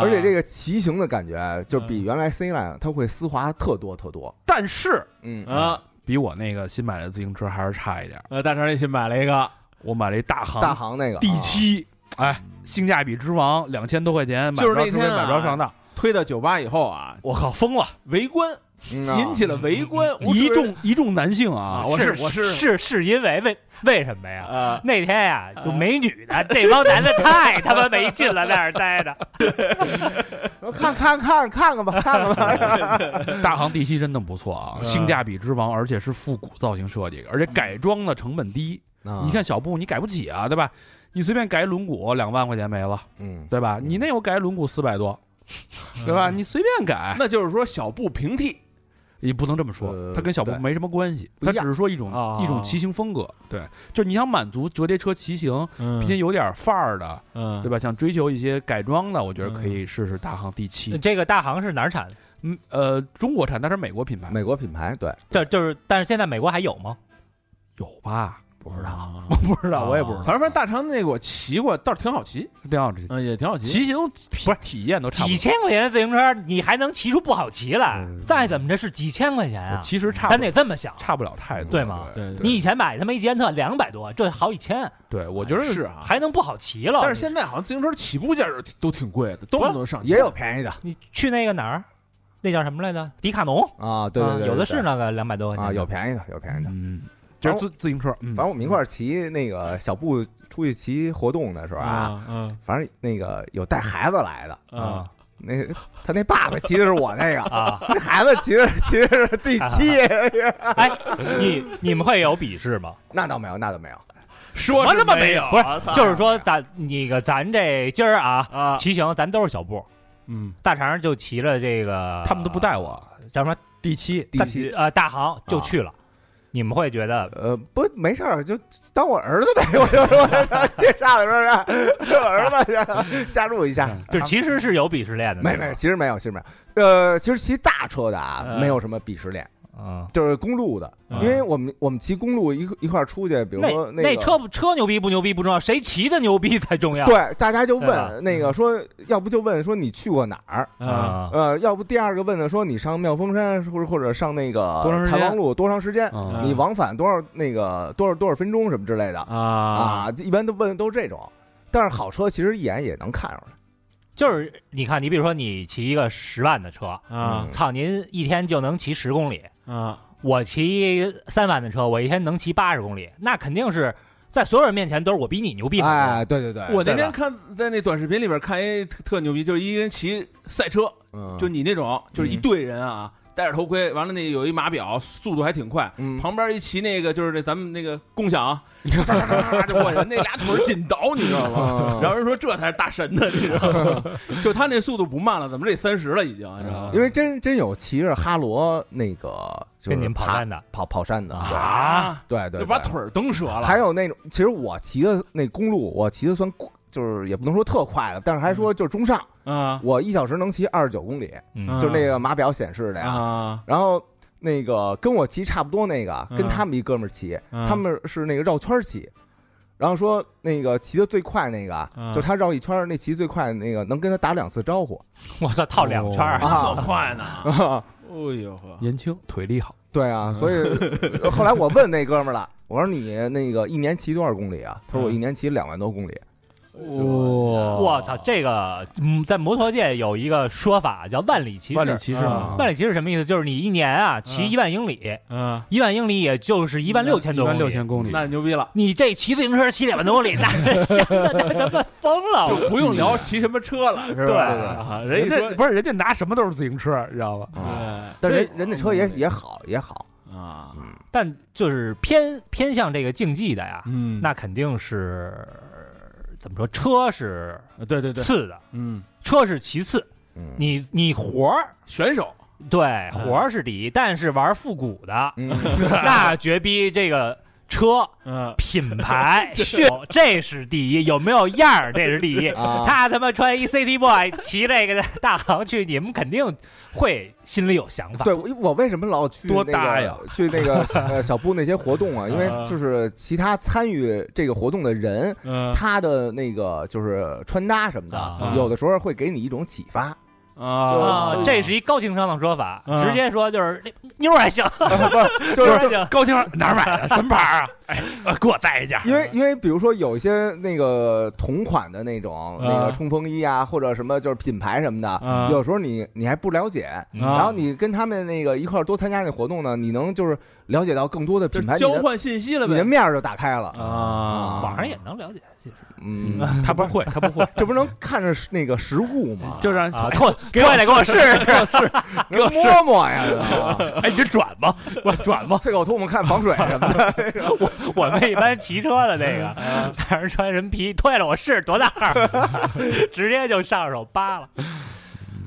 [SPEAKER 2] 而
[SPEAKER 5] 而
[SPEAKER 2] 且这个骑行的感觉，就比原来 C line 它会丝滑特多特多。
[SPEAKER 1] 但是
[SPEAKER 2] 嗯，
[SPEAKER 5] 啊，
[SPEAKER 1] 比我那个新买的自行车还是差一点儿，
[SPEAKER 5] 呃，大肠也新买了一个，
[SPEAKER 1] 我买了一大行
[SPEAKER 2] 大行啊那个
[SPEAKER 1] D 七，哎，性价比之王，两千多块钱，
[SPEAKER 5] 就是那
[SPEAKER 1] 买不
[SPEAKER 5] 天
[SPEAKER 1] 着吃
[SPEAKER 5] 啊
[SPEAKER 1] 亏买不着上当，
[SPEAKER 5] 推到酒吧以后啊，
[SPEAKER 1] 我靠，疯了！
[SPEAKER 5] 围观引
[SPEAKER 2] 引
[SPEAKER 5] 起了围观，我
[SPEAKER 1] 嗯
[SPEAKER 5] 觉
[SPEAKER 1] 一
[SPEAKER 5] 得
[SPEAKER 1] 众一众男性啊，我
[SPEAKER 4] 是
[SPEAKER 5] 我是
[SPEAKER 4] 是是因为为为什么呀？
[SPEAKER 5] 啊，
[SPEAKER 3] 呃
[SPEAKER 4] 那天呀，就没女的，这帮男的太他妈没劲了，在那儿待 着。
[SPEAKER 2] 看看看看看吧，看看吧。
[SPEAKER 1] 大行 D 七真的不错啊，
[SPEAKER 5] 嗯
[SPEAKER 1] 性价比之王，而且是复古造型设计，而且改装的成本低。
[SPEAKER 2] 啊
[SPEAKER 1] 你看小布，你改不起啊，对吧？你随便改一轮毂两万块钱没了，
[SPEAKER 2] 嗯，
[SPEAKER 1] 对吧？你那我改一轮毂四百多，对吧？你随便改，
[SPEAKER 5] 那就是说小布平替，
[SPEAKER 1] 也不能这么说，
[SPEAKER 2] 呃
[SPEAKER 1] 它跟小布
[SPEAKER 2] 对
[SPEAKER 1] 没什么关系，
[SPEAKER 2] 不一
[SPEAKER 1] 它
[SPEAKER 2] 样
[SPEAKER 1] 只是说一种
[SPEAKER 5] 啊
[SPEAKER 1] 一种骑行风格。对，就是你想满足折叠车骑行，
[SPEAKER 5] 嗯
[SPEAKER 1] 并且有点范儿的，
[SPEAKER 5] 嗯
[SPEAKER 1] 对吧？想追求一些改装的，我觉得可以试试大行第七。
[SPEAKER 4] 这个大行是哪儿产的？
[SPEAKER 1] 嗯，呃，中国产，但是美国品牌
[SPEAKER 2] 美国品牌对，
[SPEAKER 4] 这就是，但是现在美国还有吗？
[SPEAKER 1] 有吧？
[SPEAKER 5] 不知道，
[SPEAKER 1] 我不知道，我也不知
[SPEAKER 3] 啊反
[SPEAKER 1] 道。
[SPEAKER 3] 正反正大长那个我骑过，倒是挺好骑，
[SPEAKER 1] 挺好奇，
[SPEAKER 3] 嗯，也挺好骑。
[SPEAKER 1] 骑行不是体验都差不
[SPEAKER 4] 几
[SPEAKER 1] 多，
[SPEAKER 4] 千块钱的自行车，你还能骑出不好骑来？
[SPEAKER 1] 嗯
[SPEAKER 4] 再怎么着是几千块钱啊，
[SPEAKER 1] 其实差不
[SPEAKER 4] 咱
[SPEAKER 1] 多
[SPEAKER 4] 得这么想。
[SPEAKER 1] 差不了太多，
[SPEAKER 4] 对吗
[SPEAKER 3] 对，
[SPEAKER 4] 你以前买他妈一捷安特两百多，这好几千，
[SPEAKER 1] 对，我觉得
[SPEAKER 3] 是啊，
[SPEAKER 4] 还能不好骑了？
[SPEAKER 3] 但是现在好像自行车起步价儿都挺贵的，动不动上
[SPEAKER 2] 也有便宜的
[SPEAKER 4] 你去那个哪儿，那叫什么来着？迪卡侬，
[SPEAKER 2] 啊，对对
[SPEAKER 4] 啊
[SPEAKER 2] 对，
[SPEAKER 4] 有的
[SPEAKER 2] 对
[SPEAKER 4] 是那个两百多块钱的
[SPEAKER 2] 啊，有便宜的，有便宜的。
[SPEAKER 1] 嗯，就是自自行车，嗯
[SPEAKER 2] 反，正我们一块儿骑那个小布出去骑活动的时候啊，
[SPEAKER 3] 啊，嗯
[SPEAKER 2] 反正那个有带孩子来的，
[SPEAKER 3] 啊，
[SPEAKER 2] 那他那爸爸骑的是我那个，
[SPEAKER 4] 啊。
[SPEAKER 2] 那孩子骑的骑的是第 七，
[SPEAKER 4] 哎，你你们会有鄙视吗？
[SPEAKER 2] 那倒没有，那倒没有。
[SPEAKER 3] 说
[SPEAKER 4] 什么
[SPEAKER 3] 这
[SPEAKER 4] 他妈没
[SPEAKER 3] 没
[SPEAKER 4] 有不是，就是说咱那个咱这今儿啊
[SPEAKER 3] 啊，
[SPEAKER 4] 骑行，咱都是小步，
[SPEAKER 3] 嗯，
[SPEAKER 4] 大肠就骑了这个，
[SPEAKER 1] 他们都不带我。
[SPEAKER 4] 叫什么
[SPEAKER 1] 第七，
[SPEAKER 2] 第
[SPEAKER 4] 大
[SPEAKER 2] 七
[SPEAKER 4] 呃大行就去了。你们会觉得
[SPEAKER 2] 呃，不，没事儿，就当我儿子呗。我就说 介绍的时候让让我儿子加入一下。
[SPEAKER 4] 就是其实是有鄙视链的，
[SPEAKER 2] 没
[SPEAKER 4] 嗯对
[SPEAKER 2] 没，
[SPEAKER 4] 吧
[SPEAKER 2] 其实没有，其实没有。呃，其实骑大车的啊，
[SPEAKER 4] 嗯
[SPEAKER 2] 没有什么鄙视链，
[SPEAKER 4] 嗯，
[SPEAKER 2] 就是公路的，
[SPEAKER 4] 嗯
[SPEAKER 2] 因为我们我们骑公路一一块儿出去，比如说个
[SPEAKER 4] 那那车啊不车牛逼不牛逼不重要，谁骑的牛逼才重要。
[SPEAKER 2] 对，大家就
[SPEAKER 4] 对吧
[SPEAKER 2] 问那个说，要不就问说你去过哪儿？
[SPEAKER 1] 嗯
[SPEAKER 3] 啊，
[SPEAKER 4] 啊，
[SPEAKER 2] 呃，要不第二个问的说你上妙峰山，或者或者上那个
[SPEAKER 1] 多长时间
[SPEAKER 2] 台王路多长时间？
[SPEAKER 1] 嗯
[SPEAKER 3] 嗯
[SPEAKER 2] 你往返多少那个多少多少分钟什么之类的
[SPEAKER 3] 啊，
[SPEAKER 2] 啊？一般都问的都是这种，但是好车其实一眼也能看出来。
[SPEAKER 4] 就是你看，你比如说你骑一个十万的车，嗯
[SPEAKER 3] 啊
[SPEAKER 4] 操，您一天就能骑十公里。
[SPEAKER 3] 啊，
[SPEAKER 4] 我骑三万的车，我一天能骑八十公里，那肯定是在所有人面前都是我比你牛逼很多。
[SPEAKER 2] 哎，对对对，
[SPEAKER 3] 我那
[SPEAKER 4] 对吧
[SPEAKER 3] 天看在那短视频里边看一特特牛逼，就是一个人骑赛车，
[SPEAKER 2] 嗯
[SPEAKER 3] 就你那种，就是一
[SPEAKER 2] 嗯
[SPEAKER 3] 队人啊，戴着头盔，完了那有一码表，速度还挺快。
[SPEAKER 2] 嗯
[SPEAKER 3] 旁边一骑那个就是那咱们那个 共享，哒哒哒哒就过去，那俩腿儿紧倒，你知道吗
[SPEAKER 2] 嗯？
[SPEAKER 3] 然后人说这才是大神呢，你知 道吗？就他那速度不慢了，怎么得三十了已经，你知道吗
[SPEAKER 2] 因？为真真有骑着哈罗那个就是
[SPEAKER 4] 跟您跑
[SPEAKER 2] 爬
[SPEAKER 4] 山的
[SPEAKER 2] 跑跑山的，
[SPEAKER 3] 啊，
[SPEAKER 2] 对对对，对
[SPEAKER 3] 就把腿儿蹬折了。
[SPEAKER 2] 还有那种，其实我骑的那公路，我骑的算就是也不能说特快了，但是还说就是中上，
[SPEAKER 3] 啊
[SPEAKER 2] 我一小时能骑二十九公里，
[SPEAKER 4] 嗯
[SPEAKER 2] 就是那个码表显示的呀。
[SPEAKER 3] 啊
[SPEAKER 2] 然后那个跟我骑差不多那个，
[SPEAKER 3] 嗯
[SPEAKER 2] 跟他们一哥们儿骑，
[SPEAKER 3] 嗯
[SPEAKER 2] 他们是那个绕圈儿骑，然后说那个骑的最快那个，
[SPEAKER 3] 嗯
[SPEAKER 2] 就他绕一圈儿，那骑最快的那个能跟他打两次招呼。
[SPEAKER 4] 我操，套两圈儿
[SPEAKER 3] 这
[SPEAKER 2] 哦
[SPEAKER 3] 么快呢？哎呦呵，
[SPEAKER 1] 年轻，腿力好，
[SPEAKER 2] 对啊， 所以后来我问那哥们儿了，我说你那个一年骑多少公里啊？他说我一年骑两万多公里。 哦
[SPEAKER 4] 我操，这个嗯，在摩托界有一个说法叫万里骑士。
[SPEAKER 1] 万里骑士嘛
[SPEAKER 3] 啊
[SPEAKER 4] 万里骑士什么意思？就是你一年啊骑
[SPEAKER 3] 嗯
[SPEAKER 4] 一万英里，
[SPEAKER 3] 嗯，
[SPEAKER 4] 一万英里也就是一万六千多
[SPEAKER 1] 一
[SPEAKER 4] 公
[SPEAKER 1] 万
[SPEAKER 4] 里。
[SPEAKER 1] 六千公里，
[SPEAKER 3] 那牛逼了。
[SPEAKER 4] 你这骑自行车骑两万多公里，那那他妈疯了！
[SPEAKER 3] 就
[SPEAKER 4] 我
[SPEAKER 3] 哦不用聊骑什么车了，是
[SPEAKER 4] 嗯对啊
[SPEAKER 3] 吧？对
[SPEAKER 1] 人
[SPEAKER 3] 人家
[SPEAKER 1] 家
[SPEAKER 3] 说
[SPEAKER 1] 不是人家拿什么都是自行车，你知道吧？
[SPEAKER 3] 哎
[SPEAKER 2] 啊但人人那车也也好也好，
[SPEAKER 3] 啊，
[SPEAKER 4] 但就是偏偏向这个竞技的呀，
[SPEAKER 3] 嗯
[SPEAKER 4] 那肯定是怎么说？车是
[SPEAKER 3] 对对对，
[SPEAKER 4] 次的，
[SPEAKER 3] 嗯，
[SPEAKER 4] 车是其次，
[SPEAKER 2] 嗯，
[SPEAKER 4] 你你活儿
[SPEAKER 3] 选手
[SPEAKER 4] 对活儿是第一，但是玩复古的
[SPEAKER 2] 嗯
[SPEAKER 4] 那绝逼这个车
[SPEAKER 3] 嗯
[SPEAKER 4] 品 牌炫，这是第一，有没有样儿这是第一。
[SPEAKER 2] 啊
[SPEAKER 4] 他他妈穿一 City Boy 骑这个大行去，你们肯定会心里有想法。
[SPEAKER 2] 对，我我为什么老去
[SPEAKER 1] 多
[SPEAKER 2] 那个
[SPEAKER 1] 搭呀？
[SPEAKER 2] 去那个呃小布那些活动啊，因为
[SPEAKER 3] 啊
[SPEAKER 2] 就是其他参与这个活动的人，
[SPEAKER 3] 嗯
[SPEAKER 2] 他的那个就是穿搭什么
[SPEAKER 4] 啊
[SPEAKER 2] 的，有的时候会给你一种启 发。
[SPEAKER 4] 啊
[SPEAKER 2] 哦
[SPEAKER 3] 啊，，
[SPEAKER 4] 这是一高情商的说法，
[SPEAKER 3] 啊
[SPEAKER 4] 直接说就是那妞儿还行，
[SPEAKER 2] 嗯就是
[SPEAKER 4] 妞儿还
[SPEAKER 2] 就
[SPEAKER 4] 行，
[SPEAKER 1] 高清哪儿买的？什么牌儿啊？哎，给我带一件。
[SPEAKER 2] 因为因为比如说有一些那个同款的那种那
[SPEAKER 3] 啊
[SPEAKER 2] 个冲锋衣啊，或者什么就是品牌什么
[SPEAKER 3] 啊
[SPEAKER 2] 的，有时候你你还不了解，
[SPEAKER 4] 嗯
[SPEAKER 3] 啊
[SPEAKER 2] 然后你跟他们那个一块儿多参加那活动呢，你能就是了解到更多的
[SPEAKER 3] 就
[SPEAKER 2] 品
[SPEAKER 3] 是
[SPEAKER 2] 牌，你
[SPEAKER 3] 交
[SPEAKER 2] 的
[SPEAKER 3] 换信息了
[SPEAKER 2] 你的
[SPEAKER 3] 呗
[SPEAKER 2] 面儿就打开了。
[SPEAKER 3] 啊
[SPEAKER 4] 网上也能了解，其实
[SPEAKER 2] 嗯，
[SPEAKER 1] 他不会，他不会，
[SPEAKER 2] 这不能看着是那个实物吗？
[SPEAKER 1] 就让
[SPEAKER 4] 啊，过过来给我试试，
[SPEAKER 2] 能摸摸呀，是吧
[SPEAKER 1] 哎，你这转吧，我 转吧。
[SPEAKER 2] 啐口唾沫看防水什么的。
[SPEAKER 4] 我们一般骑车的那
[SPEAKER 3] 嗯
[SPEAKER 4] 个， 但是 穿人皮脱下来我试多大号儿，直接就上手扒了。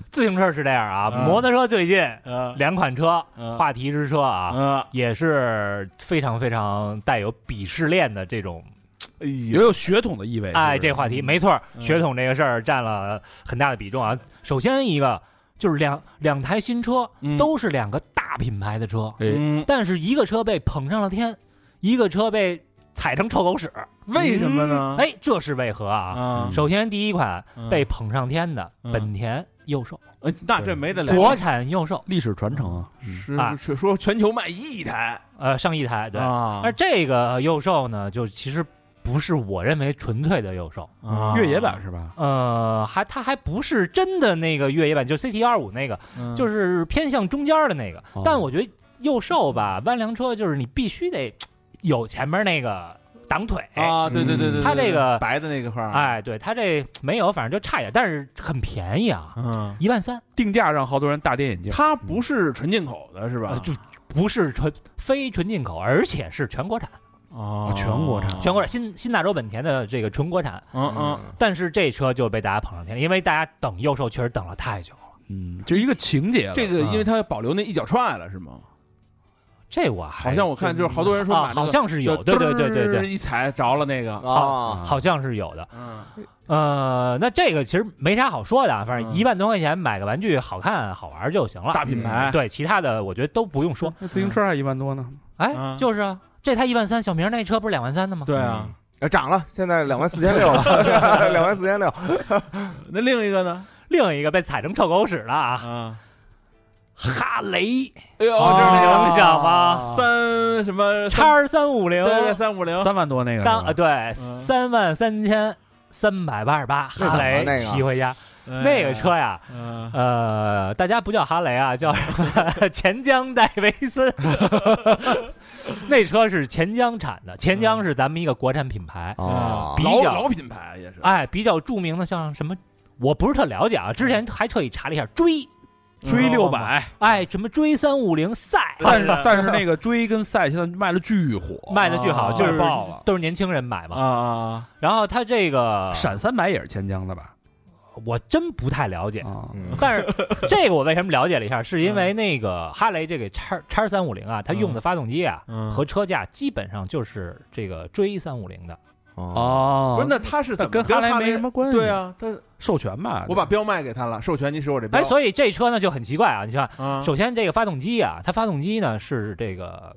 [SPEAKER 4] 自行车是这样啊，
[SPEAKER 3] 嗯
[SPEAKER 4] 摩托车最近
[SPEAKER 3] 嗯
[SPEAKER 4] 两款车，
[SPEAKER 3] 嗯
[SPEAKER 4] 话题之车啊，
[SPEAKER 3] 嗯，
[SPEAKER 4] 也是非常非常带有鄙视链的这种。
[SPEAKER 3] 哎呦
[SPEAKER 1] 也，有血统的意味。
[SPEAKER 4] 哎，
[SPEAKER 1] 是
[SPEAKER 4] 这话题没错儿，
[SPEAKER 3] 嗯
[SPEAKER 4] 血统这个事儿占了很大的比重啊。首先一个就是两两台新车
[SPEAKER 3] 嗯
[SPEAKER 4] 都是两个大品牌的车，
[SPEAKER 1] 哎
[SPEAKER 3] 嗯，
[SPEAKER 4] 但是一个车被捧上了天，一个车被踩成臭狗屎。
[SPEAKER 3] 为什么
[SPEAKER 2] 嗯
[SPEAKER 3] 呢？
[SPEAKER 4] 哎，这是为何啊？
[SPEAKER 3] 啊，
[SPEAKER 4] 首先，第一款
[SPEAKER 3] 嗯
[SPEAKER 4] 被捧上天的
[SPEAKER 3] 嗯
[SPEAKER 4] 本田佑兽，
[SPEAKER 3] 哎那这没得聊，
[SPEAKER 4] 国产佑兽，
[SPEAKER 1] 历史传承啊，
[SPEAKER 3] 是
[SPEAKER 4] 啊
[SPEAKER 3] 是说全球卖一亿台，
[SPEAKER 4] 呃，上一台对。
[SPEAKER 3] 啊
[SPEAKER 4] 而这个佑兽呢，就其实不是我认为纯粹的佑兽，
[SPEAKER 3] 啊
[SPEAKER 1] 越野版是吧？
[SPEAKER 4] 呃，还它还不是真的那个越野版，就 CT 二五那个，
[SPEAKER 3] 嗯
[SPEAKER 4] 就是是偏向中间的那个。
[SPEAKER 1] 哦
[SPEAKER 4] 但我觉得佑兽吧，弯梁车就是你必须得有前面那个挡腿，
[SPEAKER 3] 啊，对对对对，
[SPEAKER 4] 它
[SPEAKER 3] 对
[SPEAKER 4] 这个
[SPEAKER 3] 白的那个块儿，，
[SPEAKER 4] 哎，对，它这没有，反正就差一点，但是很便宜啊，
[SPEAKER 3] 嗯，
[SPEAKER 4] 一万三，
[SPEAKER 1] 定价让好多人大跌眼镜。
[SPEAKER 3] 它不是纯进口的是吧
[SPEAKER 4] 呃？就不是纯非纯进口，而且是全国产，
[SPEAKER 3] 啊
[SPEAKER 1] 全国产
[SPEAKER 4] 全国产新新大洲本田的这个纯国产。
[SPEAKER 3] 嗯嗯，
[SPEAKER 4] 但是这车就被大家捧上天了，因为大家等幼兽确实等了太久了。
[SPEAKER 1] 嗯，就一个情节了。
[SPEAKER 3] 这
[SPEAKER 4] 嗯
[SPEAKER 3] 个因为它保留那一脚踹了是吗？
[SPEAKER 4] 这我还
[SPEAKER 3] 好像我看就是好多人说
[SPEAKER 4] 哎啊
[SPEAKER 3] 买那个
[SPEAKER 4] 好像是有，
[SPEAKER 3] 就
[SPEAKER 4] 对对对对
[SPEAKER 3] 嘚儿
[SPEAKER 4] 对，
[SPEAKER 3] 一踩着了那个，
[SPEAKER 4] 好，
[SPEAKER 2] 啊，
[SPEAKER 4] 好像是有的。
[SPEAKER 3] 嗯
[SPEAKER 4] 呃，那这个其实没啥好说的，啊，反正
[SPEAKER 3] 嗯
[SPEAKER 4] 一万多块钱买个玩具好看好玩就行了。嗯
[SPEAKER 3] 大品牌
[SPEAKER 4] 对，其他的我觉得都不用说。
[SPEAKER 1] 那自行车还一万多呢，
[SPEAKER 4] 哎
[SPEAKER 3] 嗯，
[SPEAKER 4] 就是啊，这台一万三，小明那车不是两万三的吗？
[SPEAKER 3] 对啊，
[SPEAKER 2] 呃涨了，现在两万四千六了，两万四千六。
[SPEAKER 3] 那另一个呢？
[SPEAKER 4] 另一个被踩成臭狗屎了嗯啊，
[SPEAKER 3] 啊，嗯
[SPEAKER 4] 哈雷
[SPEAKER 3] 哎呦，
[SPEAKER 4] 哦
[SPEAKER 3] 这是
[SPEAKER 4] 能想吗？
[SPEAKER 3] 三什么
[SPEAKER 4] 叉
[SPEAKER 3] 三
[SPEAKER 4] 儿三五零，
[SPEAKER 3] 呃对对三五零，
[SPEAKER 1] 三万多
[SPEAKER 2] 嗯
[SPEAKER 1] 那个是吧。
[SPEAKER 4] 当啊对，三万三千三百八十
[SPEAKER 2] 那
[SPEAKER 4] 八，哈
[SPEAKER 2] 怎么那
[SPEAKER 4] 雷
[SPEAKER 2] 个啊
[SPEAKER 4] 骑回家，
[SPEAKER 3] 哎
[SPEAKER 4] 那个车呀，
[SPEAKER 3] 嗯
[SPEAKER 4] 呃，大家不叫哈雷 啊，叫什么钱江戴维森。 那车是钱江产的，钱江是咱们一个国产品牌，
[SPEAKER 2] 哦
[SPEAKER 3] 啊，
[SPEAKER 4] 比
[SPEAKER 3] 老
[SPEAKER 4] 较
[SPEAKER 3] 老品牌
[SPEAKER 2] 嗯
[SPEAKER 3] 也是，
[SPEAKER 4] 哎，比较著名的像什么，我不是特了解啊，之前还特意查了一下，追，
[SPEAKER 2] 嗯
[SPEAKER 1] 追六
[SPEAKER 2] 哦
[SPEAKER 1] 百，
[SPEAKER 4] 哎，什么追三五零赛，
[SPEAKER 1] 但
[SPEAKER 2] 哎
[SPEAKER 1] 是但是那个追跟赛现在卖的巨火，
[SPEAKER 4] 卖的巨好，
[SPEAKER 3] 哦
[SPEAKER 4] 就是
[SPEAKER 1] 爆了
[SPEAKER 4] 都是年轻人买嘛。
[SPEAKER 3] 啊，
[SPEAKER 4] 然后它这个
[SPEAKER 1] 闪三百也是钱江的吧？
[SPEAKER 4] 我真不太了解，
[SPEAKER 1] 啊，
[SPEAKER 2] 嗯
[SPEAKER 4] 但是这个我为什么了解了一下，是因为那个哈雷这个叉叉三五零啊，它用的发动机啊
[SPEAKER 3] 嗯
[SPEAKER 4] 和车架基本上就是这个追三五零的，
[SPEAKER 2] 哦，
[SPEAKER 1] 哦
[SPEAKER 4] 啊
[SPEAKER 3] 不是，那他是怎
[SPEAKER 1] 那
[SPEAKER 3] 么
[SPEAKER 1] 跟哈雷没什么关系。
[SPEAKER 3] 对，啊，他
[SPEAKER 1] 授权吧。
[SPEAKER 3] 我把标卖给他了，授权你使我这标，
[SPEAKER 4] 哎，所以这车呢就很奇怪啊，你看，
[SPEAKER 3] 啊
[SPEAKER 4] 首先这个发动机啊，它发动机呢是这个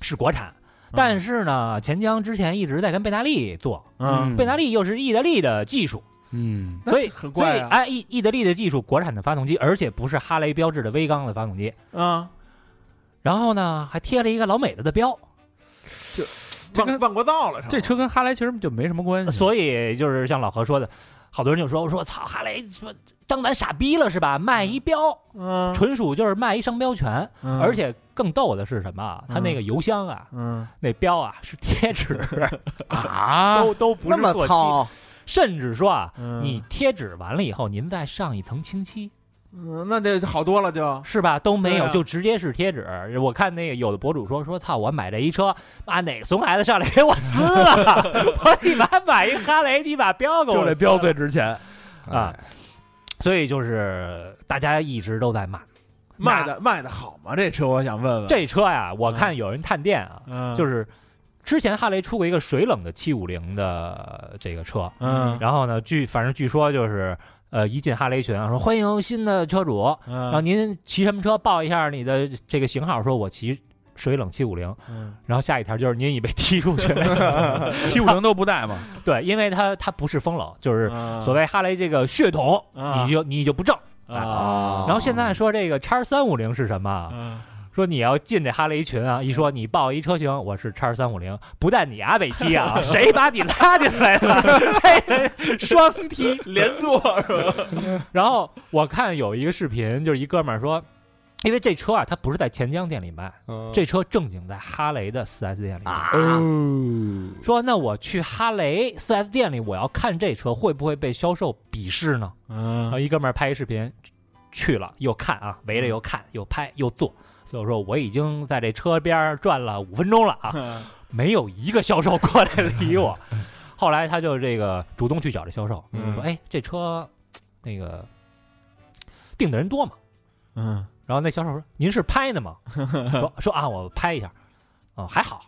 [SPEAKER 4] 是国产。
[SPEAKER 3] 嗯
[SPEAKER 4] 但是呢，钱江之前一直在跟贝纳利做，
[SPEAKER 3] 嗯
[SPEAKER 4] 贝纳利又是意大利的技术，
[SPEAKER 1] 嗯，
[SPEAKER 3] 那
[SPEAKER 4] 所以
[SPEAKER 3] 很
[SPEAKER 4] 所
[SPEAKER 3] 怪
[SPEAKER 4] 以
[SPEAKER 3] 啊
[SPEAKER 4] 哎，意意大利的技术，国产的发动机，而且不是哈雷标志的微缸的发动机，
[SPEAKER 3] 啊，
[SPEAKER 4] 然后呢还贴了一个老美的的标，
[SPEAKER 1] 这
[SPEAKER 3] 万
[SPEAKER 1] 跟
[SPEAKER 3] 万国造了成，
[SPEAKER 1] 这车跟哈雷其实就没什么关系。
[SPEAKER 4] 所以就是像老何说的，好多人就说说操哈雷什么张楠傻逼了是吧？卖一标，
[SPEAKER 3] 嗯，
[SPEAKER 4] 纯属就是卖一商标权，
[SPEAKER 3] 嗯
[SPEAKER 4] 而且更逗的是什么啊？他那个油箱啊，
[SPEAKER 3] 嗯
[SPEAKER 4] 那标啊是贴纸
[SPEAKER 1] 啊，
[SPEAKER 4] 都都不
[SPEAKER 2] 那
[SPEAKER 4] 是
[SPEAKER 2] 么
[SPEAKER 4] 做漆，
[SPEAKER 2] 糙，
[SPEAKER 4] 甚至说啊，
[SPEAKER 3] 嗯
[SPEAKER 4] 你贴纸完了以后，您再上一层清漆，
[SPEAKER 3] 嗯那得好多了就，
[SPEAKER 4] 是吧？都没有，
[SPEAKER 3] 对啊
[SPEAKER 4] 就直接是贴纸。我看那个有的博主说说操，我买这一车，妈哪个怂孩子上来给我撕了？ 我你妈买一哈雷，你把标给我
[SPEAKER 1] 就这
[SPEAKER 4] 撕
[SPEAKER 1] 标
[SPEAKER 4] 了
[SPEAKER 1] 最值钱。
[SPEAKER 4] 啊，所以就是大家一直都在骂
[SPEAKER 3] 卖的卖的好吗？这车我想问问，
[SPEAKER 4] 这车呀。我看有人探店啊，
[SPEAKER 3] 嗯
[SPEAKER 4] 就是之前哈雷出过一个水冷的七五零的这个车，
[SPEAKER 3] 嗯
[SPEAKER 4] 然后呢，据反正据说就是呃，一进哈雷群啊，说欢迎新的车主，然后
[SPEAKER 3] 嗯
[SPEAKER 4] 您骑什么车报一下你的这个型号，说我骑水冷七五零，
[SPEAKER 3] 嗯
[SPEAKER 4] 然后下一条就是您已被踢出去，
[SPEAKER 1] 七五零都不带 嘛，
[SPEAKER 4] 对，因为它它不是风冷，就是
[SPEAKER 3] 嗯
[SPEAKER 4] 所谓哈雷这个血统，
[SPEAKER 3] 啊
[SPEAKER 4] 你就你就不正。
[SPEAKER 3] 啊，
[SPEAKER 4] 然后现在说这个叉三五零是什么啊？
[SPEAKER 3] 嗯
[SPEAKER 4] 说你要进这哈雷群啊，一说你报一车型，我是叉三五零，不但你阿北踢 啊，谁把你拉进来 了？这人双踢连坐是吧？ 然后我看有一个视频，就是一哥们儿说，因为这车啊，它不是在钱江店里卖，这车正经在哈雷的 4S 店里卖。
[SPEAKER 2] 啊，
[SPEAKER 1] 嗯
[SPEAKER 4] 说那我去哈雷 4S 店里，我要看这车会不会被销售鄙视呢？然
[SPEAKER 3] 嗯
[SPEAKER 4] 后一哥们儿拍一视频，去了又看啊，围着又看又拍又坐，所以说我已经在这车边儿转了五分钟了
[SPEAKER 3] 嗯
[SPEAKER 4] 啊，没有一个销售过来理我。后来他就这个主动去找这销售，
[SPEAKER 3] 嗯
[SPEAKER 4] 说：“哎，这车那个订的人多嘛。
[SPEAKER 8] 嗯，
[SPEAKER 4] 然后那销售说：“您是拍的吗？”说说啊，我拍一下，啊、还好。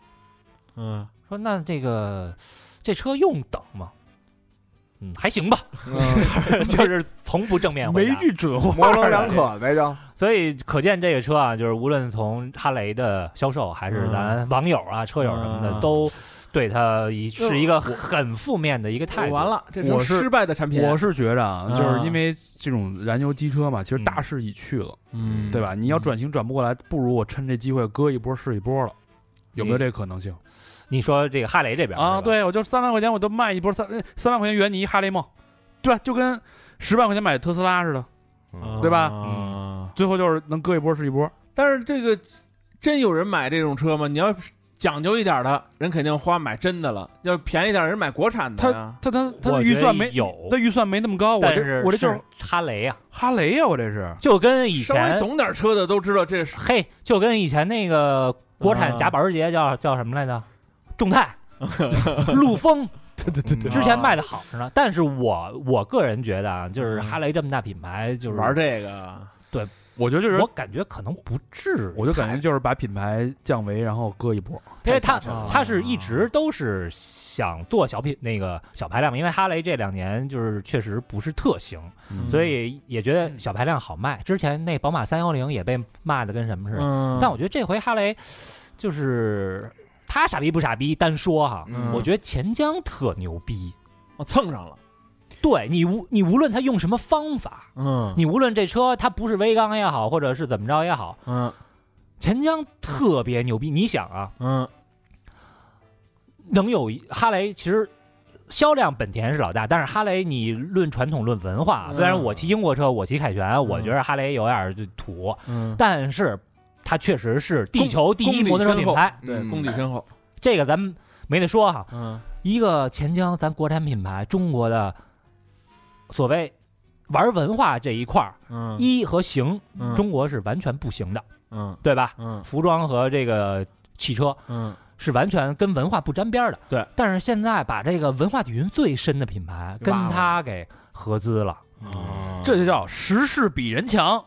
[SPEAKER 8] 嗯，
[SPEAKER 4] 说那这个这车用等吗？嗯，还行吧， 就是从不正面回答。
[SPEAKER 8] 准话
[SPEAKER 2] 模棱两可呗，就
[SPEAKER 4] 所以可见这个车啊，就是无论从哈雷的销售，还
[SPEAKER 1] 嗯
[SPEAKER 4] 是咱网友啊、车友什么的，
[SPEAKER 8] 嗯
[SPEAKER 4] 都对它一是一个很负面的一个态度。
[SPEAKER 3] 完，了，这
[SPEAKER 1] 我
[SPEAKER 3] 是
[SPEAKER 1] 是
[SPEAKER 3] 失败的产品。
[SPEAKER 1] 我是觉着啊，
[SPEAKER 8] 嗯
[SPEAKER 1] 就是因为这种燃油机车嘛，其实
[SPEAKER 4] 嗯
[SPEAKER 1] 大势已去了，
[SPEAKER 8] 嗯，
[SPEAKER 1] 对？吧？你要转型转不过来，不如我趁这机会割一波是一波了，有没有这个可能性
[SPEAKER 4] 你说这个哈雷这边
[SPEAKER 1] 啊？
[SPEAKER 4] 是吧，
[SPEAKER 1] 对，我就三万块钱我都卖一波三呃三万块钱原泥哈雷梦，对吧？就跟十万块钱买特斯拉似的，
[SPEAKER 2] 嗯
[SPEAKER 1] 对吧
[SPEAKER 8] 嗯，
[SPEAKER 1] 最后就是能割一波是一波。
[SPEAKER 3] 嗯但是这个真有人买这种车吗？你要讲究一点的，人肯定花买真的了；要便宜点，人买国产的呀。
[SPEAKER 1] 他他他
[SPEAKER 4] 我
[SPEAKER 1] 的
[SPEAKER 4] 觉
[SPEAKER 1] 预
[SPEAKER 4] 得
[SPEAKER 1] 算没
[SPEAKER 4] 有
[SPEAKER 1] 他，预算没那么高，我
[SPEAKER 4] 但
[SPEAKER 1] 这我这就是
[SPEAKER 4] 哈雷啊，
[SPEAKER 1] 哈雷呀、我这是
[SPEAKER 4] 就跟以
[SPEAKER 3] 稍微
[SPEAKER 4] 前
[SPEAKER 3] 懂点车的都知道这是
[SPEAKER 4] 嘿，就跟以前那个国
[SPEAKER 1] 啊
[SPEAKER 4] 产假保时捷叫叫什么来着？众泰、陆风，
[SPEAKER 8] 对对对对，
[SPEAKER 4] 之前卖的好着呢。
[SPEAKER 1] 啊
[SPEAKER 4] 但是我我个人觉得啊，就是
[SPEAKER 1] 嗯
[SPEAKER 4] 哈雷这么大品牌，就是
[SPEAKER 3] 玩这个。
[SPEAKER 1] 我觉得就是
[SPEAKER 4] 我感觉可能不至于，
[SPEAKER 1] 我就感觉就是把品牌降维，然后割一波。
[SPEAKER 4] 因为他
[SPEAKER 3] 太吓人了
[SPEAKER 4] 他是一直都是想做小品那个小排量，因为哈雷这两年就是确实不是特行，
[SPEAKER 1] 嗯
[SPEAKER 4] 所以也觉得小排量好卖。之前那宝马三幺零也被骂的跟什么似的，
[SPEAKER 8] 嗯，
[SPEAKER 4] 但我觉得这回哈雷就是他傻逼不傻逼单说哈，
[SPEAKER 8] 嗯
[SPEAKER 4] 我觉得钱江特牛逼。
[SPEAKER 3] 我蹭上了，
[SPEAKER 4] 对你无你无论他用什么方法，
[SPEAKER 8] 嗯
[SPEAKER 4] 你无论这车它不是微缸也好，或者是怎么着也好，
[SPEAKER 8] 嗯
[SPEAKER 4] 钱江特别牛逼。你想啊，
[SPEAKER 8] 嗯
[SPEAKER 4] 能有一哈雷，其实销量本田是老大，但是哈雷你论传统论文化，
[SPEAKER 8] 嗯
[SPEAKER 4] 虽然我骑英国车，我骑凯旋，我觉得哈雷有点儿就土，
[SPEAKER 8] 嗯，
[SPEAKER 4] 但是它确实是地球第
[SPEAKER 3] 功
[SPEAKER 4] 一
[SPEAKER 3] 底
[SPEAKER 4] 摩托车
[SPEAKER 3] 深
[SPEAKER 4] 品
[SPEAKER 3] 厚
[SPEAKER 4] 牌，
[SPEAKER 3] 对，
[SPEAKER 2] 嗯
[SPEAKER 3] 功底深厚。
[SPEAKER 4] 这个咱们没得说哈。
[SPEAKER 8] 嗯
[SPEAKER 4] 一个钱江，咱国产品牌，中国的所谓玩文化这一块儿，
[SPEAKER 8] 嗯
[SPEAKER 4] 一和行，
[SPEAKER 8] 嗯
[SPEAKER 4] 中国是完全不行的，
[SPEAKER 8] 嗯
[SPEAKER 4] 对吧？
[SPEAKER 8] 嗯
[SPEAKER 4] 服装和这个汽车，
[SPEAKER 8] 嗯
[SPEAKER 4] 是完全跟文化不沾边儿的。
[SPEAKER 3] 对，
[SPEAKER 4] 但是现在把这个文化底蕴最深的品牌
[SPEAKER 3] 给
[SPEAKER 4] 跟
[SPEAKER 3] 挖了
[SPEAKER 4] 它给合资了，
[SPEAKER 8] 嗯，
[SPEAKER 1] 这就叫时势比人强，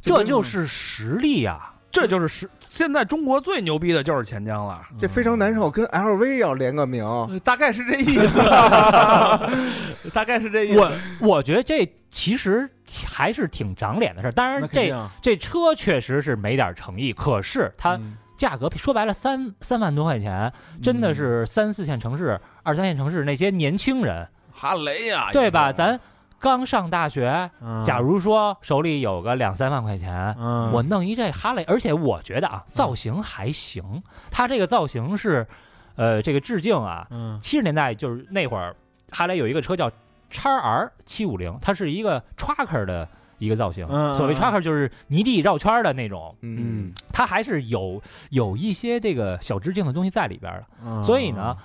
[SPEAKER 4] 这就是实力啊呀、
[SPEAKER 1] 这就是时现在中国最牛逼的就是钱江了。
[SPEAKER 2] 这非常难受，跟 LV 要联个名，
[SPEAKER 3] 呃 大概是这意 思，大概是这意思。
[SPEAKER 4] 我我觉得这其实还是挺长脸的事儿。当然
[SPEAKER 3] 那
[SPEAKER 4] 这，
[SPEAKER 3] 肯定
[SPEAKER 4] 这
[SPEAKER 3] 啊
[SPEAKER 4] 车确实是没点儿诚意，可是它
[SPEAKER 3] 嗯
[SPEAKER 4] 价格说白了三三万多块钱，真的是三四线城市、二三线城市那些年轻人，
[SPEAKER 3] 哈雷哎呀，嗯
[SPEAKER 4] 对吧？
[SPEAKER 3] 应该
[SPEAKER 4] 咱刚上大学，假如说手里有个两三万块钱，
[SPEAKER 8] 嗯
[SPEAKER 4] 我弄一这哈雷，而且我觉得啊，造型还行。它这个造型是，呃，这个致敬啊，
[SPEAKER 8] 嗯
[SPEAKER 4] 七十年代就是那会儿，哈雷有一个车叫叉 R 七五零，它是一个 trucker 的一个造型。
[SPEAKER 8] 嗯
[SPEAKER 4] 所谓
[SPEAKER 8] 嗯
[SPEAKER 4] trucker 就是泥地绕圈儿的那种，
[SPEAKER 2] 嗯
[SPEAKER 4] 它还是有有一些这个小致敬的东西在里边儿的。
[SPEAKER 8] 嗯，
[SPEAKER 4] 所以呢，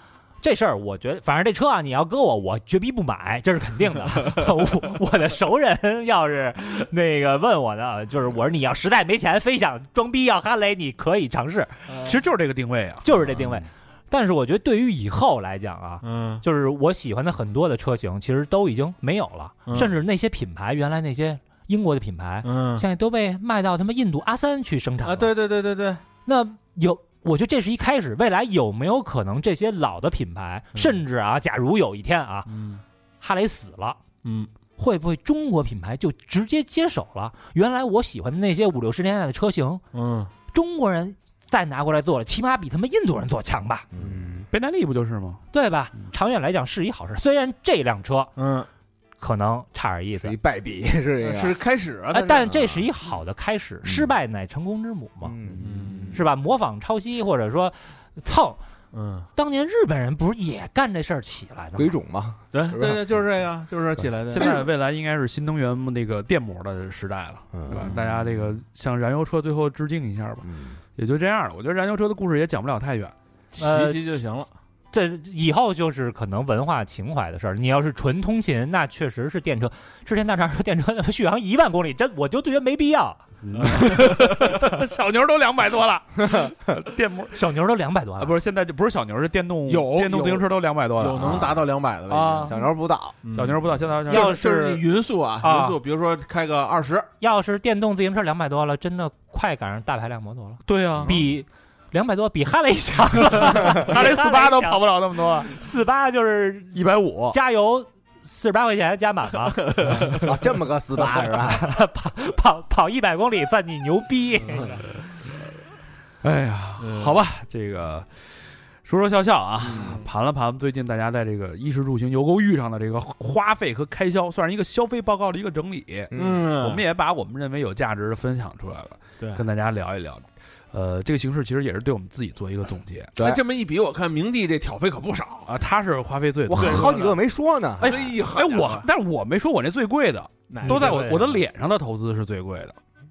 [SPEAKER 4] 这事儿我觉得，反正这车啊，你要搁我，我绝逼不买，这是肯 定的。我我的熟人要是那个问我呢，就是我说你要实在没钱，非想装逼要哈雷，你可以尝试，
[SPEAKER 1] 其实就是这个定位啊。
[SPEAKER 4] 就是这定位。但是我觉得对于以后来讲啊，
[SPEAKER 8] 嗯
[SPEAKER 4] 就是我喜欢的很多的车型，其实都已经没有了，
[SPEAKER 8] 嗯
[SPEAKER 4] 甚至那些品牌原来那些英国的品牌，
[SPEAKER 8] 嗯
[SPEAKER 4] 现在都被卖到他妈印度阿三去生产了。
[SPEAKER 3] 啊，对对对对对，
[SPEAKER 4] 那有，我觉得这是一开始。未来有没有可能这些老的品牌，
[SPEAKER 2] 嗯
[SPEAKER 4] 甚至啊，假如有一天啊，
[SPEAKER 8] 嗯
[SPEAKER 4] 哈雷死了，
[SPEAKER 8] 嗯，
[SPEAKER 4] 会不会中国品牌就直接接手了？原来我喜欢的那些五六十年代的车型，
[SPEAKER 8] 嗯
[SPEAKER 4] 中国人再拿过来做了，起码比他们印度人做强吧，
[SPEAKER 8] 嗯
[SPEAKER 1] 贝耐力不就是吗？
[SPEAKER 4] 对吧？
[SPEAKER 2] 嗯
[SPEAKER 4] 长远来讲是一好事。虽然这辆车
[SPEAKER 8] 嗯
[SPEAKER 4] 可能差点意
[SPEAKER 2] 是
[SPEAKER 4] 思
[SPEAKER 2] 一，败笔是一个，
[SPEAKER 3] 是开始啊
[SPEAKER 4] 哎，，但这是一好的开始，失败乃成功之母嘛，
[SPEAKER 2] 嗯
[SPEAKER 8] 嗯
[SPEAKER 4] 是吧？模仿抄袭或者说蹭。
[SPEAKER 8] 嗯
[SPEAKER 4] 当年日本人不是也干这事儿起来的吗
[SPEAKER 2] 鬼？冢嘛，
[SPEAKER 3] 对对对，就是这个，就是起来的。
[SPEAKER 1] 现在未来应该是新能源那个电摩的时代了，
[SPEAKER 2] 嗯
[SPEAKER 1] 对吧？大家这个向燃油车最后致敬一下吧，
[SPEAKER 2] 嗯
[SPEAKER 1] 也就这样了。我觉得燃油车的故事也讲不了太远。
[SPEAKER 3] 骑骑就行了。
[SPEAKER 4] 这以后就是可能文化情怀的事儿。你要是纯通勤，那确实是电车。之前大肠说电车他妈续航一万公里，真我就觉得没必要。
[SPEAKER 1] 小牛都两百多了， 电摩
[SPEAKER 4] 小牛都两百多
[SPEAKER 1] 啊，
[SPEAKER 4] 了，
[SPEAKER 1] 不是现在就不是小牛，是电动
[SPEAKER 8] 有
[SPEAKER 1] 电动自行车都两百多了，
[SPEAKER 8] 有能达到两百的了
[SPEAKER 1] 啊
[SPEAKER 8] 已
[SPEAKER 2] 小牛不倒，
[SPEAKER 8] 经，
[SPEAKER 1] 小牛不到现在好像
[SPEAKER 8] 要
[SPEAKER 4] 要
[SPEAKER 8] 就是
[SPEAKER 4] 是
[SPEAKER 8] 你匀速啊，
[SPEAKER 4] 啊
[SPEAKER 8] 匀速，比如说开个二十，
[SPEAKER 4] 要是电动自行车两百多了，真的快赶上大排量摩托了，
[SPEAKER 1] 对啊，
[SPEAKER 4] 比两百多比哈雷强了，
[SPEAKER 1] 哈雷四八都跑不了那么多，
[SPEAKER 4] 四八就是
[SPEAKER 1] 一百五，
[SPEAKER 4] 加油。四十八块钱加满吧，
[SPEAKER 2] 啊这么个四八是吧？
[SPEAKER 4] 跑跑一百公里算你牛逼。
[SPEAKER 1] 哎呀，好吧，这个说说笑笑啊，盘了盘最近大家在这个衣食住行、游购欲上的这个花费和开销，算是一个消费报告的一个整理。
[SPEAKER 8] 嗯
[SPEAKER 1] 我们也把我们认为有价值的分享出来了，
[SPEAKER 8] 对
[SPEAKER 1] 跟大家聊一聊。呃，这个形式其实也是对我们自己做一个总结
[SPEAKER 8] 那这么一比，我看明帝这挑费可不少。
[SPEAKER 1] 啊，他是花费最
[SPEAKER 2] 我
[SPEAKER 1] 多。
[SPEAKER 2] 好几个没说呢。
[SPEAKER 1] 哎
[SPEAKER 8] 哎呀，
[SPEAKER 1] 哎，我但是我没说我那最贵的，都在我我的
[SPEAKER 4] 脸。
[SPEAKER 1] 脸上的投资是最贵的，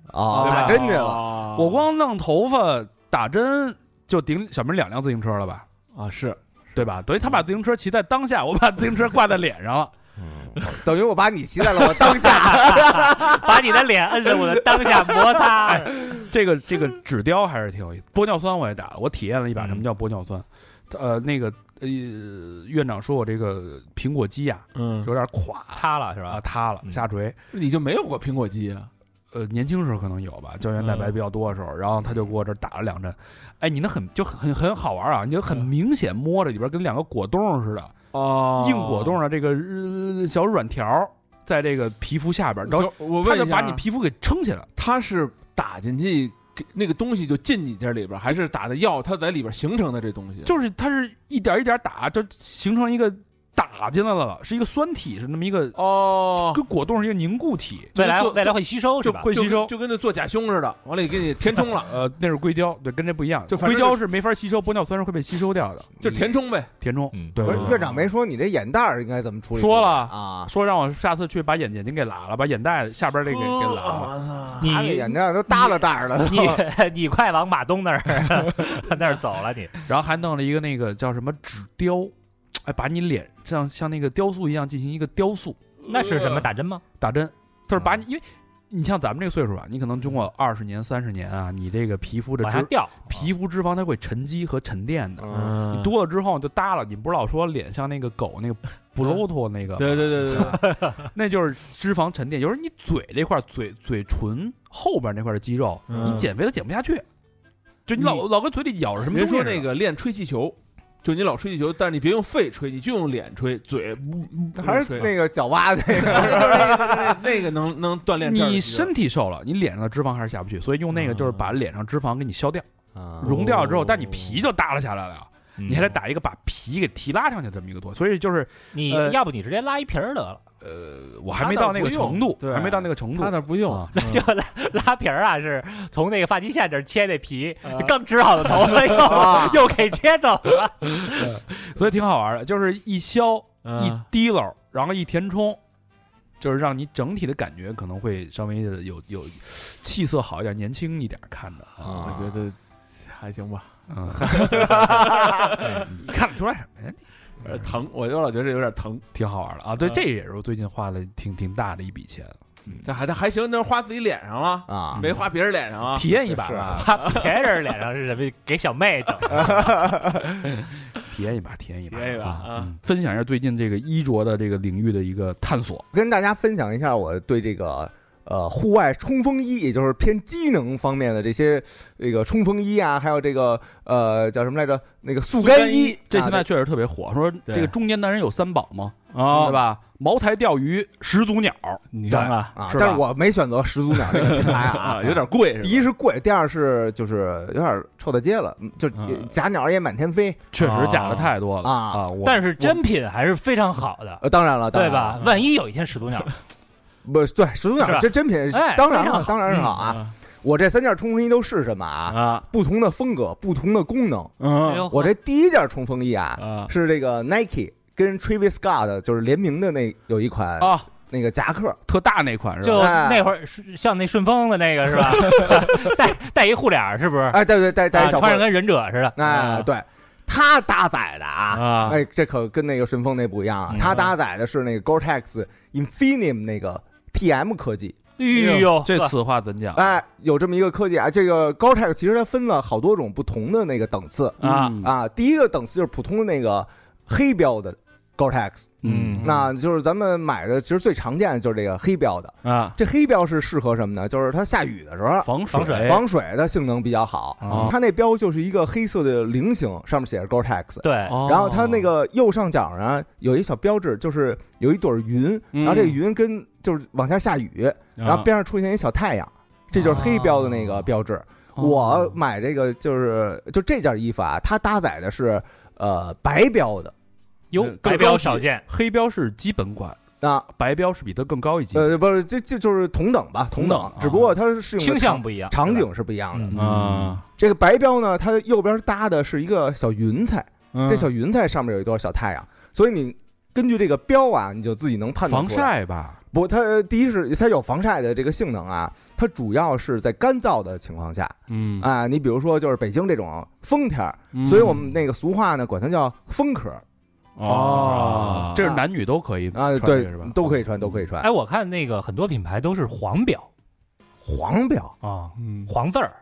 [SPEAKER 2] 啊，
[SPEAKER 1] 哦
[SPEAKER 8] 对吧
[SPEAKER 2] 打针去了，
[SPEAKER 8] 啊
[SPEAKER 1] 我光弄头发打针就顶小明两辆自行车了吧？
[SPEAKER 8] 啊是
[SPEAKER 1] 对吧？等于他
[SPEAKER 8] 嗯
[SPEAKER 1] 把自行车骑在当下，我把自行车挂在 脸上了。
[SPEAKER 2] 嗯等于我把你骑在了我当下。
[SPEAKER 4] 把你的脸摁在我的当下 摩擦。
[SPEAKER 1] 这个这个纸雕还是挺有意思。玻尿酸我也打了，我体验了一把什么
[SPEAKER 8] 嗯
[SPEAKER 1] 叫玻尿酸。呃，那个呃，院长说我这个苹果肌呀、
[SPEAKER 8] 嗯，
[SPEAKER 1] 有点垮
[SPEAKER 4] 塌了是
[SPEAKER 1] 啊，
[SPEAKER 4] 吧？
[SPEAKER 1] 塌了，下垂。
[SPEAKER 8] 你就没有过苹果肌啊？
[SPEAKER 1] 呃，年轻时候可能有吧，胶原蛋白比较多的时
[SPEAKER 8] 嗯
[SPEAKER 1] 候，然后他就给我这儿打了两针。哎，你那很就很很好玩啊，你就很明显摸着里边跟两个果冻似的，
[SPEAKER 8] 嗯哦
[SPEAKER 1] 硬果冻的这个、呃小软条在这个皮肤下边，然后
[SPEAKER 8] 等我
[SPEAKER 1] 他
[SPEAKER 8] 问
[SPEAKER 1] 就
[SPEAKER 8] 一下，啊
[SPEAKER 1] 把你皮肤给撑起来了。
[SPEAKER 8] 他是打进去给那个东西就进你这里边儿，还是打的药它在里边儿形成的这东西？
[SPEAKER 1] 就是它是一点一点打，就形成一个打进来了，是一个酸体，是那么一个
[SPEAKER 8] 哦，
[SPEAKER 1] 跟果冻是一个凝固体，
[SPEAKER 4] 未来
[SPEAKER 8] 就
[SPEAKER 4] 未来会吸收是
[SPEAKER 8] 就
[SPEAKER 4] 吧？
[SPEAKER 1] 会吸收。
[SPEAKER 8] 就跟那做假胸似的，完了也给你填充 了，
[SPEAKER 1] 呃，那是硅胶，对，跟这不一样。
[SPEAKER 8] 就反
[SPEAKER 1] 硅
[SPEAKER 8] 正
[SPEAKER 1] 胶
[SPEAKER 8] 就是
[SPEAKER 1] 没法吸收，玻尿酸是会被吸收掉的。
[SPEAKER 8] 就是填充呗。
[SPEAKER 1] 填充，
[SPEAKER 4] 嗯
[SPEAKER 1] 对
[SPEAKER 2] 不
[SPEAKER 1] 对
[SPEAKER 2] 是
[SPEAKER 1] 对
[SPEAKER 2] 院长没说你这眼袋儿应该怎么处理？
[SPEAKER 1] 说了
[SPEAKER 2] 啊，
[SPEAKER 1] 说让我下次去把眼眼睛给拉了，把眼袋下边这给给拉了。
[SPEAKER 8] 了，
[SPEAKER 2] 啊他这
[SPEAKER 4] 你
[SPEAKER 2] 眼袋儿都耷拉袋儿了。
[SPEAKER 4] 你 你快往马东那儿 那儿走了你，
[SPEAKER 1] 然后还弄了一个那个叫什么纸雕，哎，把你脸像像那个雕塑一样进行一个雕塑
[SPEAKER 4] 那是什么打针吗？
[SPEAKER 1] 打针，就是把你因为。你像咱们这个岁数啊，你可能经过二十年、三十年啊，你这个皮肤这
[SPEAKER 4] 往
[SPEAKER 1] 脂
[SPEAKER 4] 下掉，
[SPEAKER 1] 皮肤脂肪它会沉积和沉淀的，
[SPEAKER 2] 嗯
[SPEAKER 8] 嗯
[SPEAKER 1] 你多了之后就耷了。你不是老说脸像那个狗 那个不露头那个，
[SPEAKER 8] 对对对对对，
[SPEAKER 1] 那就是脂肪沉淀。有时候你嘴这块儿嘴嘴唇后边那块儿的肌肉，
[SPEAKER 8] 嗯
[SPEAKER 1] 你减肥都减不下去，就你老老跟嘴里咬 着什么
[SPEAKER 8] 别
[SPEAKER 1] 东西
[SPEAKER 8] 说
[SPEAKER 1] 啊似的。
[SPEAKER 8] 那个练吹气球，就你老吹气球，但是你别用肺吹，你就用脸吹，嘴
[SPEAKER 2] 还是那个脚蛙那 个，
[SPEAKER 8] 那那个能能锻炼这儿的肌肉嗯
[SPEAKER 1] 你身体瘦了，你脸上的脂肪还是下不去，所以用那个就是把脸上脂肪给你消掉、
[SPEAKER 2] 嗯
[SPEAKER 1] 溶掉之后，但你皮就耷拉下来了
[SPEAKER 8] 哦
[SPEAKER 1] 呀。你还得打一个把皮给提拉上去这么一个动作，所以就是
[SPEAKER 4] 你
[SPEAKER 1] 呃
[SPEAKER 4] 要不你直接拉一瓶儿得了，
[SPEAKER 1] 呃，我还没
[SPEAKER 8] 他倒
[SPEAKER 1] 到那个
[SPEAKER 8] 不用
[SPEAKER 1] 程度，
[SPEAKER 8] 对
[SPEAKER 1] 还没到那个程度
[SPEAKER 8] 他。那不用
[SPEAKER 1] 啊，
[SPEAKER 4] 就拉拉瓶儿啊，是从那个发际线这儿切那皮，
[SPEAKER 2] 呃
[SPEAKER 4] 刚织好的 头发
[SPEAKER 2] 啊
[SPEAKER 4] 又又给切走了。
[SPEAKER 1] 所以挺好玩的，就是一削、
[SPEAKER 3] 嗯
[SPEAKER 8] 嗯
[SPEAKER 1] 一滴漏，然后一填充，就是让你整体的感觉可能会稍微的有有气色好一点，年轻一点看着
[SPEAKER 8] 我
[SPEAKER 1] 啊。
[SPEAKER 8] 觉得还行吧。
[SPEAKER 1] 嗯，哎你看得出来什么呀？
[SPEAKER 8] 呃疼，我就老觉得有点疼，
[SPEAKER 1] 挺好玩的啊！对，这也是我最近花了挺挺大的一笔钱，
[SPEAKER 8] 这还这还行，那花自己脸上了，
[SPEAKER 2] 嗯啊，
[SPEAKER 8] 没花别人脸上啊。
[SPEAKER 1] 体验一把
[SPEAKER 2] 是
[SPEAKER 1] 吧，
[SPEAKER 2] 啊，
[SPEAKER 4] 他别人脸上是什么？给小妹整。
[SPEAKER 1] 体验一把，体验一把，
[SPEAKER 8] 体验一把
[SPEAKER 1] 啊！
[SPEAKER 8] 啊
[SPEAKER 1] 嗯分享一下最近这个衣着的这个领域的一个探索。
[SPEAKER 2] 跟大家分享一下我对这个呃户外冲锋衣，也就是偏机能方面的这些这个冲锋衣啊，还有这个呃叫什么来着？那个速
[SPEAKER 8] 干
[SPEAKER 2] 干衣
[SPEAKER 8] 衣，
[SPEAKER 1] 这
[SPEAKER 2] 啊
[SPEAKER 1] 现在确实特别火，说这个中年男人有三宝嘛，
[SPEAKER 8] 啊
[SPEAKER 1] 对吧？茅台、钓鱼、始祖鸟，
[SPEAKER 8] 你看看
[SPEAKER 2] 啊，
[SPEAKER 1] 是吧
[SPEAKER 2] 但是我没选择始祖鸟这个品牌啊
[SPEAKER 8] 啊，，有点贵
[SPEAKER 2] 第
[SPEAKER 8] 是吧？
[SPEAKER 2] 一是贵，第二是就是有点臭大街了，嗯就是
[SPEAKER 8] 嗯
[SPEAKER 2] 假鸟也满天飞。
[SPEAKER 1] 确实假的太多了
[SPEAKER 2] 啊
[SPEAKER 1] 啊！我
[SPEAKER 4] 但是真品还是非常好的，
[SPEAKER 2] 呃，当然了，当
[SPEAKER 4] 对
[SPEAKER 2] 然了
[SPEAKER 4] 吧？万一有一天始祖鸟，
[SPEAKER 2] 不对，始祖
[SPEAKER 4] 是吧
[SPEAKER 2] 鸟这真品，
[SPEAKER 4] 哎
[SPEAKER 2] 当然
[SPEAKER 4] 非常
[SPEAKER 2] 了，
[SPEAKER 4] 好嗯
[SPEAKER 2] 当然是好啊。我这三件冲锋衣都是什么啊？
[SPEAKER 8] 啊，
[SPEAKER 2] 不同的风格，不同的功能。
[SPEAKER 4] 哎
[SPEAKER 8] 嗯
[SPEAKER 4] 呦
[SPEAKER 2] 我这第一件冲锋衣啊，
[SPEAKER 4] 嗯
[SPEAKER 8] 啊，
[SPEAKER 2] 是这个 Nike 跟 Travis Scott 就是联名的那有一款
[SPEAKER 4] 哦
[SPEAKER 1] 啊，
[SPEAKER 2] 那个夹克，
[SPEAKER 1] 特大那款是吧？
[SPEAKER 4] 就
[SPEAKER 2] 哎
[SPEAKER 4] 那会儿是像那顺丰的那个是 吧？带带一护脸儿是不是？
[SPEAKER 2] 哎，对对，带带
[SPEAKER 4] 啊
[SPEAKER 2] 一小
[SPEAKER 4] 穿
[SPEAKER 2] 块，
[SPEAKER 4] 上跟嗯忍者似的。啊
[SPEAKER 2] 哎，对，它搭载的啊
[SPEAKER 8] 啊，
[SPEAKER 2] 哎，这可跟那个顺丰那不一样啊，它搭载的是那个 Gore-Tex Infinium 那个 TM 科技，
[SPEAKER 4] 哎呦，
[SPEAKER 1] 这此话怎讲？
[SPEAKER 2] 哎，有这么一个科技啊，这个高 tech 其实它分了好多种不同的那个档次
[SPEAKER 1] 啊
[SPEAKER 7] 嗯
[SPEAKER 2] 啊。第一个档次就是普通的那个黑标的高 tech，
[SPEAKER 1] 嗯
[SPEAKER 2] 那就是咱们买的其实最常见的就是这个黑标的。
[SPEAKER 1] 啊，
[SPEAKER 2] 这黑标是适合什么呢？就是它下雨的时候，
[SPEAKER 1] 防
[SPEAKER 4] 防水
[SPEAKER 2] 防水的性能比较好。
[SPEAKER 4] 哦嗯
[SPEAKER 1] 啊
[SPEAKER 2] 它那标就是一个黑色的菱形，上面写着 Gore-Tex，
[SPEAKER 4] 对，
[SPEAKER 2] 然后它那个右上角呢有一小标志，就是有一朵云，
[SPEAKER 4] 嗯
[SPEAKER 2] 然后这个云跟就是往下下雨，
[SPEAKER 4] 啊
[SPEAKER 2] 然后边上出现一小太阳，这就是黑标的那个
[SPEAKER 4] 啊
[SPEAKER 2] 标志。
[SPEAKER 4] 哦
[SPEAKER 2] 我买这个就是就这件衣服啊，它搭载的是呃白标的
[SPEAKER 4] 哟，
[SPEAKER 2] 嗯
[SPEAKER 4] 白标少见，
[SPEAKER 1] 黑标是基本款，
[SPEAKER 2] 啊，
[SPEAKER 1] 白标是比它更高一级。
[SPEAKER 2] 呃不是，这这就是同等吧，同
[SPEAKER 1] 同等
[SPEAKER 2] 等，只不过它是适用的
[SPEAKER 4] 啊倾向
[SPEAKER 2] 场
[SPEAKER 4] 不一样，
[SPEAKER 2] 场景是不一样的。
[SPEAKER 4] 嗯
[SPEAKER 1] 啊，
[SPEAKER 2] 这个白标呢，它右边搭的是一个小云彩，这
[SPEAKER 4] 嗯
[SPEAKER 1] 这
[SPEAKER 2] 小云彩上面有一朵小太阳，所以你根据这个标啊，你就自己能判断
[SPEAKER 1] 防
[SPEAKER 2] 出来。
[SPEAKER 1] 晒吧？
[SPEAKER 2] 不，它呃第一是它有防晒的这个性能啊，它主要是在干燥的情况下
[SPEAKER 1] 嗯
[SPEAKER 2] 啊。你比如说就是北京这种风天儿，所以我们那个俗话呢管它叫风壳儿
[SPEAKER 1] 哦，这是
[SPEAKER 2] 啊
[SPEAKER 1] 男女都可以
[SPEAKER 2] 啊，
[SPEAKER 1] 穿这
[SPEAKER 2] 对
[SPEAKER 1] 个是吧？，
[SPEAKER 2] 都可以穿，都可以穿
[SPEAKER 4] 哎，。我看那个很多品牌都是黄标
[SPEAKER 2] 黄标
[SPEAKER 4] 啊，
[SPEAKER 8] 嗯
[SPEAKER 4] 黄 字儿，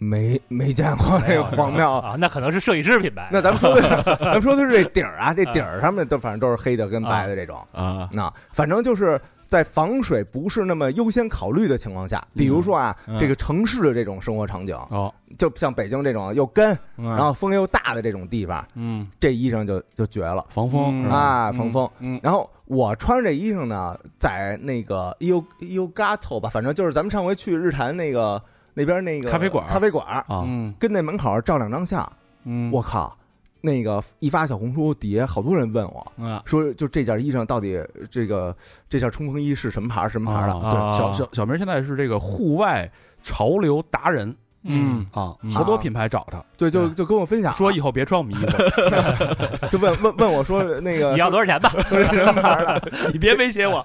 [SPEAKER 2] 没没见过
[SPEAKER 4] 没
[SPEAKER 2] 这
[SPEAKER 4] 有
[SPEAKER 2] 个哎黄标。
[SPEAKER 4] 啊，那可能是设计师品牌。
[SPEAKER 2] 那咱们说的，咱们说的是这顶儿啊，这顶儿上面都反正都是黑的跟白的这种。
[SPEAKER 8] 啊，
[SPEAKER 2] 那、反正就是在防水不是那么优先考虑的情况下，比如说啊，
[SPEAKER 8] 嗯
[SPEAKER 2] 这个城市的这种生活场景，
[SPEAKER 1] 哦，
[SPEAKER 2] 就像北京这种又干，
[SPEAKER 8] 然
[SPEAKER 1] 嗯
[SPEAKER 2] 然后风又大的这种地方，
[SPEAKER 8] 嗯
[SPEAKER 2] 这衣裳就就绝了。
[SPEAKER 1] 防风是吧
[SPEAKER 2] 啊，防风。
[SPEAKER 8] 嗯
[SPEAKER 2] 然后我穿着这衣裳呢，在那个 U U Gato 吧，反正就是咱们上回去日坛那个那边那个
[SPEAKER 1] 咖啡馆
[SPEAKER 2] 咖啡馆
[SPEAKER 1] 啊
[SPEAKER 8] 嗯
[SPEAKER 2] 跟那门口照两张相，
[SPEAKER 8] 嗯
[SPEAKER 2] 我靠，那个一发小红书底下好多人问我，
[SPEAKER 1] 嗯
[SPEAKER 8] 啊
[SPEAKER 2] 说就这件衣裳到底这个这件冲锋衣是什么牌儿什么牌儿的？
[SPEAKER 1] 啊对，小小小明现在是这个户外潮流达人
[SPEAKER 8] 嗯
[SPEAKER 1] 啊
[SPEAKER 8] 嗯，
[SPEAKER 1] 好多品牌找他
[SPEAKER 2] 对，就就跟我分享，啊
[SPEAKER 1] 说以后别穿我们衣服，
[SPEAKER 2] 就问问问我说 那个
[SPEAKER 4] 你要多少钱 吧？
[SPEAKER 2] 说这什么牌儿的，
[SPEAKER 1] 你别威胁我。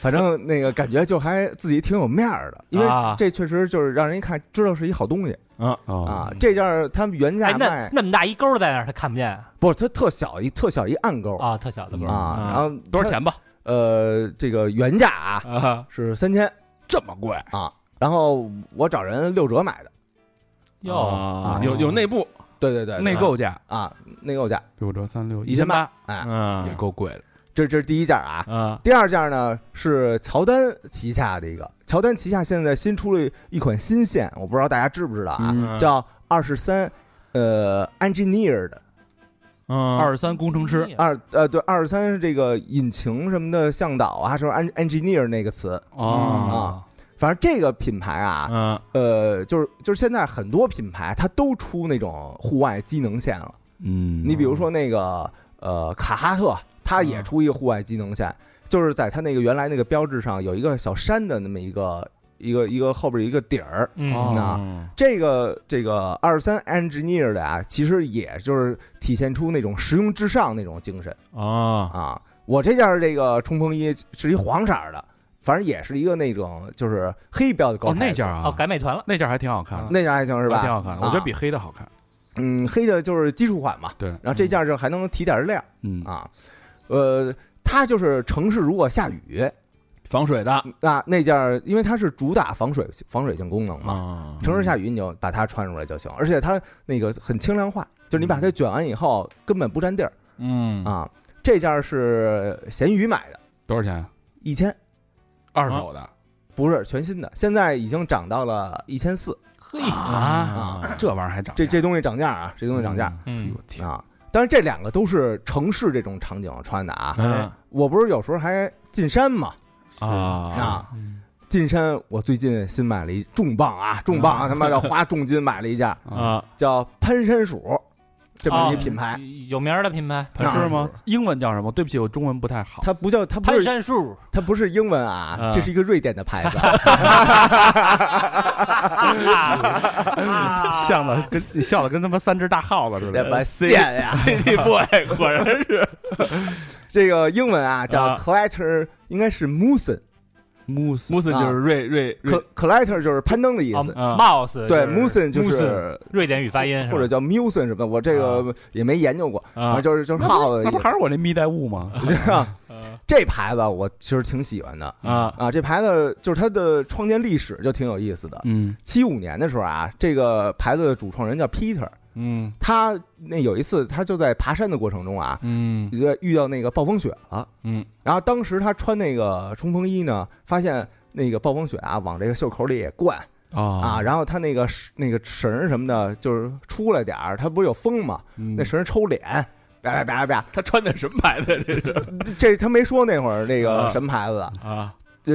[SPEAKER 2] 反正那个感觉就还自己挺有面儿的，因为
[SPEAKER 8] 啊
[SPEAKER 2] 这确实就是让人一看知道是一好东西
[SPEAKER 1] 哦
[SPEAKER 2] 啊。这件儿他们原
[SPEAKER 4] 哎
[SPEAKER 2] 价，
[SPEAKER 4] 那
[SPEAKER 2] 卖
[SPEAKER 4] 那么大一勾在那儿，他看不见啊
[SPEAKER 2] 不是它特小一特小一暗钩
[SPEAKER 4] 啊，特小的勾
[SPEAKER 2] 啊，。然后它
[SPEAKER 1] 多少？钱吧？
[SPEAKER 2] 呃，这个原价啊
[SPEAKER 8] 啊，
[SPEAKER 2] 是三千
[SPEAKER 1] 这么贵
[SPEAKER 2] 啊，然后我找人六折买的，嗯
[SPEAKER 4] 哟，
[SPEAKER 8] 啊有有内部
[SPEAKER 2] 对对对，
[SPEAKER 1] 内购价
[SPEAKER 2] 啊内购价，
[SPEAKER 1] 六折三六
[SPEAKER 2] 一千八，哎，
[SPEAKER 1] 也
[SPEAKER 8] 嗯
[SPEAKER 1] 够贵的。
[SPEAKER 2] 这这是第一件儿啊，
[SPEAKER 8] 啊
[SPEAKER 2] 第二件呢是乔丹旗下的一个，乔丹旗下现在新出了一款新线，我不知道大家知不知道啊，
[SPEAKER 8] 嗯
[SPEAKER 2] 叫二十三，呃，engineered
[SPEAKER 8] 嗯
[SPEAKER 1] 二十三工程
[SPEAKER 4] 哎
[SPEAKER 1] 师
[SPEAKER 2] 二呃对二十三这个引擎什么的向导啊，什么 en engineer 那个词，
[SPEAKER 1] 啊
[SPEAKER 2] 啊反正这个品牌啊，
[SPEAKER 8] 嗯
[SPEAKER 2] 呃，就是就是现在很多品牌它都出那种户外机能线了，
[SPEAKER 1] 嗯
[SPEAKER 2] 你比如说那个呃卡哈特，它也出一个户外机能线，就是在它那个原来那个标志上有一个小山的那么一个一个一个后边一个底儿。
[SPEAKER 4] 嗯
[SPEAKER 1] 哦
[SPEAKER 3] 啊
[SPEAKER 2] 那这个这个二三 engineer 的啊，其实也就是体现出那种实用至上那种精神
[SPEAKER 8] 啊
[SPEAKER 2] 啊。我这件儿这个冲锋衣是一黄色儿的，反正也是一个那种就是黑标的高
[SPEAKER 1] 哦
[SPEAKER 2] 牌子、
[SPEAKER 1] 那件啊
[SPEAKER 4] 哦，，改美团了，
[SPEAKER 1] 那件还挺好看的，
[SPEAKER 2] 啊那件还行是吧？
[SPEAKER 1] 挺好看的，我觉得比
[SPEAKER 2] 啊
[SPEAKER 1] 黑的好看。
[SPEAKER 2] 嗯黑的就是基础款嘛，
[SPEAKER 1] 对，
[SPEAKER 2] 然后这件儿就还能提点儿亮。
[SPEAKER 1] 嗯
[SPEAKER 2] 啊，呃，它就是城市如果下雨，
[SPEAKER 8] 防水的
[SPEAKER 2] 那那件儿因为它是主打防水防水性功能嘛，
[SPEAKER 8] 啊
[SPEAKER 1] 嗯
[SPEAKER 2] 城市下雨你就把它穿出来就行，而且它那个很轻量化，就是你把
[SPEAKER 1] 嗯
[SPEAKER 2] 它卷完以后根本不占地儿
[SPEAKER 8] 嗯
[SPEAKER 2] 啊。这件儿是闲鱼买的，
[SPEAKER 1] 多少钱？啊
[SPEAKER 2] 一千。
[SPEAKER 1] 二手的
[SPEAKER 2] 不是全新的，现在已经涨到了一千四，
[SPEAKER 4] 嘿，
[SPEAKER 1] 啊，
[SPEAKER 8] 嗯
[SPEAKER 1] 这玩意儿还涨价？
[SPEAKER 2] 这这东西涨价啊，这东西涨价、
[SPEAKER 4] 嗯，
[SPEAKER 1] 我天，
[SPEAKER 2] 啊！但是这两个都是城市这种场景穿的啊。
[SPEAKER 8] 嗯
[SPEAKER 2] 我不是有时候还进山嘛，
[SPEAKER 8] 啊
[SPEAKER 2] 啊，进山，我最近新买了一重磅啊，重磅、啊，他妈的花重金买了一件，
[SPEAKER 8] 啊
[SPEAKER 2] 叫攀山鼠，这么一
[SPEAKER 4] 哦
[SPEAKER 2] 品牌，
[SPEAKER 4] 有名儿的品牌，
[SPEAKER 2] 那
[SPEAKER 1] 是吗？英文叫什么？对不起，我中文不太好。
[SPEAKER 2] 它不叫它不
[SPEAKER 4] 攀
[SPEAKER 2] 是
[SPEAKER 4] 山树，
[SPEAKER 2] 它不是英文啊
[SPEAKER 8] 啊，
[SPEAKER 2] 这是一个瑞典的牌子，
[SPEAKER 1] 像的跟 笑的跟他妈三只大耗子似
[SPEAKER 2] 这把
[SPEAKER 1] 的。
[SPEAKER 2] 线呀，City Boy 果然是这个英文啊叫
[SPEAKER 8] 啊
[SPEAKER 2] Clatter，应该是 Musen，
[SPEAKER 1] 穆斯
[SPEAKER 8] 穆森
[SPEAKER 2] 啊
[SPEAKER 8] 就是瑞瑞瑞
[SPEAKER 2] 克 Clatter 就是攀登的意
[SPEAKER 4] 啊
[SPEAKER 2] 思，
[SPEAKER 8] 啊
[SPEAKER 4] ，Mouse，
[SPEAKER 2] 对
[SPEAKER 4] 就是
[SPEAKER 2] ，Musen 就是
[SPEAKER 4] 瑞典语发音是吧，
[SPEAKER 2] 或者叫 Musen 什么的，我这个也没研究过，反
[SPEAKER 8] 啊
[SPEAKER 2] 正就是就是耗子的
[SPEAKER 1] 那
[SPEAKER 2] 意
[SPEAKER 1] 不还是我那蜜袋鼯吗？
[SPEAKER 2] 思， 这牌子我其实挺喜欢的
[SPEAKER 3] 啊
[SPEAKER 2] 啊，这牌子就是它的创建历史就挺有意思的。
[SPEAKER 1] 嗯
[SPEAKER 2] 七五年的时候啊，这个牌子的主创人叫 Peter，
[SPEAKER 3] 嗯
[SPEAKER 2] 他那有一次他就在爬山的过程中啊，
[SPEAKER 3] 嗯
[SPEAKER 2] 遇遇到那个暴风雪了，
[SPEAKER 3] 嗯，
[SPEAKER 2] 然后当时他穿那个冲锋衣呢，发现那个暴风雪啊往这个袖口里也灌啊，
[SPEAKER 1] 啊
[SPEAKER 2] 然后他那个那个绳儿什么的，就是出来点儿，他不是有风嘛，
[SPEAKER 1] 嗯
[SPEAKER 2] 那绳儿抽脸，叭叭叭叭
[SPEAKER 3] 他穿的什么牌子？这是
[SPEAKER 2] 叭，这他没说那会儿那个
[SPEAKER 3] 啊
[SPEAKER 2] 什么牌子的，
[SPEAKER 3] 啊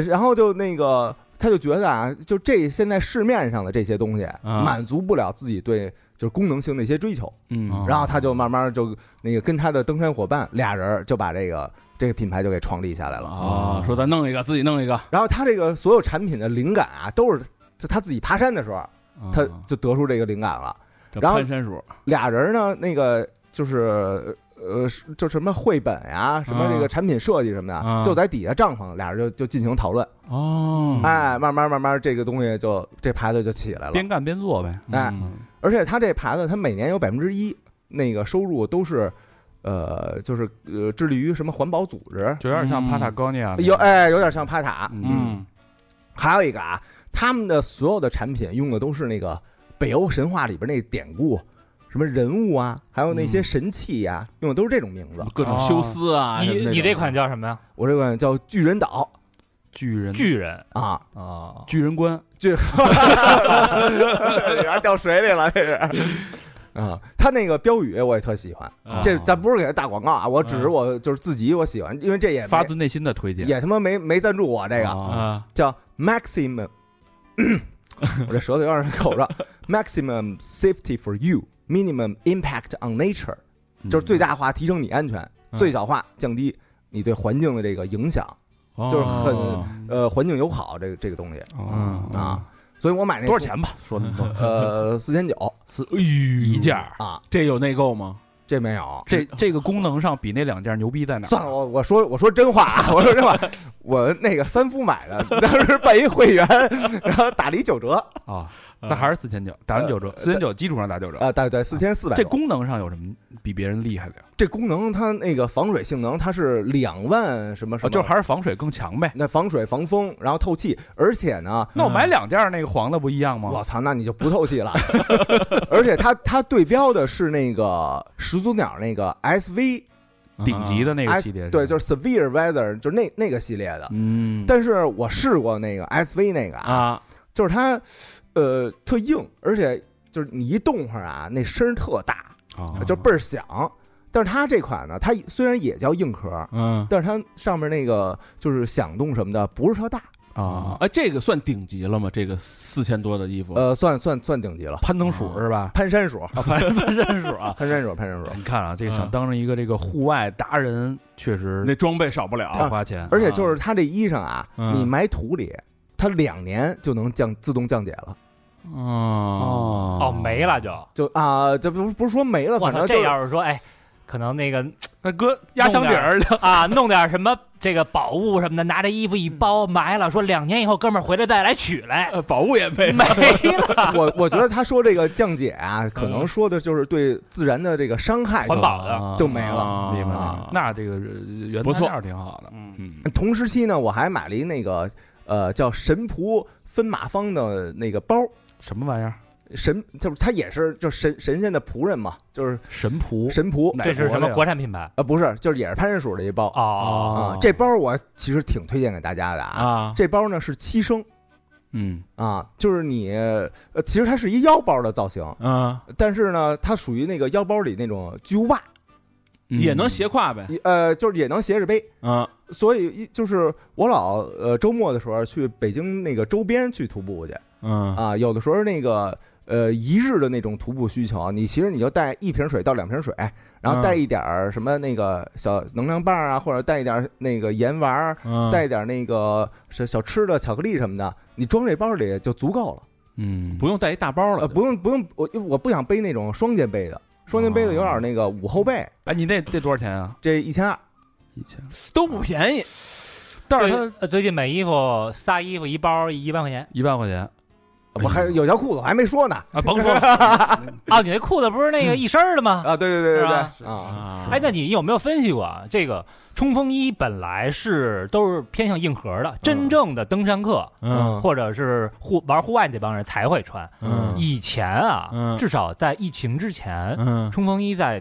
[SPEAKER 2] 然后就那个他就觉得啊，就这现在市面上的这些东西，
[SPEAKER 3] 啊
[SPEAKER 2] 满足不了自己对就是功能性的一些追求，
[SPEAKER 3] 啊
[SPEAKER 1] 嗯
[SPEAKER 2] 然后他就慢慢就那个跟他的登山伙伴俩人就把这个这个品牌就给创立下来了。
[SPEAKER 3] 啊，说咱弄一个，自己弄一个，
[SPEAKER 2] 然后他这个所有产品的灵感啊，都是就他自己爬山的时
[SPEAKER 3] 啊
[SPEAKER 2] 候，他
[SPEAKER 8] 啊
[SPEAKER 2] 就得出这个灵感了。
[SPEAKER 3] 叫
[SPEAKER 2] 然后哎
[SPEAKER 3] 攀山鼠，
[SPEAKER 2] 俩人呢，那个就是呃，是就什么绘本呀、什么这个产品设计什么的，
[SPEAKER 3] 啊
[SPEAKER 2] 就在底下帐篷，俩人就就进行讨论。
[SPEAKER 3] 哦
[SPEAKER 1] 嗯
[SPEAKER 2] 哎，慢慢慢慢，这个东西就这牌子就起来了。
[SPEAKER 1] 边干边做呗，
[SPEAKER 2] 哎，
[SPEAKER 3] 嗯
[SPEAKER 2] 而且他这牌子，他每年有百分之一那个收入都是，呃，就是呃，致力于什么环保组织，
[SPEAKER 1] 就有点像帕塔高尼亚
[SPEAKER 2] 有哎，有点像帕塔。
[SPEAKER 1] 嗯
[SPEAKER 2] 还有一个啊，他们的所有的产品用的都是那个北欧神话里边那典故，什么人物啊，还有那些神器呀、用的都是这种名字。
[SPEAKER 3] 各种修斯
[SPEAKER 1] 哦
[SPEAKER 3] 啊，
[SPEAKER 4] 你
[SPEAKER 3] 什么那
[SPEAKER 4] 你
[SPEAKER 3] 种
[SPEAKER 4] 这款叫什么呀？
[SPEAKER 2] 我这款叫巨人岛
[SPEAKER 1] 巨人
[SPEAKER 4] 巨人
[SPEAKER 2] 啊，
[SPEAKER 4] 啊，
[SPEAKER 1] 巨人观
[SPEAKER 2] 里边掉水里了，这是。啊，他那个标语我也特喜欢，
[SPEAKER 1] 啊
[SPEAKER 2] 啊这咱不是给他打广告啊，我只是我就是自己我喜欢，因为这也没
[SPEAKER 1] 发自内心的推荐，
[SPEAKER 2] 也哎他妈没没赞助我这个，
[SPEAKER 1] 啊
[SPEAKER 3] 啊
[SPEAKER 2] 叫 maximum，我这舌头有点口着，maximum safety for you，minimum impact on nature，就是
[SPEAKER 1] 嗯
[SPEAKER 2] 最大化提升你安全，最小化降低你对环境的这个影响，
[SPEAKER 1] 哦
[SPEAKER 2] 就是很
[SPEAKER 3] 哎
[SPEAKER 2] 呃环境友好这个这个东西
[SPEAKER 1] 嗯
[SPEAKER 2] 啊，所以我买那
[SPEAKER 1] 多少？钱吧？说那么多，
[SPEAKER 2] 呃， 四千九
[SPEAKER 1] 是一件儿
[SPEAKER 2] 啊，
[SPEAKER 8] 这有内购吗？
[SPEAKER 2] 这没有。
[SPEAKER 1] 这这个功能上比那两件牛逼在哪儿？
[SPEAKER 2] 算了，我我说我说真话啊，我说真话， 我那个三夫买的，当时办一会员，然后打了一九折
[SPEAKER 1] 啊，那还是四千九，打完九折，四千九基础上打九折。
[SPEAKER 2] 啊，对呃对，四千四百。
[SPEAKER 1] 这功能上有什么比别人厉害的呀？
[SPEAKER 2] 这功能它那个防水性能它是两万什么嗯什
[SPEAKER 1] 啊，
[SPEAKER 2] 么，
[SPEAKER 1] 就是还是防水更强呗。
[SPEAKER 2] 那防水、防风，然后透气，而且呢，
[SPEAKER 1] 那我买两件儿那个黄的不一样吗
[SPEAKER 2] 我？操，那你就不透气了。 而且它它对标的是那个始祖鸟那个 SV
[SPEAKER 1] 顶级的那个
[SPEAKER 2] S
[SPEAKER 1] 系列，
[SPEAKER 2] 哎对，就是是 Severe Weather，就是那那个系列的。
[SPEAKER 1] 嗯，
[SPEAKER 2] 但是我试过那个 SV 那个啊，
[SPEAKER 3] 啊，
[SPEAKER 2] 就是它，呃，特硬，而且就是你一动会儿啊，那声儿特大，
[SPEAKER 1] 啊
[SPEAKER 2] 就倍儿响。但是它这款呢，它虽然也叫硬壳，
[SPEAKER 3] 嗯
[SPEAKER 2] 但是它上面那个就是响动什么的不是特大，
[SPEAKER 1] 啊，
[SPEAKER 3] 哎，这个算顶级了吗？这个四千多的衣服，
[SPEAKER 2] 呃，算算算顶级了。
[SPEAKER 1] 攀登鼠是吧？
[SPEAKER 2] 攀山鼠，
[SPEAKER 1] 攀鼠啊，
[SPEAKER 2] 攀山鼠，攀山鼠，
[SPEAKER 1] 你看啊，这个想
[SPEAKER 3] 嗯
[SPEAKER 1] 当成一个这个户外达人，确实
[SPEAKER 3] 那装备少不了
[SPEAKER 1] 得花钱。
[SPEAKER 2] 而且就是它这衣裳啊，
[SPEAKER 3] 嗯
[SPEAKER 2] 你埋土里，它两年就能降自动降解了。
[SPEAKER 3] 哦，
[SPEAKER 1] 哦
[SPEAKER 4] 哦没，了就。
[SPEAKER 2] 就啊，这不不是说没了，
[SPEAKER 4] 我
[SPEAKER 2] 反
[SPEAKER 4] 操，
[SPEAKER 2] 正就
[SPEAKER 4] 这
[SPEAKER 2] 是
[SPEAKER 4] 要是说哎。可能那个
[SPEAKER 1] 那哥压箱底儿的，
[SPEAKER 4] 啊，弄点什么这个宝物什么的，拿着衣服
[SPEAKER 2] 嗯
[SPEAKER 4] 一包埋了，说两年以后哥们儿回来再来取来，
[SPEAKER 3] 呃宝物也没
[SPEAKER 4] 没 了，
[SPEAKER 2] 我我觉得他说这个降解啊，可能说的就是对自然的这个伤害就
[SPEAKER 4] 嗯环保的，
[SPEAKER 2] 就没了。
[SPEAKER 3] 啊
[SPEAKER 1] 明白了
[SPEAKER 2] 啊。
[SPEAKER 1] 那这个呃原
[SPEAKER 3] 不
[SPEAKER 1] 材
[SPEAKER 3] 错
[SPEAKER 1] 料挺好的，
[SPEAKER 3] 嗯
[SPEAKER 2] 同时期呢，我还买了一那个呃叫神仆分马方的那个包，
[SPEAKER 1] 什么玩意儿？
[SPEAKER 2] 神就是他也是就神神仙的仆人嘛，就是
[SPEAKER 1] 神仆，
[SPEAKER 2] 神仆
[SPEAKER 1] 哪
[SPEAKER 4] 这是什
[SPEAKER 1] 国
[SPEAKER 4] 么
[SPEAKER 1] 的呀
[SPEAKER 4] 国产品牌？
[SPEAKER 2] 呃不是，就是也是潘神鼠的一包
[SPEAKER 4] 哦，
[SPEAKER 2] 啊。这包我其实挺推荐给大家的啊。
[SPEAKER 3] 啊，
[SPEAKER 2] 这包呢是七升
[SPEAKER 1] 嗯
[SPEAKER 2] 啊，就是你呃其实它是一腰包的造型，
[SPEAKER 3] 嗯，
[SPEAKER 2] 但是呢它属于那个腰包里那种巨无霸，
[SPEAKER 1] 嗯
[SPEAKER 3] 也
[SPEAKER 2] 嗯
[SPEAKER 3] 能斜挎呗，
[SPEAKER 2] 一呃就是也能斜着背。
[SPEAKER 3] 啊
[SPEAKER 2] 所以一就是我老呃周末的时候去北京那个周边去徒步去，
[SPEAKER 3] 嗯
[SPEAKER 2] 啊，有的时候那个呃一日的那种徒步需求，你其实你就带一瓶水到两瓶水，然后带一点儿什么那个小能量棒啊，或者带一点儿那个盐丸儿，
[SPEAKER 3] 嗯
[SPEAKER 2] 带一点儿那个小小吃的巧克力什么的，你装这包里就足够了。
[SPEAKER 1] 嗯，
[SPEAKER 3] 不用带一大包了
[SPEAKER 2] 呃，，不用不用，我我不想背那种双肩背的，双肩背的有点儿那个捂后背，
[SPEAKER 1] 哎，你那这多少钱啊？
[SPEAKER 2] 这一千二。
[SPEAKER 1] 以前
[SPEAKER 3] 都不便宜，
[SPEAKER 1] 但是
[SPEAKER 4] 最
[SPEAKER 1] 它
[SPEAKER 4] 呃最近买衣服仨衣服一包一万块钱，
[SPEAKER 1] 一万块钱，
[SPEAKER 2] 我还有条裤子我还没说呢
[SPEAKER 1] 啊，甭说了，
[SPEAKER 4] 啊，你那裤子不是那个一身儿的吗？
[SPEAKER 2] 啊！对对对对
[SPEAKER 4] 是
[SPEAKER 2] 对啊！
[SPEAKER 4] 哎，那你有没有分析过啊？这个冲锋衣本来是都是偏向硬核的，真正的登山客，
[SPEAKER 2] 嗯
[SPEAKER 4] 或者是户玩户外这帮人才会穿。
[SPEAKER 2] 嗯
[SPEAKER 4] 以前啊，
[SPEAKER 8] 嗯
[SPEAKER 4] 至少在疫情之前，
[SPEAKER 8] 嗯
[SPEAKER 4] 冲锋衣在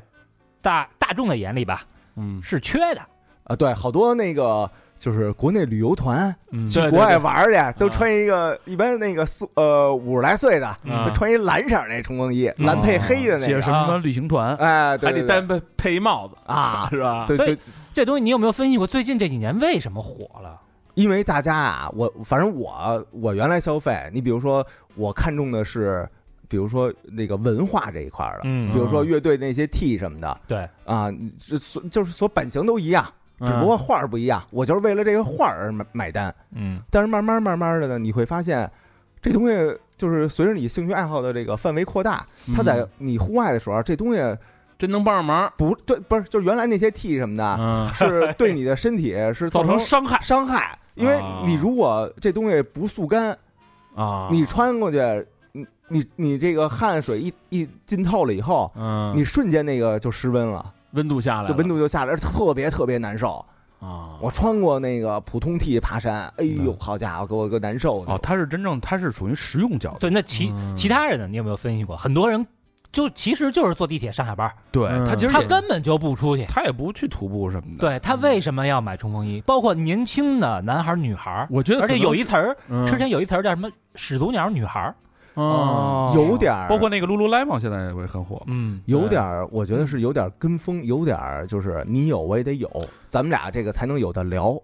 [SPEAKER 4] 大大众的眼里吧
[SPEAKER 8] 嗯，
[SPEAKER 4] 是缺的。
[SPEAKER 2] 啊，对，好多那个就是国内旅游团去
[SPEAKER 8] 对啊
[SPEAKER 2] 国外玩儿去，都穿一个一般那个四呃五十来岁的，
[SPEAKER 8] 嗯
[SPEAKER 2] 就穿一蓝色儿那冲锋衣，
[SPEAKER 8] 啊
[SPEAKER 2] 蓝配黑的那
[SPEAKER 1] 写
[SPEAKER 2] 个，
[SPEAKER 1] 什么旅行团，
[SPEAKER 2] 哎，对
[SPEAKER 8] 还
[SPEAKER 2] 对
[SPEAKER 8] 得
[SPEAKER 2] 对
[SPEAKER 8] 单配配一帽子，
[SPEAKER 2] 啊，
[SPEAKER 8] 是吧？
[SPEAKER 2] 对，
[SPEAKER 4] 所
[SPEAKER 2] 就
[SPEAKER 4] 以这东西你有没有分析过？最近这几年为什么火了？
[SPEAKER 2] 因为大家啊，我反正我我原来消费，你比如说我看中的是，比如说那个文化这一块儿的，
[SPEAKER 4] 嗯
[SPEAKER 2] 比如说乐队那些 T 什么的，
[SPEAKER 4] 对
[SPEAKER 2] 啊，这所就是所版型都一样，只
[SPEAKER 8] 嗯
[SPEAKER 2] 不过画儿不一样，我就是为了这个画儿而买买单。
[SPEAKER 1] 嗯，
[SPEAKER 2] 但是慢慢慢慢的呢，你会发现，这东西就是随着你兴趣爱好的这个范围扩大，它
[SPEAKER 8] 嗯
[SPEAKER 2] 在你户外的时候，这东西
[SPEAKER 8] 真能帮上忙，
[SPEAKER 2] 不对，不是就是原来那些 T 什么的，
[SPEAKER 8] 嗯，
[SPEAKER 2] 是对你的身体是造
[SPEAKER 8] 造
[SPEAKER 2] 成
[SPEAKER 8] 成伤害
[SPEAKER 2] 伤害，因为
[SPEAKER 8] 啊
[SPEAKER 2] 你如果这东西不速干，
[SPEAKER 8] 啊
[SPEAKER 2] 你穿过去，你你你这个汗水一一浸透了以后，
[SPEAKER 8] 嗯，
[SPEAKER 2] 你瞬间那个就失温了，
[SPEAKER 8] 温度下来了，
[SPEAKER 2] 就温度就下来，特别特别难受。
[SPEAKER 8] 啊，
[SPEAKER 2] 我穿过那个普通 T 爬山，哎
[SPEAKER 8] 嗯
[SPEAKER 2] 呦，好家伙，给我个难受的
[SPEAKER 1] 哦，他是真正他是属于实用角度，
[SPEAKER 4] 对，那其、
[SPEAKER 8] 嗯
[SPEAKER 4] 其他人呢？你有没有分析过？很多人就其实就是坐地铁上下班，
[SPEAKER 1] 对
[SPEAKER 8] 嗯
[SPEAKER 1] 他其实
[SPEAKER 4] 他
[SPEAKER 1] 也嗯
[SPEAKER 4] 根本就不出去。
[SPEAKER 1] 他也不去徒步什么的，
[SPEAKER 4] 对他为什么要买冲锋衣？包括年轻的男孩儿、女孩儿，
[SPEAKER 8] 我觉得
[SPEAKER 4] 而且有一词儿，之
[SPEAKER 3] 嗯
[SPEAKER 8] 之
[SPEAKER 4] 前有一词儿叫什么“始祖鸟女孩儿
[SPEAKER 1] 哦
[SPEAKER 8] 啊，
[SPEAKER 2] 有点儿
[SPEAKER 1] 包括那个 Lululemon 现在也会很火”。，
[SPEAKER 4] 嗯，
[SPEAKER 2] 有点儿，我觉得是有点儿跟风，有点儿就是你有我也得有，咱们俩这个才能有的聊。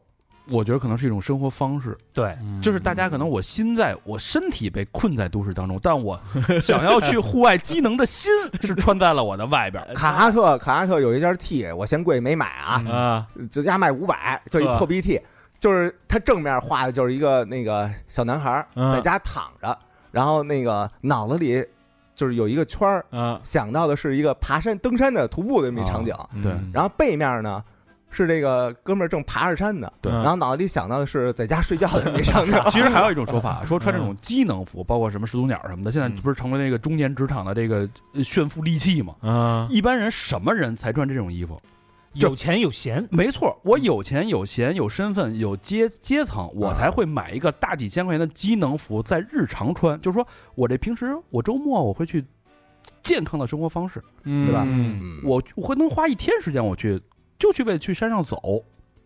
[SPEAKER 1] 我觉得可能是一种生活方式，
[SPEAKER 4] 对，
[SPEAKER 1] 就是大家可能我心在我身体被困在都市当中，但我想要去户外机能的心是穿在了我的外边儿。
[SPEAKER 2] 卡哈特卡哈特有一件 T，我嫌贵没买啊，
[SPEAKER 8] 啊，
[SPEAKER 2] 就压卖五百，就一破 BT，就是他正面画的就是一个那个小男孩儿
[SPEAKER 8] 嗯
[SPEAKER 2] 在家躺着，然后那个脑子里就是有一个圈儿，
[SPEAKER 8] 啊，
[SPEAKER 2] 想到的是一个爬山登山的徒步的那么一场景，
[SPEAKER 1] 对
[SPEAKER 8] 嗯
[SPEAKER 2] 然后背面呢。是这个哥们儿正爬着山呢，
[SPEAKER 8] 对
[SPEAKER 3] 嗯
[SPEAKER 2] 然后脑子里想到的是在家睡觉的那么一场景，
[SPEAKER 1] 其实还有一种说法，说穿这种机能服，包括什么始祖鸟什么的，现在不是成为那个中年职场的这个呃炫富利器吗？
[SPEAKER 3] 嗯
[SPEAKER 8] 啊，
[SPEAKER 1] 一般人什么人才穿这种衣服？
[SPEAKER 4] 有钱有闲，
[SPEAKER 1] 没错，我有钱、有闲、有身份、有阶阶层，我才会买一个大几千块钱的机能服，在日常穿。就是说我这平时，我周末我会去健康的生活方式，
[SPEAKER 8] 对
[SPEAKER 2] 吧
[SPEAKER 8] 嗯
[SPEAKER 2] 嗯
[SPEAKER 1] 我我会能花一天时间，我去就去为去山上走，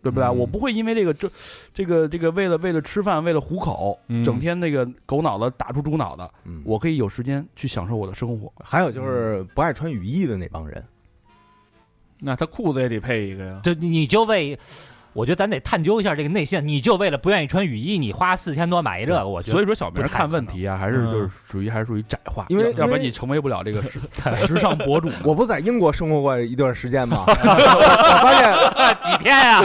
[SPEAKER 1] 对不对？
[SPEAKER 8] 嗯
[SPEAKER 1] 我不会因为这个这这个这个为了为了吃饭，为了糊口，
[SPEAKER 8] 嗯
[SPEAKER 1] 整天那个狗脑子打出猪脑子，
[SPEAKER 2] 嗯
[SPEAKER 1] 我可以有时间去享受我的生活。
[SPEAKER 2] 还有就是不爱穿雨衣的那帮人，
[SPEAKER 8] 那他裤子也得配一个呀，
[SPEAKER 4] 就你你就为。我觉得咱得探究一下这个内线，你就为了不愿意穿雨衣，你花四千多买一这个，我觉
[SPEAKER 1] 所
[SPEAKER 4] 得
[SPEAKER 1] 以说，小明
[SPEAKER 4] 不太
[SPEAKER 1] 看问题啊，还是就是属于还是属于窄化，
[SPEAKER 2] 因
[SPEAKER 1] 要
[SPEAKER 2] 为
[SPEAKER 1] 要不
[SPEAKER 2] 因为
[SPEAKER 1] 然你成为不了这个 时时尚博主呢。
[SPEAKER 2] 我不在英国生活过一段时间吗？我发现
[SPEAKER 4] 几天呀、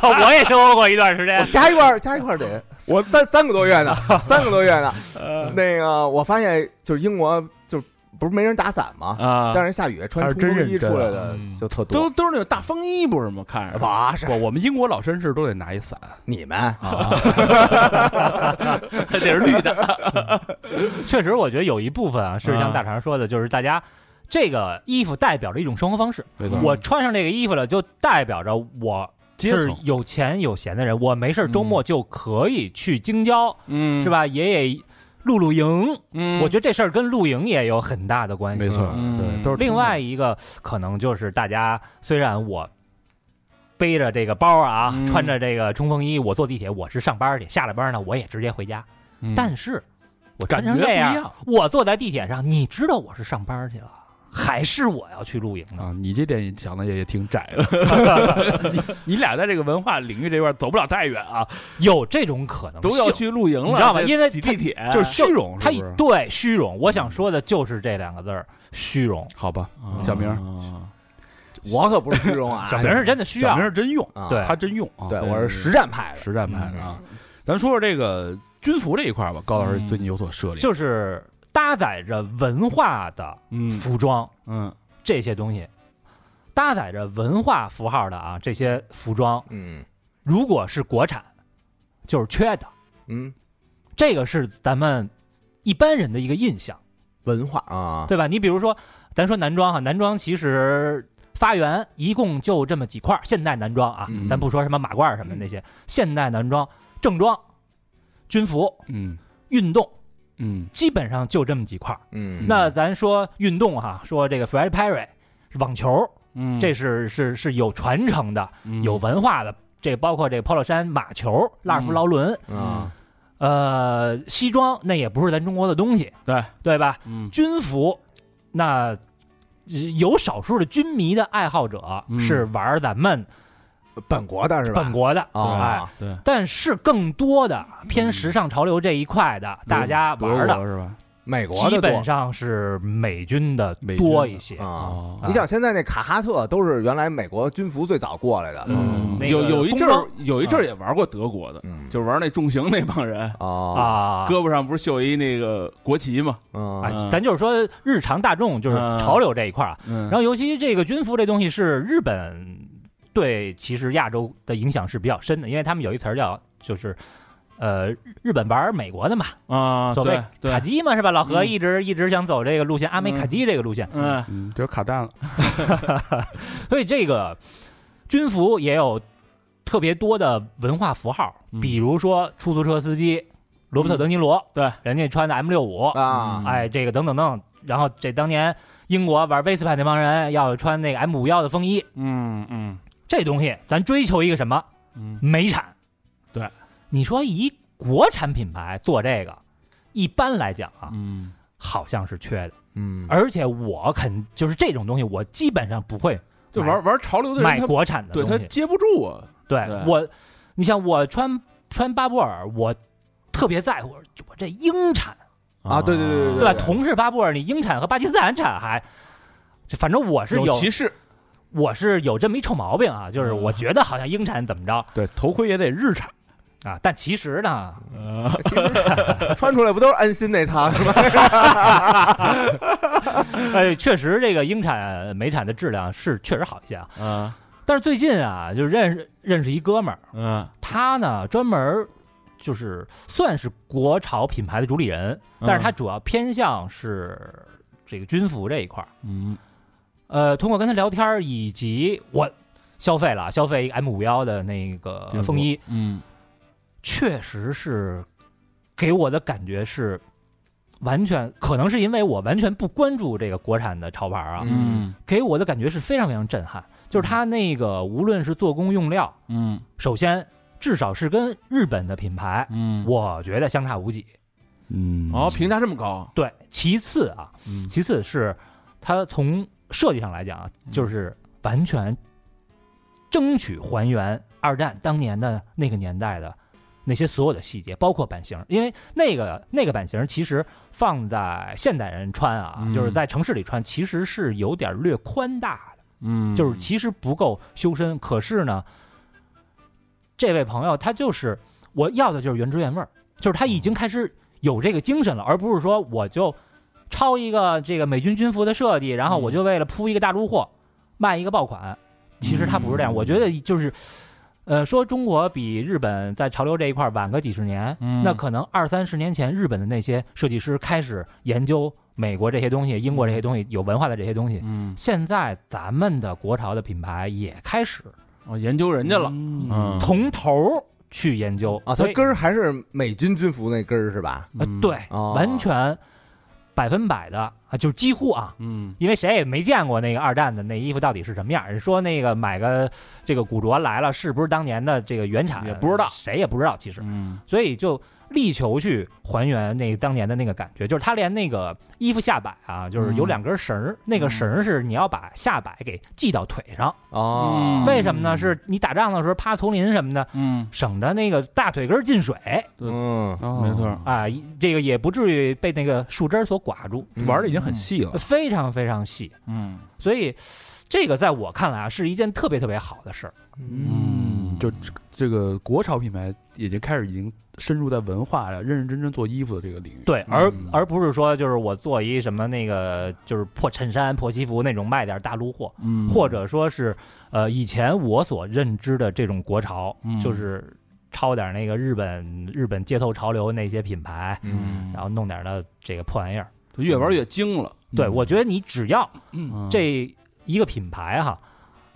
[SPEAKER 4] 啊， 我也生活过一段时间
[SPEAKER 2] 我，加一块儿加一块儿得我三三个多月呢，三个多月呢。那个我发现就是英国就是不是没人打伞吗？
[SPEAKER 4] 嗯
[SPEAKER 8] 啊，
[SPEAKER 2] 但是下雨穿
[SPEAKER 1] 还是
[SPEAKER 2] 冲
[SPEAKER 1] 真
[SPEAKER 2] 锋
[SPEAKER 1] 认
[SPEAKER 2] 衣
[SPEAKER 1] 真
[SPEAKER 2] 出来
[SPEAKER 1] 啊
[SPEAKER 2] 的
[SPEAKER 8] 嗯
[SPEAKER 2] 就特多
[SPEAKER 8] 都。都是那种大风衣，不是吗？看着
[SPEAKER 2] 不是啊
[SPEAKER 1] 我我们英国老绅士都得拿一伞，
[SPEAKER 2] 你们，
[SPEAKER 4] 得是绿的。 确实，我觉得有一部分啊，是像大肠说的，就是大家这个衣服代表着一种生活方式。
[SPEAKER 1] 没错
[SPEAKER 4] 我穿上这个衣服了，就代表着我
[SPEAKER 1] 阶
[SPEAKER 4] 是
[SPEAKER 1] 层嗯
[SPEAKER 4] 有钱有闲的人，我没事儿周末就可以去京郊，
[SPEAKER 8] 嗯
[SPEAKER 4] 是？吧？也也露露营。
[SPEAKER 8] 嗯，
[SPEAKER 4] 我觉得这事儿跟露营也有很大的关系。
[SPEAKER 1] 没错，
[SPEAKER 8] 嗯
[SPEAKER 1] 对，都是
[SPEAKER 4] 另外一个可能就是大家虽然我。背着这个包啊，
[SPEAKER 8] 嗯
[SPEAKER 4] 穿着这个冲锋衣，我坐地铁，我是上班去，下了班呢，我也直接回家。
[SPEAKER 8] 嗯，
[SPEAKER 4] 但是我
[SPEAKER 1] 感
[SPEAKER 4] 穿成
[SPEAKER 1] 觉不
[SPEAKER 4] 这
[SPEAKER 1] 一
[SPEAKER 4] 样
[SPEAKER 1] 样，
[SPEAKER 4] 我坐在地铁上，你知道我是上班去了，还是我要去露营呢？
[SPEAKER 1] 啊，你这点想的也也挺窄的，你你俩在这个文化领域这块走不了太远啊，
[SPEAKER 4] 有这种可能性，
[SPEAKER 8] 都要去露营了，
[SPEAKER 4] 你知道吗
[SPEAKER 8] 这
[SPEAKER 4] 因为
[SPEAKER 8] 挤
[SPEAKER 4] 他
[SPEAKER 8] 地
[SPEAKER 3] 哎
[SPEAKER 8] 铁
[SPEAKER 1] 就是虚荣，
[SPEAKER 4] 他
[SPEAKER 1] 是不是嗯
[SPEAKER 4] 对虚荣，我想说的就是这两个字儿，虚荣。
[SPEAKER 1] 好吧，
[SPEAKER 8] 啊
[SPEAKER 1] 小明儿
[SPEAKER 8] 啊
[SPEAKER 2] 我可不是虚荣啊，
[SPEAKER 1] 哎
[SPEAKER 4] 小明是真的需
[SPEAKER 1] 小
[SPEAKER 4] 要
[SPEAKER 1] 明，是真用，
[SPEAKER 2] 啊，
[SPEAKER 4] 对
[SPEAKER 1] 他真用啊，
[SPEAKER 2] 对，
[SPEAKER 8] 对
[SPEAKER 2] 我是实战派的。
[SPEAKER 1] 实战派的啊。咱说说这个军服这一块吧，高老师最近有所涉猎，
[SPEAKER 4] 就是搭载着文化的
[SPEAKER 8] 嗯
[SPEAKER 4] 服装
[SPEAKER 8] 嗯
[SPEAKER 4] 这些东西，搭载着文化符号的啊这些服装，
[SPEAKER 2] 嗯
[SPEAKER 4] 如果是国产，就是缺的。
[SPEAKER 2] 嗯，
[SPEAKER 4] 这个是咱们一般人的一个印象，
[SPEAKER 2] 文化啊，
[SPEAKER 4] 对吧？你比如说，咱说男装哈，男装其实发源一共就这么几块儿，现代男装啊，
[SPEAKER 3] 嗯
[SPEAKER 4] 咱不说什么马褂儿什么的那
[SPEAKER 2] 嗯
[SPEAKER 4] 些，现代男装、正装、军服、
[SPEAKER 1] 嗯
[SPEAKER 4] 运动，
[SPEAKER 1] 嗯
[SPEAKER 4] 基本上就这么几块儿。
[SPEAKER 2] 嗯，
[SPEAKER 4] 那咱说运动哈，说这个 Fred Perry 网球，
[SPEAKER 1] 嗯
[SPEAKER 4] 这是是是有传承的、有
[SPEAKER 1] 有
[SPEAKER 4] 文化的，这包括这 polo 衫、马球、拉夫劳伦，
[SPEAKER 2] 啊，
[SPEAKER 4] 呃，西装那也不是咱中国的东西，
[SPEAKER 3] 对
[SPEAKER 4] 对吧？
[SPEAKER 3] 嗯
[SPEAKER 4] 军服那呃有少数的军迷的爱好者
[SPEAKER 3] 嗯
[SPEAKER 4] 是玩咱们
[SPEAKER 2] 本国的是吧？
[SPEAKER 4] 本国的，哎，
[SPEAKER 2] 啊，
[SPEAKER 4] 但是更多的偏时尚潮流这一块的，大家玩的
[SPEAKER 1] 是吧？
[SPEAKER 2] 美国
[SPEAKER 4] 基
[SPEAKER 2] 的
[SPEAKER 4] 本
[SPEAKER 2] 多
[SPEAKER 4] 上是美军的
[SPEAKER 1] 美军的
[SPEAKER 4] 多一些。
[SPEAKER 2] 啊。
[SPEAKER 1] 哦
[SPEAKER 2] 你想现在那卡哈特都是原来美国军服最早过来的，
[SPEAKER 4] 嗯，那个
[SPEAKER 7] 有有一阵
[SPEAKER 4] 工装
[SPEAKER 7] 儿，有一阵儿也玩过德国的，
[SPEAKER 2] 嗯，
[SPEAKER 7] 就是玩那重型那帮人，
[SPEAKER 2] 啊
[SPEAKER 4] 啊，
[SPEAKER 7] 胳膊上不是绣一那个国旗嘛？
[SPEAKER 2] 啊
[SPEAKER 4] 啊，咱就是说日常大众就是
[SPEAKER 7] 嗯
[SPEAKER 4] 潮流这一块儿啊，
[SPEAKER 7] 嗯
[SPEAKER 4] 然后尤其这个军服这东西是日本对其实亚洲的影响是比较深的，因为他们有一词儿叫就是。呃，日本玩美国的嘛，
[SPEAKER 7] 啊，
[SPEAKER 4] 所谓
[SPEAKER 7] 对
[SPEAKER 4] 卡
[SPEAKER 7] 对，
[SPEAKER 4] 基嘛，是吧？老何
[SPEAKER 7] 嗯
[SPEAKER 4] 一直、一直想走这个路线，阿美
[SPEAKER 7] 嗯
[SPEAKER 4] 卡基这个路线，
[SPEAKER 7] 嗯
[SPEAKER 1] 嗯，这卡蛋了。
[SPEAKER 4] 所以这个军服也有特别多的文化符号，
[SPEAKER 7] 嗯
[SPEAKER 4] 比如说出租车司机罗伯特·德尼罗，
[SPEAKER 7] 对，嗯
[SPEAKER 4] 人家穿的 M 六五，
[SPEAKER 2] 啊，
[SPEAKER 4] 哎，这个等等等，然后这当年英国玩 Vespa 那帮人要穿那个 M 五幺的风衣，
[SPEAKER 7] 嗯嗯
[SPEAKER 4] 这东西咱追求一个什么？
[SPEAKER 7] 嗯，
[SPEAKER 4] 美产。
[SPEAKER 7] 对，
[SPEAKER 4] 你说一国产品牌做这个，一般来讲啊，
[SPEAKER 7] 嗯
[SPEAKER 4] 好像是缺的。
[SPEAKER 2] 嗯，
[SPEAKER 4] 而且我肯就是这种东西，我基本上不会
[SPEAKER 7] 就
[SPEAKER 4] 买
[SPEAKER 7] 玩玩潮流的人，
[SPEAKER 4] 买
[SPEAKER 7] 他
[SPEAKER 4] 国产的
[SPEAKER 7] 对
[SPEAKER 4] 东
[SPEAKER 7] 他
[SPEAKER 4] 西。
[SPEAKER 7] 接不住啊，
[SPEAKER 4] 对
[SPEAKER 7] 对
[SPEAKER 4] 我，你像我穿穿巴布尔，我特别在乎我这英产，
[SPEAKER 2] 啊，对对对
[SPEAKER 4] 对吧？同是巴布尔，你英产和巴基斯坦产还，这反正我是有
[SPEAKER 7] 歧视，
[SPEAKER 4] 我是有这么一臭毛病啊，
[SPEAKER 7] 嗯
[SPEAKER 4] 就是我觉得好像英产怎么着
[SPEAKER 1] 对，头盔也得日产。
[SPEAKER 4] 啊，但其实呢，
[SPEAKER 2] 对，穿出来不都是安心那套是吧？
[SPEAKER 4] 哎，确实这个英产呃美产的质量是确实好一些啊。
[SPEAKER 7] 嗯
[SPEAKER 4] 但是最近啊，就认识认识一哥们儿，
[SPEAKER 7] 嗯
[SPEAKER 4] 他呢专门儿就是算是国潮品牌的主理人，但是
[SPEAKER 7] 嗯
[SPEAKER 4] 他主要偏向是这个军服这一块儿。
[SPEAKER 7] 嗯
[SPEAKER 4] 呃，通过跟他聊天儿以及我消费了消费一个 M 五幺的那个
[SPEAKER 7] 军服
[SPEAKER 4] 呃风衣，
[SPEAKER 7] 嗯
[SPEAKER 4] 确实是给我的感觉是完全可能是因为我完全不关注这个国产的潮牌儿啊，
[SPEAKER 7] 嗯
[SPEAKER 4] 给我的感觉是非常非常震撼，就是它那个无论是做工用料，
[SPEAKER 7] 嗯
[SPEAKER 4] 首先至少是跟日本的品牌，
[SPEAKER 7] 嗯，
[SPEAKER 4] 我觉得相差无几。
[SPEAKER 1] 嗯
[SPEAKER 8] 哦，评价这么高，
[SPEAKER 4] 对，其次啊，其次是它从设计上来讲啊，就是完全争取还原二战当年的那个年代的那些所有的细节，包括版型，因为那个那个版型其实放在现代人穿啊，
[SPEAKER 7] 嗯
[SPEAKER 4] 就是在城市里穿，其实是有点略宽大的。
[SPEAKER 7] 嗯
[SPEAKER 4] 就是其实不够修身。可是呢，这位朋友他就是我要的就是原汁原味儿，就是他已
[SPEAKER 7] 嗯
[SPEAKER 4] 经开始有这个精神了，而不是说我就抄一个这个美军军服的设计，然后我就为了铺一个大陆货卖一个爆款。其实他不是这
[SPEAKER 7] 嗯
[SPEAKER 4] 样，我觉得就是。呃，说中国比日本在潮流这一块儿晚个几十年，
[SPEAKER 7] 嗯
[SPEAKER 4] 那可能二三十年前，日本的那些设计师开始研究美国这些东西、英国这些东西、有文化的这些东西，
[SPEAKER 7] 嗯
[SPEAKER 4] 现在咱们的国潮的品牌也开始
[SPEAKER 7] 哦，研究人家了，嗯
[SPEAKER 4] 从头儿去研究
[SPEAKER 2] 啊，它
[SPEAKER 4] 所以
[SPEAKER 2] 根儿还是美军军服那根儿是吧？
[SPEAKER 4] 呃
[SPEAKER 7] 嗯
[SPEAKER 4] 对，
[SPEAKER 7] 啊
[SPEAKER 2] 哦
[SPEAKER 4] 完全百分百的啊，就是几乎啊，
[SPEAKER 7] 嗯
[SPEAKER 4] 因为谁也没见过那个二战的那衣服到底是什么样儿。人说那个买个这个古着来了，是不是当年的这个原产
[SPEAKER 7] 也不知道
[SPEAKER 4] 谁也不知道其实，
[SPEAKER 7] 嗯
[SPEAKER 4] 所以就。力求去还原那个当年的那个感觉，就是他连那个衣服下摆啊，就是有
[SPEAKER 7] 嗯
[SPEAKER 4] 两根绳儿，那个绳儿是你要把下摆给系到腿上，
[SPEAKER 2] 哦，
[SPEAKER 4] 为什么呢？
[SPEAKER 7] 嗯
[SPEAKER 4] 是你打仗的时候趴丛林什么的，
[SPEAKER 7] 嗯，
[SPEAKER 4] 省得那个大腿根儿进水
[SPEAKER 2] 嗯，
[SPEAKER 1] 哦
[SPEAKER 7] 没错，
[SPEAKER 4] 啊，这个也不至于被那个树枝儿所刮住，
[SPEAKER 2] 嗯
[SPEAKER 3] 嗯
[SPEAKER 1] 玩的已经很细了。
[SPEAKER 4] 非常非常细。
[SPEAKER 7] 嗯
[SPEAKER 4] 所以，这个在我看来啊，是一件特别特别好的事儿。
[SPEAKER 7] 嗯
[SPEAKER 1] 就这这个国潮品牌已经开始已经深入在文化了，认认真真做衣服的这个领域。
[SPEAKER 4] 对，而
[SPEAKER 7] 嗯
[SPEAKER 4] 而不是说就是我做一什么那个就是破衬衫、破西服那种卖点儿大陆货，
[SPEAKER 7] 嗯
[SPEAKER 4] 或者说是呃以前我所认知的这种国潮，
[SPEAKER 7] 嗯
[SPEAKER 4] 就是抄点那个日本日本街头潮流那些品牌，
[SPEAKER 2] 嗯
[SPEAKER 4] 然后弄点的这个破玩意儿。
[SPEAKER 3] 就越玩越精了。
[SPEAKER 4] 对，
[SPEAKER 9] 嗯
[SPEAKER 4] 我觉得嗯你只要
[SPEAKER 3] 嗯
[SPEAKER 4] 这一个品牌哈，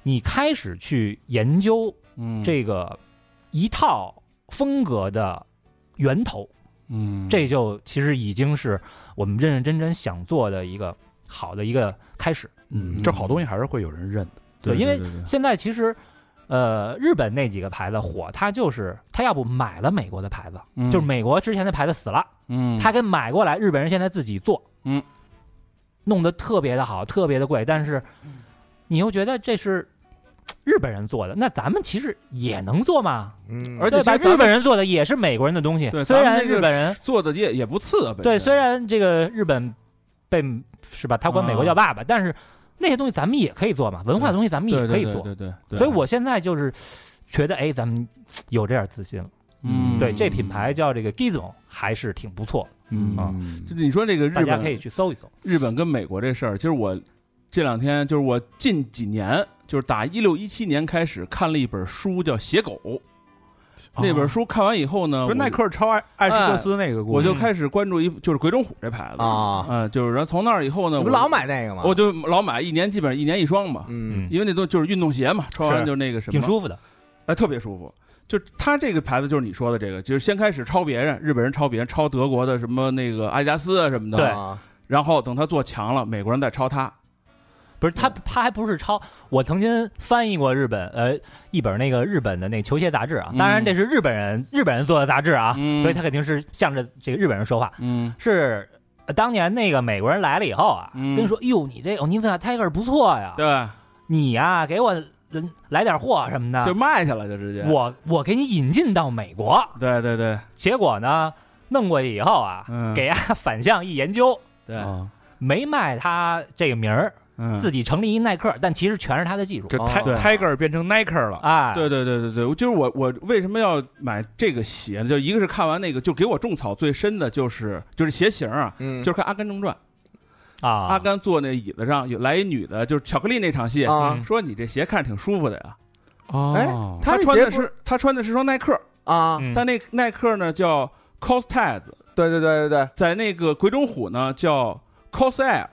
[SPEAKER 4] 你开始去研究
[SPEAKER 9] 嗯
[SPEAKER 4] 这个一套风格的源头，
[SPEAKER 9] 嗯
[SPEAKER 4] 这就其实已经是我们认认真真想做的一个好的一个开始。
[SPEAKER 1] 嗯，这好东西还是会有人认的。
[SPEAKER 4] 对，因为现在其实，呃，日本那几个牌子火，它就是它要不买了美国的牌子，就是美国之前的牌子死了，
[SPEAKER 9] 嗯
[SPEAKER 4] 他给买过来，日本人现在自己做，
[SPEAKER 9] 嗯，
[SPEAKER 4] 弄得特别的好，特别的贵，但是
[SPEAKER 9] 嗯
[SPEAKER 4] 你又觉得这是嘖日本人做的，那咱们其实也能做嘛，
[SPEAKER 2] 嗯，
[SPEAKER 9] 而且
[SPEAKER 4] 对吧？
[SPEAKER 9] 其实咱们
[SPEAKER 4] 日本人做的也是美国人的东西，
[SPEAKER 9] 对
[SPEAKER 4] 虽
[SPEAKER 9] 咱
[SPEAKER 4] 然
[SPEAKER 9] 们这个
[SPEAKER 4] 日本人
[SPEAKER 9] 做的也也不次啊，本
[SPEAKER 4] 对，
[SPEAKER 9] 身
[SPEAKER 4] 虽然这个日本被是吧，他管美国叫
[SPEAKER 9] 啊
[SPEAKER 4] 爸爸，但是那些东西咱们也可以做嘛，文化的东西咱们也
[SPEAKER 9] 对
[SPEAKER 4] 可以
[SPEAKER 9] 对
[SPEAKER 4] 做，
[SPEAKER 9] 对对对，
[SPEAKER 4] 所以我现在就是嘖觉得，哎，咱们嘖有这点自信了。
[SPEAKER 9] 嗯
[SPEAKER 4] 对，这品牌叫这个 Gizmo 还是挺不错的，啊
[SPEAKER 9] 嗯
[SPEAKER 3] 就是你说这个日
[SPEAKER 4] 大家可
[SPEAKER 3] 本
[SPEAKER 4] 以去搜一搜。
[SPEAKER 3] 日本跟美国这事儿，其实我这两天就是我近几年，就是打一六一七年开始看了一本书叫《写狗》，
[SPEAKER 4] 啊
[SPEAKER 3] 那本书看完以后呢，
[SPEAKER 1] 不是
[SPEAKER 3] 我
[SPEAKER 1] 耐克超爱爱
[SPEAKER 3] 哎
[SPEAKER 1] 吃克斯那个故事，
[SPEAKER 4] 嗯
[SPEAKER 3] 我就开始关注一就是鬼冢虎这牌子
[SPEAKER 2] 啊
[SPEAKER 3] 嗯，就是然后从那儿以后呢，
[SPEAKER 2] 你
[SPEAKER 3] 我
[SPEAKER 2] 不老买那个吗？
[SPEAKER 3] 我就老买，一年基本上一年一双吧，
[SPEAKER 2] 嗯
[SPEAKER 3] 因为那都就是运动鞋嘛，穿完
[SPEAKER 4] 是
[SPEAKER 3] 就那个什么，
[SPEAKER 4] 挺舒服的，
[SPEAKER 3] 哎，特别舒服。就它这个牌子，就是你说的这个，就是先开始抄别人，日本人抄别人，抄德国的什么那个阿迪达斯啊什么的，
[SPEAKER 4] 对
[SPEAKER 2] 啊
[SPEAKER 3] 然后等他做强了，美国人再抄他，
[SPEAKER 4] 不是
[SPEAKER 3] 嗯
[SPEAKER 4] 他，他还不是抄。我曾经翻译过日本呃一本那个日本的那球鞋杂志啊，
[SPEAKER 3] 嗯
[SPEAKER 4] 当然这是日本人日本人做的杂志啊，
[SPEAKER 3] 嗯
[SPEAKER 4] 所以他肯定是向着这个日本人说话。
[SPEAKER 3] 嗯，
[SPEAKER 4] 是呃当年那个美国人来了以后啊，
[SPEAKER 3] 嗯
[SPEAKER 4] 跟说：“哟，你这欧尼克 Tiger 不错呀，
[SPEAKER 3] 对，
[SPEAKER 4] 你呀、给我嗯来点货什么
[SPEAKER 3] 就
[SPEAKER 4] 的，
[SPEAKER 3] 卖去了，就直接，
[SPEAKER 4] 我我给你引进到美国。
[SPEAKER 3] 对对对，”
[SPEAKER 4] 结果呢，弄过去以后啊，
[SPEAKER 3] 嗯，
[SPEAKER 4] 给啊 反向一研究，
[SPEAKER 3] 对，
[SPEAKER 1] 啊，
[SPEAKER 4] 没卖他这个名儿，
[SPEAKER 3] 嗯，
[SPEAKER 4] 自己成立一耐克，但其实全是他的技术。
[SPEAKER 1] 这
[SPEAKER 2] 哦
[SPEAKER 1] Ti-
[SPEAKER 2] 对
[SPEAKER 1] Tiger 变成 Nike 了，
[SPEAKER 4] 哎，
[SPEAKER 3] 对对对对对，就是我我为什么要买这个鞋呢？就一个是看完那个，就给我种草最深的就是就是鞋型啊，
[SPEAKER 2] 嗯，
[SPEAKER 3] 就是看《阿甘正传》，
[SPEAKER 4] 啊，
[SPEAKER 3] 阿甘坐那椅子上有来一女的，就是巧克力那场戏，
[SPEAKER 2] 啊，
[SPEAKER 3] 说你这鞋看着挺舒服的呀。哎
[SPEAKER 2] 哦
[SPEAKER 3] 他
[SPEAKER 2] 那
[SPEAKER 3] 穿
[SPEAKER 2] 鞋
[SPEAKER 3] 的
[SPEAKER 2] 不
[SPEAKER 3] 是他穿的是双耐克，
[SPEAKER 2] 啊，
[SPEAKER 4] 嗯
[SPEAKER 3] 但那耐克呢叫 Costaz，
[SPEAKER 2] 对对对对对，
[SPEAKER 3] 在那个鬼冢虎呢叫 Cosair。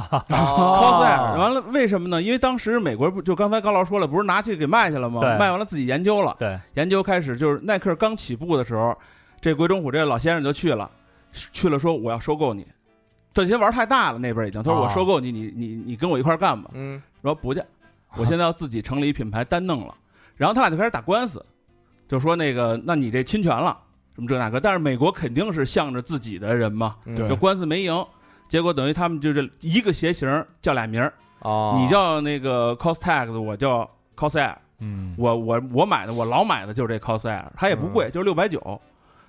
[SPEAKER 3] Cosair
[SPEAKER 2] 哦
[SPEAKER 3] 完了，为什么呢？因为当时美国不就刚才高老师说了，不是拿去给卖去了吗？
[SPEAKER 4] 对
[SPEAKER 3] 卖完了自己研究了，
[SPEAKER 4] 对，
[SPEAKER 3] 研究开始就是耐克刚起步的时候，这鬼冢虎这老先生就去了，去了说我要收购你。这些玩太大了，那边已经。他说
[SPEAKER 4] 哦
[SPEAKER 3] 我收购你，你你你跟我一块儿干吧。
[SPEAKER 2] 嗯
[SPEAKER 3] 说不去，我现在要自己成立一品牌单弄了。然后他俩就开始打官司，就说那个，那你这侵权了什么这那个。但是美国肯定是向着自己的人嘛，
[SPEAKER 2] 嗯
[SPEAKER 3] 就官司没赢，结果等于他们就是一个鞋型叫俩名儿，
[SPEAKER 2] 哦，
[SPEAKER 3] 你叫那个 Costax，我叫 Cosair，
[SPEAKER 1] 嗯，
[SPEAKER 3] 我我我买的我老买的就是这 Cosair，它也不贵，就是六百九。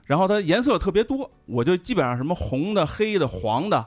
[SPEAKER 3] 然后它颜色特别多，我就基本上什么红的、黑的、黄的、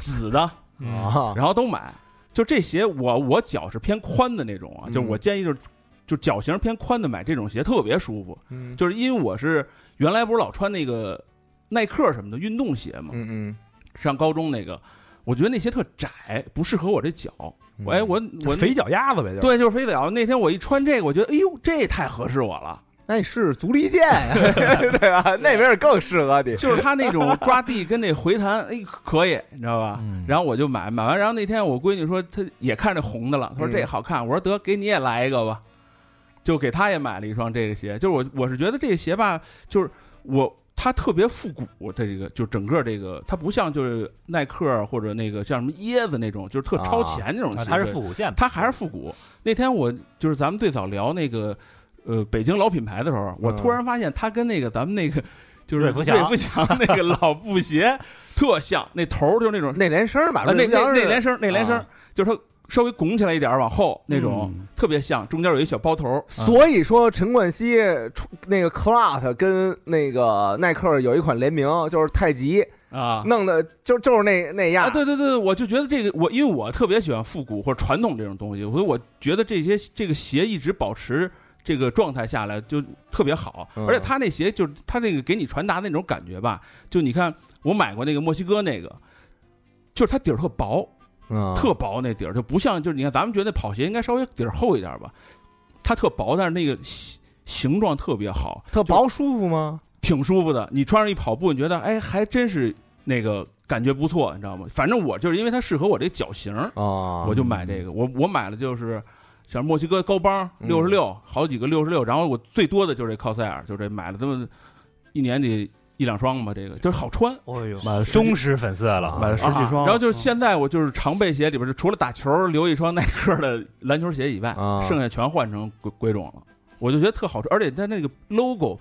[SPEAKER 3] 紫的，
[SPEAKER 4] 嗯
[SPEAKER 2] 啊，
[SPEAKER 3] 然后都买。就这鞋我，我脚是偏宽的那种啊，
[SPEAKER 2] 嗯
[SPEAKER 3] 就是我建议就是就脚型偏宽的买这种鞋特别舒服，
[SPEAKER 2] 嗯
[SPEAKER 3] 就是因为我是原来不是老穿那个耐克什么的运动鞋嘛，
[SPEAKER 2] 嗯
[SPEAKER 3] 上高中那个。我觉得那鞋特窄，不适合我这脚。
[SPEAKER 2] 嗯，
[SPEAKER 3] 哎，我我
[SPEAKER 1] 肥脚丫子呗，就是
[SPEAKER 3] 对，就是肥脚。那天我一穿这个，我觉得哎呦，这太合适我 了。
[SPEAKER 2] 那你试试足力健 呀，对吧？那边儿更适合你。
[SPEAKER 3] 就是它那种抓地跟那回弹，哎，可以，你知道吧？
[SPEAKER 4] 嗯
[SPEAKER 3] 然后我就买，买完，然后那天我闺女说她也看这红的了，她说
[SPEAKER 2] 嗯
[SPEAKER 3] 这好看，我说得给你也来一个吧，就给她也买了一双这个鞋。就是我我是觉得这个鞋吧，就是我它特别复古，这个就整个这个它不像就是耐克啊或者那个像什么椰子那种，就是特超前那种
[SPEAKER 4] 啊
[SPEAKER 3] 鞋，
[SPEAKER 4] 它是复古线嘛，
[SPEAKER 3] 它还是复古。那天我就是咱们最早聊那个呃北京老品牌的时候，我
[SPEAKER 2] 嗯
[SPEAKER 3] 突然发现它跟那个咱们那个就是
[SPEAKER 4] 瑞
[SPEAKER 3] 福
[SPEAKER 4] 福祥
[SPEAKER 3] 祥那个老布鞋特像，那头儿就是那种
[SPEAKER 2] 那连声吧，
[SPEAKER 3] 啊那
[SPEAKER 2] 不像
[SPEAKER 3] 那
[SPEAKER 2] 是
[SPEAKER 3] 那连声儿那连声儿
[SPEAKER 2] 啊，嗯
[SPEAKER 3] 就是它稍微拱起来一点儿往后那种，
[SPEAKER 1] 嗯
[SPEAKER 3] 特别像，中间有一小包头儿。
[SPEAKER 2] 啊所以说陈冠希出那个 Clout 跟那个耐克有一款联名，就是太极
[SPEAKER 3] 啊
[SPEAKER 2] 弄的就就是那那
[SPEAKER 3] 啊，
[SPEAKER 2] 样。
[SPEAKER 3] 对对对，对我就觉得这个我，因为我特别喜欢复古或者传统这种东西，所以我觉得这些这个鞋一直保持这个状态下来就特别好，
[SPEAKER 2] 嗯
[SPEAKER 3] 而且他那鞋就是他那个给你传达那种感觉吧，就你看我买过那个墨西哥那个，就是它底儿特薄，
[SPEAKER 2] 嗯，
[SPEAKER 3] 特薄那底儿就不像就是你看咱们觉得跑鞋应该稍微底儿厚一点吧，它特薄，但是那个鞋形状特别好，
[SPEAKER 2] 特薄舒服吗？
[SPEAKER 3] 挺舒服的。你穿上一跑步，你觉得哎，还真是那个感觉不错，你知道吗？反正我就是因为它适合我这脚型，
[SPEAKER 2] 啊，
[SPEAKER 3] 我就买这个。我我买了就是像墨西哥高帮
[SPEAKER 2] 嗯
[SPEAKER 3] 六十六，好几个六十六，然后我最多的就是这靠塞尔，就这买了这么一年得一两双吧，这个就是好穿。
[SPEAKER 4] 哦呦，忠实粉丝了，啊
[SPEAKER 1] 买了十几双，
[SPEAKER 3] 啊然后
[SPEAKER 2] 嗯
[SPEAKER 3] 就是现在我就是常备鞋里边，就除了打球留一双耐克的篮球鞋以外，
[SPEAKER 2] 啊
[SPEAKER 3] 剩下全换成鬼鬼冢了。我就觉得特好穿，而且它那个 logo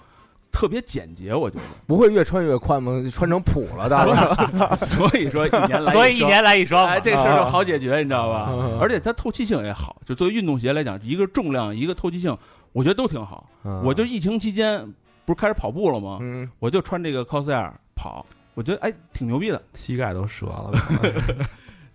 [SPEAKER 3] 特别简洁，我觉得。
[SPEAKER 2] 不会越穿越宽吗？穿成普了的，
[SPEAKER 3] 所以说一年来，
[SPEAKER 4] 所以一年哦来一双嘛
[SPEAKER 3] 哎，这事儿就好解决，你知道吧？
[SPEAKER 2] 啊
[SPEAKER 3] 而且它透气性也好，就作为运动鞋来讲，一个重量，一个透气性，我觉得都挺好。我就疫情期间不是开始跑步了吗？
[SPEAKER 2] 啊嗯，
[SPEAKER 3] 我就穿这个 cos air 跑，我觉得哎挺牛逼的，
[SPEAKER 1] 膝盖都折了。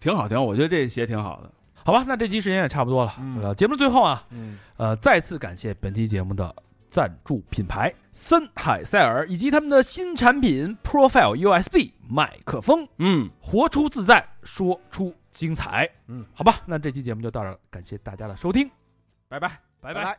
[SPEAKER 3] 挺好，挺好。我觉得这鞋挺好的。
[SPEAKER 1] 好吧，那这期时间也差不多了。
[SPEAKER 10] 嗯
[SPEAKER 1] 呃，节目的最后啊，
[SPEAKER 10] 嗯
[SPEAKER 1] 呃，再次感谢本期节目的赞助品牌森海塞尔以及他们的新产品 Profile USB 麦克风，
[SPEAKER 3] 嗯，
[SPEAKER 1] 活出自在，说出精彩。
[SPEAKER 10] 嗯，
[SPEAKER 1] 好吧，那这期节目就到这儿了，感谢大家的收听，
[SPEAKER 3] 拜拜。
[SPEAKER 1] 拜
[SPEAKER 2] 拜拜。